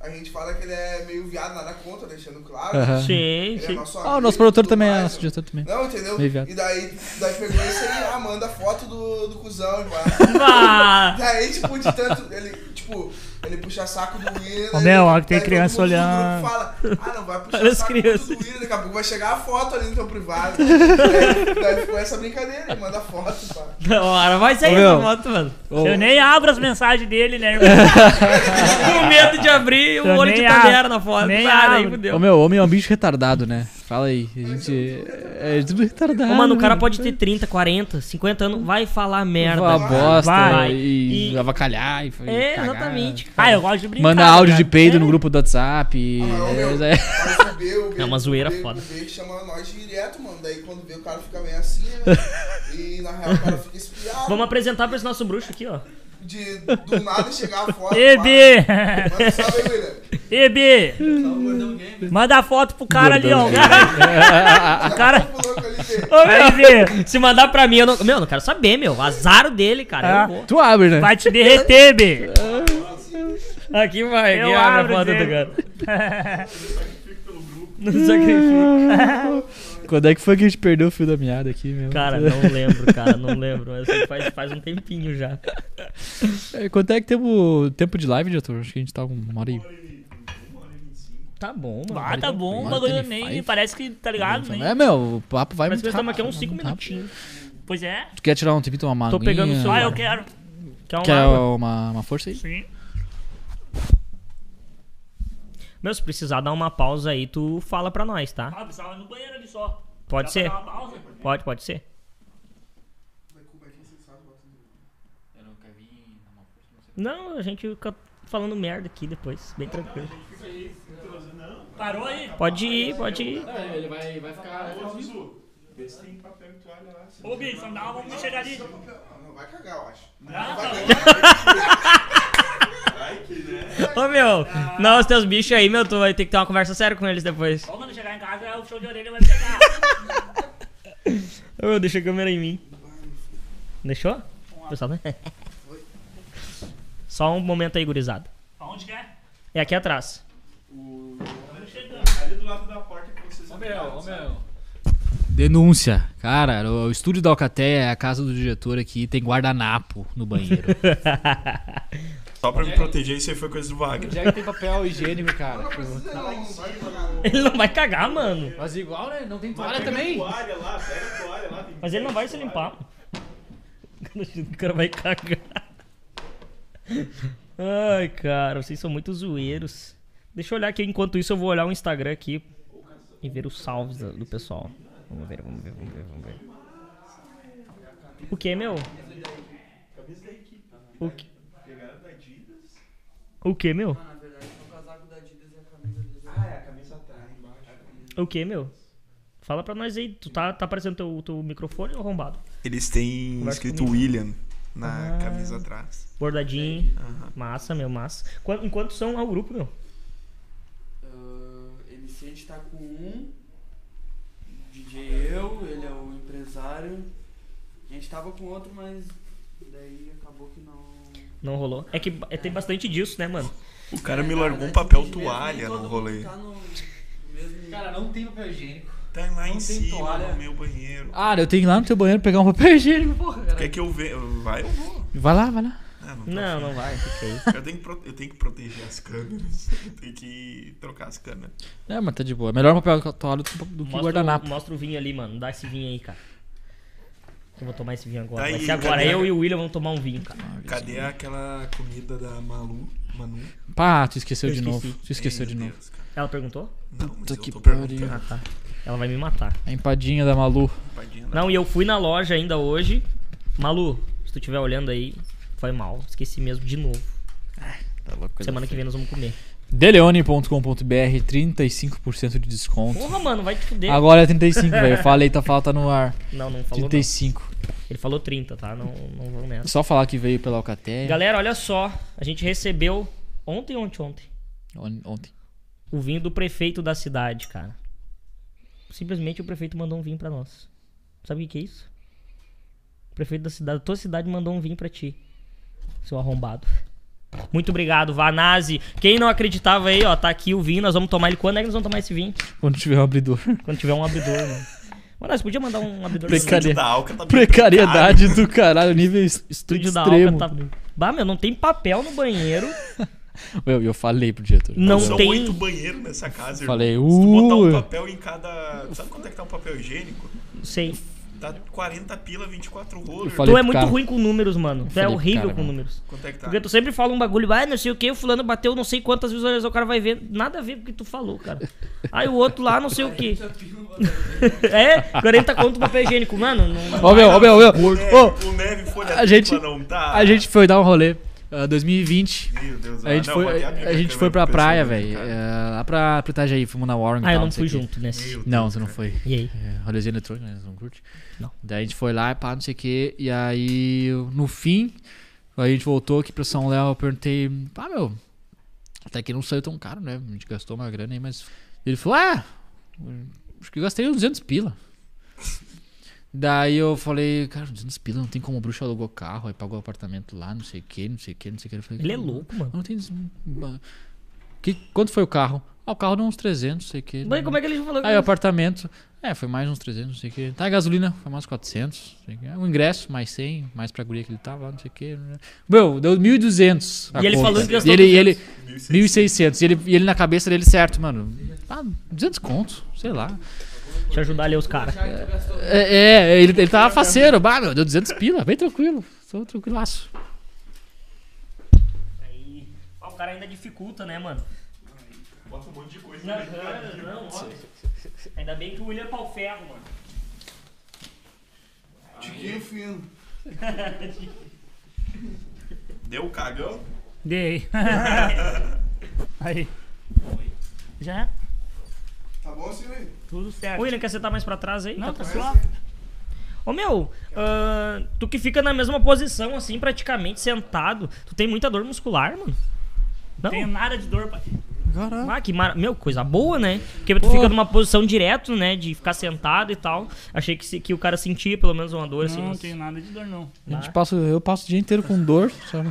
D: A gente fala que ele é meio viado, nada contra, deixando claro.
B: Aham.
A: Sim,
D: Ele é
A: sim.
D: nosso
B: Ah, o
D: amigo
B: nosso
D: e
B: produtor
D: tudo
B: também é,
D: mais,
B: nosso
D: mano.
B: diretor também.
D: Não, entendeu?
B: Meio viado.
D: E daí, daí pegou isso aí, ah, manda foto do, do cuzão, pá.
A: Ah,
D: Daí, tipo, de tanto. Ele, tipo, ele puxa saco do William.
C: Ô,
D: daí-
C: meu, ó, que tem
D: daí
C: criança
D: todo mundo no
C: olhando.
D: grupo Fala, ah, não, vai puxar
A: Olha as
D: saco
A: crianças.
D: do William, daqui a pouco vai chegar a foto ali no teu privado. daí, daí ficou essa brincadeira, ele manda foto, pá.
A: da hora. Vai sair
B: Ô, meu.
A: essa foto, mano.
B: Ô,
C: Eu nem abro as mensagens dele, né, irmão?
A: Com medo de abrir o
C: Eu
A: olho de um
C: nem abro,
A: Tandera na foto.
C: nem
A: Ah, daí
C: abro.
A: fudeu.
B: ô, meu, homem é um bicho retardado, né? Fala aí. A gente. É tudo retardado.
A: Ô, mano, o cara
B: né?
A: pode ter 30, 40, 50 anos, vai falar merda.
B: Falar
A: cara.
B: bosta
A: vai.
B: e,
A: E-
B: avacalhar e fa-
A: É,
B: cagar.
A: exatamente. cara.
C: Ah, eu gosto de brincar.
B: Manda áudio
C: cara.
B: de peido
C: É.
B: no grupo do WhatsApp. e-
D: Ah, não, meu,
B: é,
D: mas o B, o B,
A: É uma zoeira
D: o B,
A: foda.
D: O B chama nós direto, mano. Daí quando vê o cara fica meio assim, né? E na real o cara fica espiado.
A: Vamos apresentar pra esse nosso bruxo aqui, ó.
D: De do nada chegar fora.
C: Ê, B!
D: Manda um salve aí, William.
C: Ê, B! Manda a foto pro cara ali, ó. O cara.
D: Tá louco ali, B.
C: Ô, meu B!
A: Se mandar pra mim, eu não. Meu, eu não quero saber, meu. Azar dele, cara.
C: Ah.
A: Eu vou.
B: Tu abre, né?
C: Vai te derreter, B!
A: Aqui vai,
C: Eu
A: aqui abre
C: abro
A: a foto do
C: dele.
A: cara. Não sacrifica.
B: Quando é que foi que a gente perdeu o fio da meada aqui, meu?
A: Cara, não lembro, cara, não lembro. Mas faz, faz um tempinho já.
B: É, Quanto é que temos tempo de live, diretor? Acho que a gente tá com uma hora e...
A: Tá bom, mano.
C: Ah, tá bom, o bagulho nem. Parece que, tá ligado?
A: né?
C: Nem.
B: É, meu, o papo vai
A: Mas
B: muito
A: nós estamos aqui há
B: rápido,
A: uns 5
B: muito rápido.
A: minutinhos.
C: Pois é.
B: Tu quer tirar um tempinho, tomar uma
A: Tô pegando o
B: aguinha?
A: celular.
C: Ah, eu quero. um
A: Quer um- uma
B: Quer
A: água?
B: uma, uma força aí?
C: Sim.
A: Meu, se precisar dar uma pausa aí, tu fala pra nós, tá?
C: Ah, precisava no banheiro ali só.
A: Pode
C: Dá pra
A: ser.
C: dar uma pausa?
A: Pode, pode ser. Não, a gente fica falando merda aqui depois, bem tranquilo.
C: Parou aí.
A: Pode ir, pode ir.
B: Ele vai, vai ficar...
F: Vê se tem papel e toalha lá. se-
C: Ô, B, só me dá uma mão chegar ali.
D: Não, não vai cagar, eu acho.
C: Ah, tá.
A: Ô meu, não, os teus bichos aí, meu, tu vai ter que ter uma conversa séria com eles depois.
C: Ô, quando chegar em casa, é o show de orelha vai me pegar.
A: Ô, deixa a câmera em mim. Deixou? Pessoal, né? Só um momento aí, gurizada.
C: Aonde quer?
A: É aqui atrás.
F: Ali do lado da porta que vocês entraram, sabe?
B: Denúncia. Cara, o, o estúdio da Alcateia é a casa do diretor aqui tem guardanapo no banheiro.
F: Só pra me proteger, isso aí foi coisa do Wagner.
B: Já que tem papel higiênico, cara.
D: Não, não vai cagar.
A: Ele não vai cagar, mano.
B: Mas igual, né? Não tem toalha
F: Pega a toalha lá, pega a toalha lá. tem
A: Mas ele não vai se limpar. O cara vai cagar. Ai, cara, vocês são muito zoeiros. Deixa eu olhar aqui, enquanto isso eu vou olhar o Instagram aqui e ver os salves do do pessoal. Vamos ver, vamos ver, vamos ver, vamos ver. O que, meu? O que?
F: Pegaram da Adidas.
A: O que, meu?
F: Ah, é a camisa tá aí embaixo.
A: O que, meu? Fala pra nós aí, tu tá, tá aparecendo teu, teu microfone ou arrombado?
F: Eles têm
A: Conversa
F: escrito
A: comigo.
F: William na camisa atrás.
A: Bordadinho.
F: Aham.
A: Massa, meu, massa. Qua- Enquanto são ao grupo, meu?
G: Ah, MC a gente tá com um. DJ eu, ele é o empresário. A gente tava com outro, mas daí acabou que não.
A: Não rolou. É que ba- é, tem bastante disso, né, mano?
F: O cara me
G: É,
F: largou
G: na
F: um
G: verdade,
F: papel
G: infelizmente,
F: toalha
G: todo
F: no
G: mundo
F: rolê.
G: Tá no, no mesmo
B: Cara, não tem papel higiênico.
F: Tá lá em
G: Não tem
F: cima,
G: toalha.
F: no meu banheiro.
B: Ah, eu tenho que ir lá no teu banheiro pegar um papel higiênico, porra. cara.
F: Quer que eu veja? Vai, eu vou.
B: Vai lá, vai lá.
F: Ah, não, tô
A: Não,
F: afim.
A: não vai.
F: Eu tenho, que pro- eu tenho que proteger as câmeras. Eu tenho que trocar as câmeras.
B: É, mas tá de boa. É melhor papel toalha do, do que
A: Mostra o,
B: guardanapo.
A: mostra o vinho ali, mano. Dá esse vinho aí, cara. Eu vou tomar esse vinho agora.
F: Tá
A: Vai
F: aí,
A: ser agora.
F: cadê?
A: Eu e o William vamos tomar um vinho, cara.
F: Cadê aquela comida da Malu? Manu?
B: Pá, tu esqueceu
A: Eu
B: de
A: esqueci.
B: novo. Tu esqueceu
F: Ei,
B: de
F: meu
B: novo.
F: Deus, cara.
A: Ela perguntou?
F: Não, mas
B: Puta
F: eu
B: que
F: tô
B: pariu.
A: Ah,
F: perguntando.
A: tá. Ela vai me matar.
B: A empadinha da Malu.
F: Tadinha da-
A: Não, e eu fui na loja ainda hoje. Malu, se tu estiver olhando aí, foi mal. Esqueci mesmo de novo.
B: Tá louco, coisa
A: Semana que
B: feia.
A: vem nós vamos comer.
B: Deleone.com.br, 35% de desconto.
A: Porra, mano, vai te fuder.
B: Agora é 35, velho. Eu falei, tá falta no ar.
A: Não, não falou. não.
B: 35.
A: Ele falou 30, tá? Não, não vou nessa.
B: É Só falar que veio pela Alcateia.
A: Galera, olha só. A gente recebeu ontem, ontem, ontem.
B: On- Ontem.
A: o vinho do prefeito da cidade, cara. Simplesmente o prefeito mandou um vinho pra nós. Sabe o que que é isso? O prefeito da cidade, tua cidade mandou um vinho pra ti. Seu arrombado. Muito obrigado, Vanazzi. Quem não acreditava aí, ó, tá aqui o vinho, nós vamos tomar ele. Quando é que nós vamos tomar esse vinho?
B: Quando tiver um abridor.
A: Quando tiver um abridor, mano. Vanazzi, podia mandar um abridor pra
B: Precari-
A: nós?
F: Da Alca tá bem
B: Precariedade do caralho, nível es-
A: Estúdio da
B: extremo.
A: Alca tá... Bah, meu, não tem papel no banheiro.
B: Eu, eu falei pro diretor.
A: tá- Não
F: São
A: tem-
F: oito banheiros nessa casa, irmão.
B: Falei,
F: Se tu botar um
B: uh.
F: papel em cada. Sabe quanto é que tá um papel higiênico?
A: Não sei.
F: Tá 40 pila, 24 roller.
B: Eu falei-
A: tu é
B: pro
A: muito
B: cara.
A: ruim com números, mano. Tu é
B: Falei pro
A: horrível
B: cara,
A: com
B: mano.
A: números.
F: Quanto é que tá?
A: Porque tu sempre fala um bagulho, ah, não sei o que, o fulano bateu não sei quantas visualizações, o cara vai ver. Nada a ver com o que tu falou, cara. Aí o outro lá, não sei o que. é, 40 conto papel higiênico, mano. Não...
B: Ô, meu, ô, meu, ô, meu.
F: O neve,
B: Ô,
F: É, o neve folha
B: a
F: tripla
B: gente-
F: não tá.
B: a gente foi dar um rolê. ah, 2020,
F: Meu Deus, ah,
B: a gente
F: não, é
B: foi,
F: botei
B: a,
F: minha
B: gente
F: câmera
B: foi pra
F: pro
B: praia,
F: pessoal,
B: velho.
F: cara.
B: ah, lá pra, pra Itajaí, fomos na Warren. e
A: Ah, eu
B: tal,
A: não
B: sei
A: fui
B: o quê.
A: junto nesse.
F: Meu Deus,
B: Não, você não
F: cara.
B: foi.
A: E aí?
B: É, rolezinho eletrônico, né? Você não curte?
A: Não.
B: Daí a gente foi lá, pá, não sei o quê. E aí, eu- no fim, a gente voltou aqui pra São Léo. Eu perguntei, pá, meu, até que não saiu tão caro, né? A gente gastou uma grana aí, mas. Ele falou, ah, acho que eu gastei uns 200 pila. Daí eu falei, cara, 200 pila, não tem como o bruxo alugou carro, aí pagou apartamento lá, não sei o que, não sei o que, não sei o que. Eu falei,
A: Ele é
B: "Cara,
A: louco, mano.
B: Não tem. Que, quanto foi o carro? Ah, o carro deu uns 300, não sei o que.
A: Mas como é que ele falou? que-
B: Aí o apartamento, é, foi mais uns 300, não sei o que. Tá, a gasolina foi mais 400, não sei o quê. O ingresso, mais 100, mais pra guria que ele tava, não sei o que. Meu, deu 1.200. a
A: E ele
B: conta.
A: falou que
B: e
A: gastou
B: ele, e ele
F: 1.600.
B: 1.600. E ele, e ele na cabeça dele, certo, mano. Ah, 200 conto, sei lá.
A: Deixa eu ajudar ali os caras.
B: É, é, ele, ele tava faceiro. Bah, meu, deu 200 pila, bem tranquilo. Tô tranquilaço.
A: Aí. ó, o cara ainda dificulta, né, mano?
F: Bota um monte de coisa.
A: Não,
F: né?
A: não, não, óbvio. Ainda bem que o William é pau ferro, mano.
D: Tiquinho fino.
F: Deu o cagão?
C: Dei. Aí. Já?
D: Tá bom, Silvio?
C: Tudo certo.
A: O William, quer sentar mais pra trás aí?
C: Não, tá
D: Conhece?
C: suave.
A: Ô meu, ah, tu que fica na mesma posição, assim, praticamente sentado, tu tem muita dor muscular, mano? Não?
C: Tenho nada de dor, pai.
B: Caralho.
A: Ah, que mara... Meu, coisa boa, né? Porque tu fica numa posição direto, né? De ficar sentado e tal. Achei que, se- que o cara sentia pelo menos uma dor, assim.
C: Não, não
A: mas-
C: tenho nada de dor, não.
B: A gente passa, eu passo o dia inteiro com dor. Só...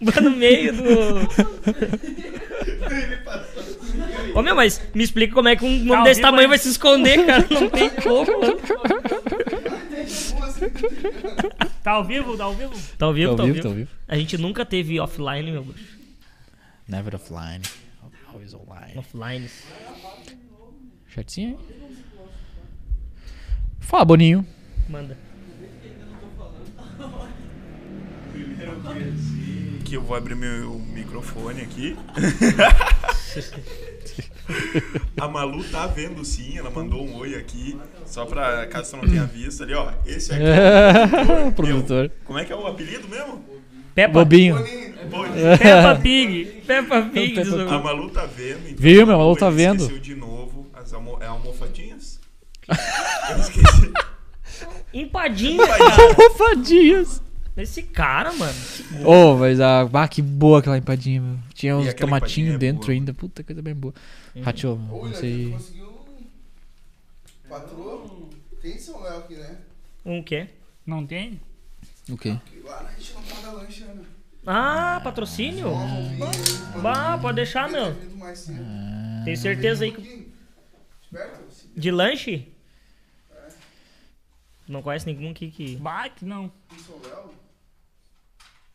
A: Mas no meio do. Ô meu, mas me explica como é que um
C: Tá
A: homem desse
C: ao vivo,
A: tamanho
C: hein?
A: vai se esconder, cara. Não tem como. mano.
C: Tá ao vivo? Tá ao vivo?
A: Tá ouvindo? Tá ouvindo?
B: vivo.
A: A gente nunca teve offline, meu bruxo.
B: Never offline. Always online.
A: Offline.
B: Chatinho, hein? Fala, Boninho.
A: Manda.
F: Que eu vou abrir meu microfone aqui. A Malu tá vendo sim, ela mandou um oi aqui. Só pra caso você não tenha visto ali, ó. Esse aqui. é o
B: Produtor.
F: Meu, Como é que é o apelido mesmo?
A: Peppa,
B: Bobinho.
F: Boninho.
A: Peppa Pig. Peppa Pig.
B: Peppa
A: diz o-
F: A Malu tá vendo. Então
B: É. Viu, meu? A Malu tá
F: ele
B: vendo.
F: Esqueceu de novo as almo é almofadinhas? Eu esqueci.
A: Empadinha.
B: Almofadinhas.
A: Esse cara, mano.
B: Ô, mas a. Ah, que boa aquela empadinha, meu. Tinha uns
F: aquela empadinha
B: tomatinhos
F: é
B: dentro
F: boa,
B: ainda. Puta, coisa bem boa.
A: Uhum.
B: Ratio,
D: Ô,
B: não
D: William, tu
B: sei.
D: conseguiu. Patroa? Tem São Léo aqui, né?
A: Um quê?
C: Não tem?
B: O quê?
D: Porque Lá a gente não paga lanche, né?
A: Ah, patrocínio? Bah, pode
C: Ah,
A: deixar, meu.
D: Mais cedo.
A: Tenho certeza aí que.
D: Aqui, Perto?
A: De lanche? Não conhece nenhum aqui que.
C: Bate, não.
D: Em São Léo?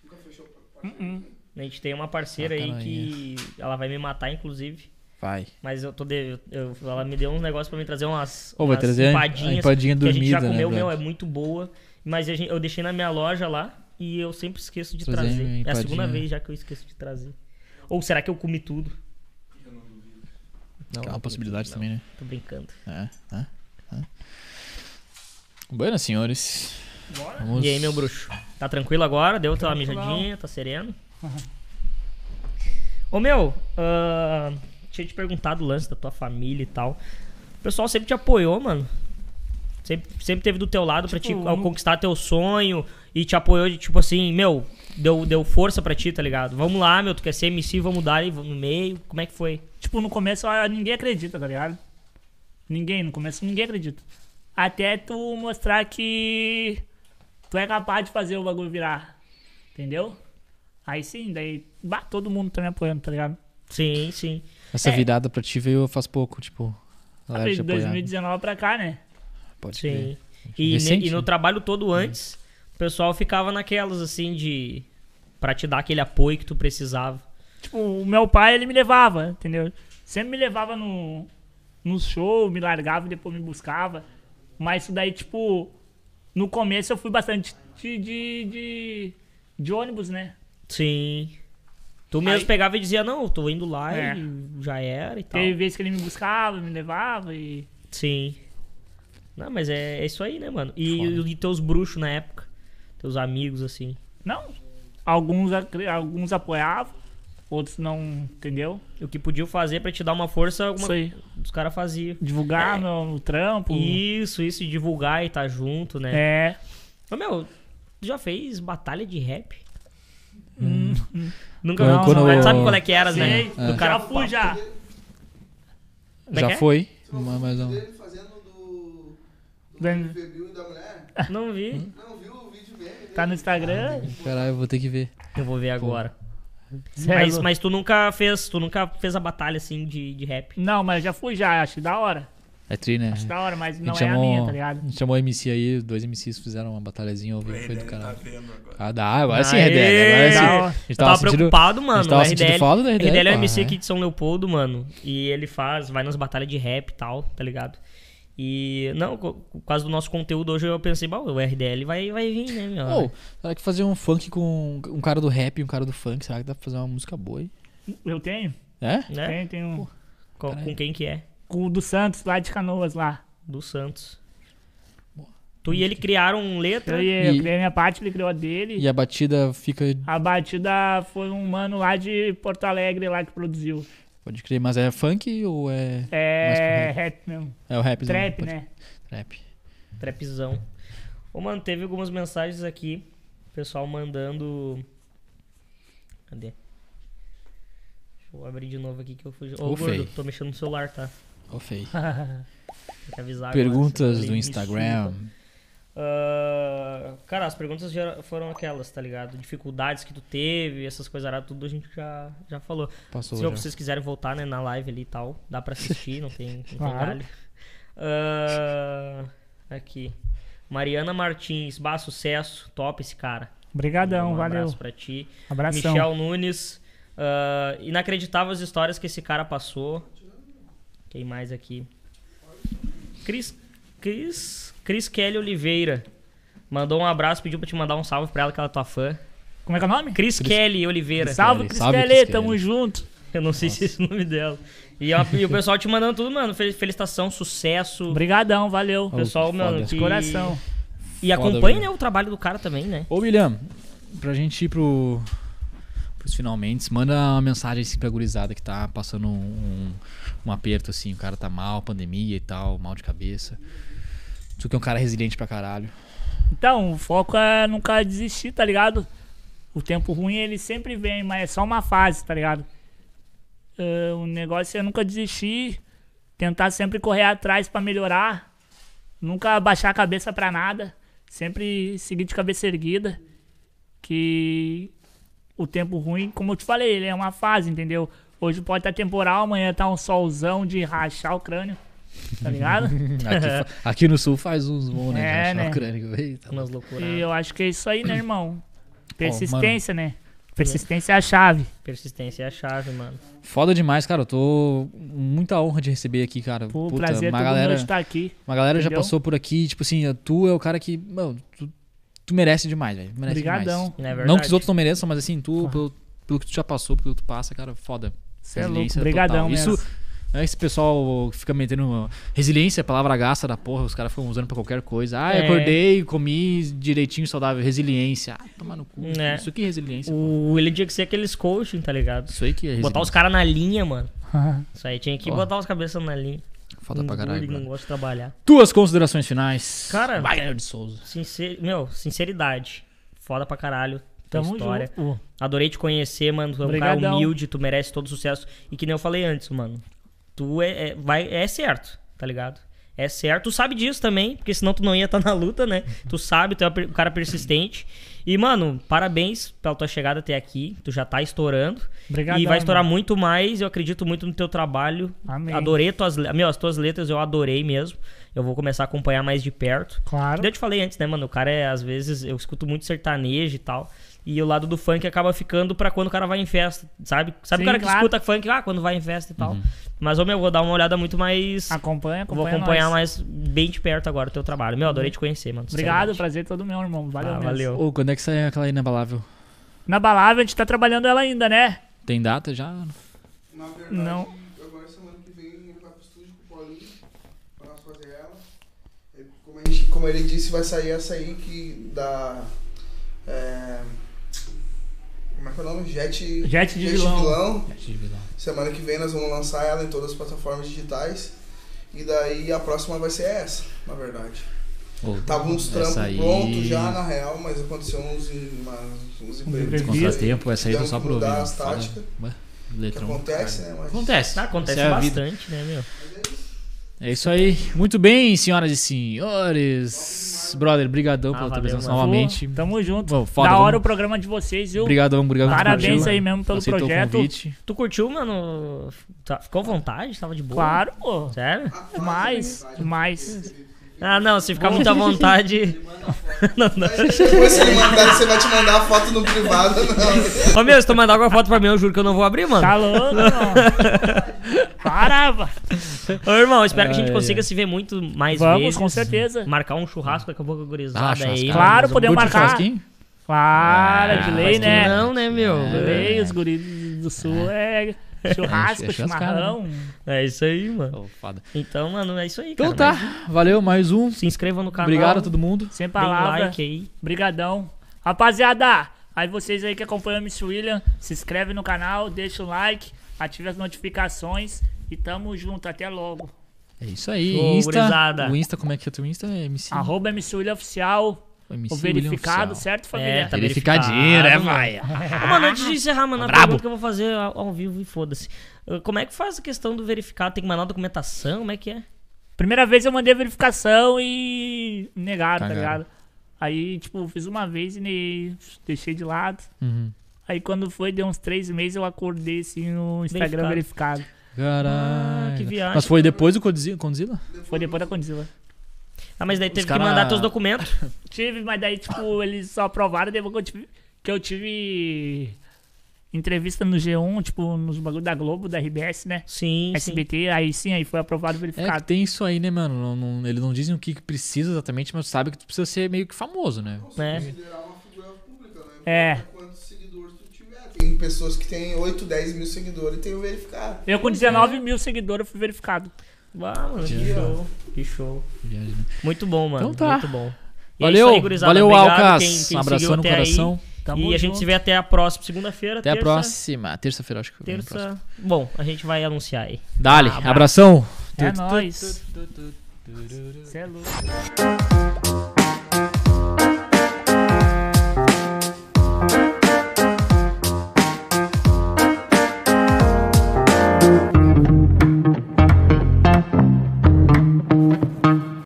D: Nunca fechou pra
C: Uh-uh.
A: A gente tem uma parceira aí que. Ela vai me matar, inclusive.
B: Vai.
A: Mas eu tô. De... eu- Ela me deu uns negócios pra me trazer umas.
B: Ô, vai
A: umas
B: trazer a- a empadinha
A: que a gente já
B: dormida, né,
A: comeu, meu, é
B: Brad?
A: muito boa. Mas a gente- eu deixei na minha loja lá e eu sempre esqueço de
B: Trazer
A: trazer. É a
B: empadinha. né?
A: segunda vez já que eu esqueço de trazer. Ou será que eu comi tudo?
B: Que é uma possibilidade também, né?
A: Tô brincando.
B: É, né? É. Bueno, senhores.
C: Bora.
B: Vamos...
A: E aí, meu bruxo? Tá tranquilo agora? Deu tua mijadinha? Tá sereno? Ô, meu, ah, tinha te perguntado o lance da tua família e tal. O pessoal sempre te apoiou, mano. Sempre, sempre teve do teu lado pra te
C: Tipo,
A: ao
C: nu-
A: conquistar teu sonho e te apoiou de tipo assim, meu, deu, deu força pra ti, tá ligado? Vamos lá, meu, tu quer ser MC, vamos dar aí, vamos no meio. Como é que foi?
C: Tipo, no começo ah, ninguém acredita, tá ligado? Ninguém, no começo ninguém acredita. Até tu mostrar que tu é capaz de fazer o bagulho virar. Entendeu? Aí sim, daí bah, todo mundo tá me apoiando, tá ligado?
A: Sim, sim.
B: Essa
A: É.
B: virada pra ti veio faz pouco, tipo. a galera
C: Aí,
B: te
C: de
B: apoiar.
C: 2019 pra cá, né?
B: Pode
A: Sim.
B: crer.
A: E,
B: Recente,
A: ne- e no
B: né?
A: trabalho
C: Uhum.
A: todo antes, o pessoal ficava naquelas assim de. Pra te dar aquele apoio que tu precisava.
C: Tipo, o meu pai, ele me levava, entendeu? Sempre me levava no, no show, me largava e depois me buscava. Mas isso daí, tipo, no começo eu fui bastante de, de, de, de ônibus, né?
A: Sim. Tu mesmo
C: Aí-
A: pegava e dizia, não, eu tô indo lá
C: É.
A: e já era e tal.
C: Teve vezes que ele me buscava, me levava e.
A: Sim. Não, mas é, é isso aí, né, mano? E,
B: Foda.
A: e teus bruxos na época? Teus amigos, assim.
C: Não. Alguns, acre- alguns apoiavam, outros não, entendeu?
A: O que podiam fazer pra te dar uma força, alguma
C: Isso aí. Uhum.
A: os caras faziam.
C: Divulgar
A: É.
C: meu, meu trampo.
A: Isso, isso, e divulgar e tá junto, né?
C: É.
A: Ô, meu, tu já fez batalha de rap?
C: Hum.
A: Nunca
B: Não,
A: não,
B: quando eu-
A: sabe qual é que era, né?
C: Sei,
A: Do
C: já
A: cara
C: fui já.
A: Como é que
B: Já
A: é?
B: foi?
D: Tu não
B: Mas,
D: viu o
B: mas
D: vídeo
B: não.
D: dele fazendo do.
C: Dan-
D: do febril e da mulher?
A: Não vi.
D: Não, viu o vídeo meme dele?
C: Tá no Instagram.
B: Caralho, eu vou ter que ver.
A: Eu vou ver agora.
C: Cê é
A: Mas,
C: louco.
A: mas tu nunca fez, tu nunca fez a batalha assim de, de rap.
C: Não, mas já fui já, acho da hora.
B: É tri, né?
A: tá.
C: Acho da hora, mas
B: A
C: não
B: gente
C: é a
B: chamou- um
C: minha, tá ligado?
B: A gente chamou o MC aí, os dois MCs fizeram uma batalhazinha ao vivo, foi do
F: Ele tá
B: canal.
F: vendo agora.
B: Ah, dá, agora sim,
A: Aê!
B: RDL, agora sim.
C: É Da hora.
B: A gente
A: Eu tava,
B: tava sentindo...
A: preocupado,
B: a
A: mano.
B: gente tava
A: o
B: sentindo
A: RDL,
B: falta da RDL,
A: RDL é um
B: pá,
A: MC
B: é.
A: aqui de São Leopoldo, mano. E ele faz, vai nas batalhas de rap e tal, tá ligado? E, não, co- por causa do nosso conteúdo hoje eu pensei, bom, o RDL vai, vai vir, né, meu?
B: Ou, será que fazer um funk com um cara do rap e um cara do funk, será que dá pra fazer uma música boa aí?
C: Eu tenho,
B: É?
A: né?
C: tenho, tenho.
A: Com,
B: caralho.
A: com quem que é?
C: Com o do Santos, lá de Canoas, lá.
A: Do Santos.
B: Boa.
A: Tu e ele criaram um letra.
C: Eu, ia- eu
B: E-
C: criei a minha parte, ele criou a dele.
B: E a batida fica...
C: A batida foi um mano lá de Porto Alegre lá que produziu.
B: Pode crer, mas é funk ou é... Mais pro
C: É
B: rap.
C: rap mesmo.
B: É o rapzão?
C: Trap,
B: Pode-
C: né?
B: Trap.
A: Trapzão. Ô, mano, teve algumas mensagens aqui. Pessoal mandando. Cadê? Deixa eu abrir de novo aqui que eu fugi. Ô,
B: Ô,
A: gordo,
B: feio.
A: tô mexendo no celular, tá?
B: Ô, feio.
A: Tem que avisar agora,
B: Perguntas
A: você tá
B: do
A: me
B: Instagram.
A: desculpa. Ah, cara, as perguntas já foram aquelas, tá ligado? Dificuldades que tu teve, essas coisas, aradas, tudo a gente já, já falou.
B: Passou
A: Se
B: já.
A: vocês quiserem voltar né, na live ali e tal, dá pra assistir, não tem, não tem
C: Claro.
A: galho. Ah, aqui. Mariana Martins, bah, sucesso, top esse cara.
C: Obrigadão,
A: um
C: valeu.
A: abraço pra ti.
C: Abração.
A: Michel Nunes, ah, inacreditável as histórias que esse cara passou. Quem mais aqui? Cris, Cris, Cris Kelly Oliveira. Mandou um abraço, pediu pra te mandar um salve pra ela, que ela é tua fã.
C: Como é que é o nome?
A: Cris Kelly Oliveira.
C: Salve,
B: Kelly,
C: Cris
B: salve,
C: Kelly,
B: Cris Kelly.
C: tamo junto.
A: Eu não sei se esse é o nome dela. E, a- e o pessoal te mandando tudo, mano. Fel- Felicitação, sucesso.
C: Obrigadão, valeu.
B: Ô,
A: Pessoal, mano,
B: foda.
A: que-
C: Coração.
A: E
B: Foda,
A: acompanha né,
B: velho.
A: o trabalho do cara também, né?
B: Ô, William, pra gente ir pro, pros finalmente, manda uma mensagem assim pra gurizada que tá passando um, um aperto, assim, o cara tá mal, pandemia e tal, mal de cabeça. Tu que é um cara resiliente pra caralho.
C: Então, o foco é nunca desistir, tá ligado? O tempo ruim ele sempre vem, mas é só uma fase, tá ligado? Eh, o negócio é nunca desistir, tentar sempre correr atrás pra melhorar, nunca baixar a cabeça pra nada, sempre seguir de cabeça erguida, que o tempo ruim, como eu te falei, ele é uma fase, entendeu? Hoje pode estar temporal, amanhã tá um solzão de rachar o crânio, tá ligado?
B: Aqui, fa- aqui no sul faz uns bons, né?
C: É,
B: Gente,
C: né?
B: O crânio, eita.
A: Umas loucuras.
C: E eu acho que é isso aí, né, irmão? Persistência, né? Persistência é a chave.
A: Persistência é a chave, mano.
B: Foda demais, cara. Eu tô com muita honra de receber aqui, cara.
C: Pô,
B: Puta,
C: prazer é
B: uma
C: todo
B: galera,
C: mundo
A: tá
C: estar aqui.
B: uma galera já
C: entendeu?
B: passou por aqui, tipo assim, tu é o cara que, mano, tu, tu merece demais, velho. Merece demais.
C: Obrigadão.
A: Não é verdade?
B: Não que os outros não mereçam, mas assim, tu, pelo, pelo que tu já passou, pelo que tu passa, cara, foda.
C: Você é louco.
B: Resiliência
C: Obrigadão,
B: total.
C: mesmo.
B: Isso, né, esse pessoal que fica metendo resiliência, palavra gasta da porra, os caras ficam usando pra qualquer coisa. Ah,
A: É.
B: acordei, comi direitinho, saudável, resiliência. Ah, toma no cu.
A: É.
B: Isso que é resiliência.
A: O ele tinha que ser aqueles coaching, tá ligado?
B: Isso aí que é resiliência.
A: Botar os caras na linha, mano. Isso aí tinha que botar os cabeças na linha.
B: Foda pra
A: Não
B: caralho,
A: duro, Não
B: brother.
A: gosta de trabalhar.
B: Tuas considerações finais.
A: Cara-
B: Wagner de Souza.
A: Sincer... Meu, sinceridade. Foda pra caralho. Tua
C: Tamo
A: história.
C: junto.
A: Adorei te conhecer, mano. Tu é um cara
C: Obrigadão.
A: humilde, tu merece todo o sucesso. E que nem eu falei antes, mano. Tu é, é- vai, é certo, tá ligado? É certo. Tu sabe disso também, porque senão tu não ia estar na luta, né? Tu sabe, tu é um cara persistente. E, mano, parabéns pela tua chegada até aqui. Tu já tá estourando.
C: Obrigadão,
A: e vai estourar
C: mano.
A: muito mais. Eu acredito muito no teu trabalho.
C: Amém.
A: Adorei tuas, le- meu, as tuas letras, eu adorei mesmo. Eu vou começar a acompanhar mais de perto.
C: Claro.
A: Eu te falei antes, né, mano? O cara é, às vezes, eu escuto muito sertanejo e tal. E o lado do funk acaba ficando pra quando o cara vai em festa, sabe? Sabe o
C: Sim,
A: cara que
C: claro.
A: escuta funk, ah, quando vai em festa e tal.
B: Uhum.
A: Mas, ô meu, vou dar uma olhada muito mais.
C: Ah, Acompanha, acompanha.
A: vou acompanhar
C: nós.
A: mais bem de perto agora o teu trabalho. Meu, adorei te conhecer, mano.
C: Obrigado,
A: sinceramente.
C: prazer todo meu, irmão. Valeu,
A: Ah,
C: mesmo.
A: valeu.
B: Ô, quando é que sai aquela inabalável?
C: Na Balável a gente tá trabalhando ela ainda, né?
B: Tem data já?
D: Na verdade,
C: Não.
D: agora semana que vem eu vou pro estúdio com o Paulinho pra nós fazer ela. E Como, a gente- como ele disse, vai sair essa aí que da. é, como é que é o nome? Jet,
C: Jet de vilão.
D: Semana que vem nós vamos lançar ela em todas as plataformas digitais. E daí a próxima vai ser essa, na verdade.
B: Ô,
D: Tava uns
B: essa
D: trampos
B: aí-
D: prontos já, na real, mas aconteceu uns, umas, uns imprevistos.
B: Contratempo, essa aí
D: Tivemos
B: foi só
D: que
B: pro um
D: mudar
B: ouvido.
D: as
B: Foda.
D: táticas.
B: Ué,
D: que
B: letrão.
D: acontece, né? Mas
B: Acontece.
A: Ah, acontece
B: Essa é a vida.
A: bastante, né, meu?
B: É isso aí. Muito bem, senhoras e senhores. Brother, brigadão
A: Ah,
B: pela tua
A: valeu,
B: presença
A: mano.
B: novamente.
C: Pô, Tamo junto.
B: Bom, foda,
C: da hora
B: vamos-
C: o programa de vocês, viu?
B: Brigadão, obrigado por
C: Parabéns
B: curtir.
C: aí mesmo pelo
B: Aceitou
C: projeto.
B: O convite.
A: Tu curtiu, mano? Tá- Ficou à vontade? Tava de boa?
C: Claro, pô.
A: Sério?
C: Demais, demais.
A: Ah, não, se ficar muito à vontade. não, não.
D: Depois se ele mandar, você vai te mandar a foto no privado, não.
A: Ô meu, se tu mandar alguma foto pra mim, eu juro que eu não vou abrir, mano.
C: Tá louco, mano. Para, pô.
A: Ô, irmão, espero que a gente
B: Ai,
A: consiga se ver muito mais
C: Vamos,
A: vezes.
C: com certeza.
A: Marcar um churrasco daqui a pouco gurizada
B: Ah,
A: aí.
B: churrascada.
C: Claro,
A: Nós vamos-
C: podemos
B: Curte o
C: marcar.
B: churrasquinho?
C: Para, de lei,
A: Ah, Mas que
C: né?
A: Não, né, meu?
C: De lei, os guris do sul é churrasco,
B: É, é churrascada,
C: chimarrão.
A: É isso aí, mano.
B: Ô, foda.
A: Então, mano, é isso aí,
B: Então
A: cara.
B: tá, valeu, mais um.
A: Mas Se inscreva no canal.
B: Obrigado a todo mundo.
C: Sem
A: Deem
C: palavra.
A: like aí.
C: Brigadão. Rapaziada, aí vocês aí que acompanham o Miss William, se inscreve no canal, deixa o like, ative as notificações e tamo junto. Até logo.
B: É isso aí.
A: Show,
B: Insta.
A: gurizada.
B: O Insta, como é que é o teu Insta? É MC.
C: Arroba Miss William Oficial,
B: MC
C: o
B: William
C: verificado,
B: Oficial.
C: certo,
A: É,
C: família?
A: tá
B: Verificadinho, né,
A: verificado, mano.
B: vai?
A: Ô, mano, antes de encerrar, mano, a
B: Brabo.
A: pergunta que eu vou fazer ao, ao vivo e foda-se. Uh, Como é que faz a questão do verificado? Tem que mandar uma documentação? Como é que é?
C: Primeira vez eu mandei a verificação e negaram, tá
B: Cagaram.
C: ligado? Aí, tipo, fiz uma vez e ne- deixei de lado.
B: Uhum.
C: Aí quando foi, deu uns três meses, eu acordei assim no Instagram verificado.
B: Caralho.
A: Ah, que viagem.
B: Mas foi depois do Condzilla? Condzilla?
C: Foi depois da Condzilla.
A: Ah, mas daí teve
B: cara-
A: que mandar teus documentos.
C: Tive, mas daí, tipo, eles só aprovaram depois que eu tive, que eu tive entrevista no G1, tipo, nos bagulho da Globo, da RBS, né?
A: Sim, sim.
C: SBT, aí sim, aí foi aprovado
B: É que
C: verificado.
B: tem isso aí, né, mano? Não, não- eles não dizem o que que precisa exatamente, mas sabe que tu precisa ser meio que famoso, né?
A: Né?
D: Considerar uma figura pública, né?
C: É.
D: Importa Quantos seguidores tu tiver. Tem pessoas que têm 8, 10 mil seguidores e tem o verificado.
C: Eu com 19 mil seguidores fui verificado.
A: Ah, mano, que show. Que show.
B: Viagem, né?
A: Muito bom, mano.
B: Então tá.
A: Muito bom. E é
B: Valeu,
A: isso aí, gurizada.
B: valeu,
A: Obrigado
B: Alcas.
A: quem- quem
B: um abração
A: seguiu
B: no
A: até aí.
B: coração.
C: Tamo
A: e a gente
C: junto.
A: se vê até a próxima segunda-feira.
B: Até
A: terça,
B: a próxima. Terça-feira, acho que. é a próxima.
A: Terça. Bom, a gente vai anunciar aí.
B: Dale,
A: Abraço.
B: abração.
C: É nóis. Cê é louco.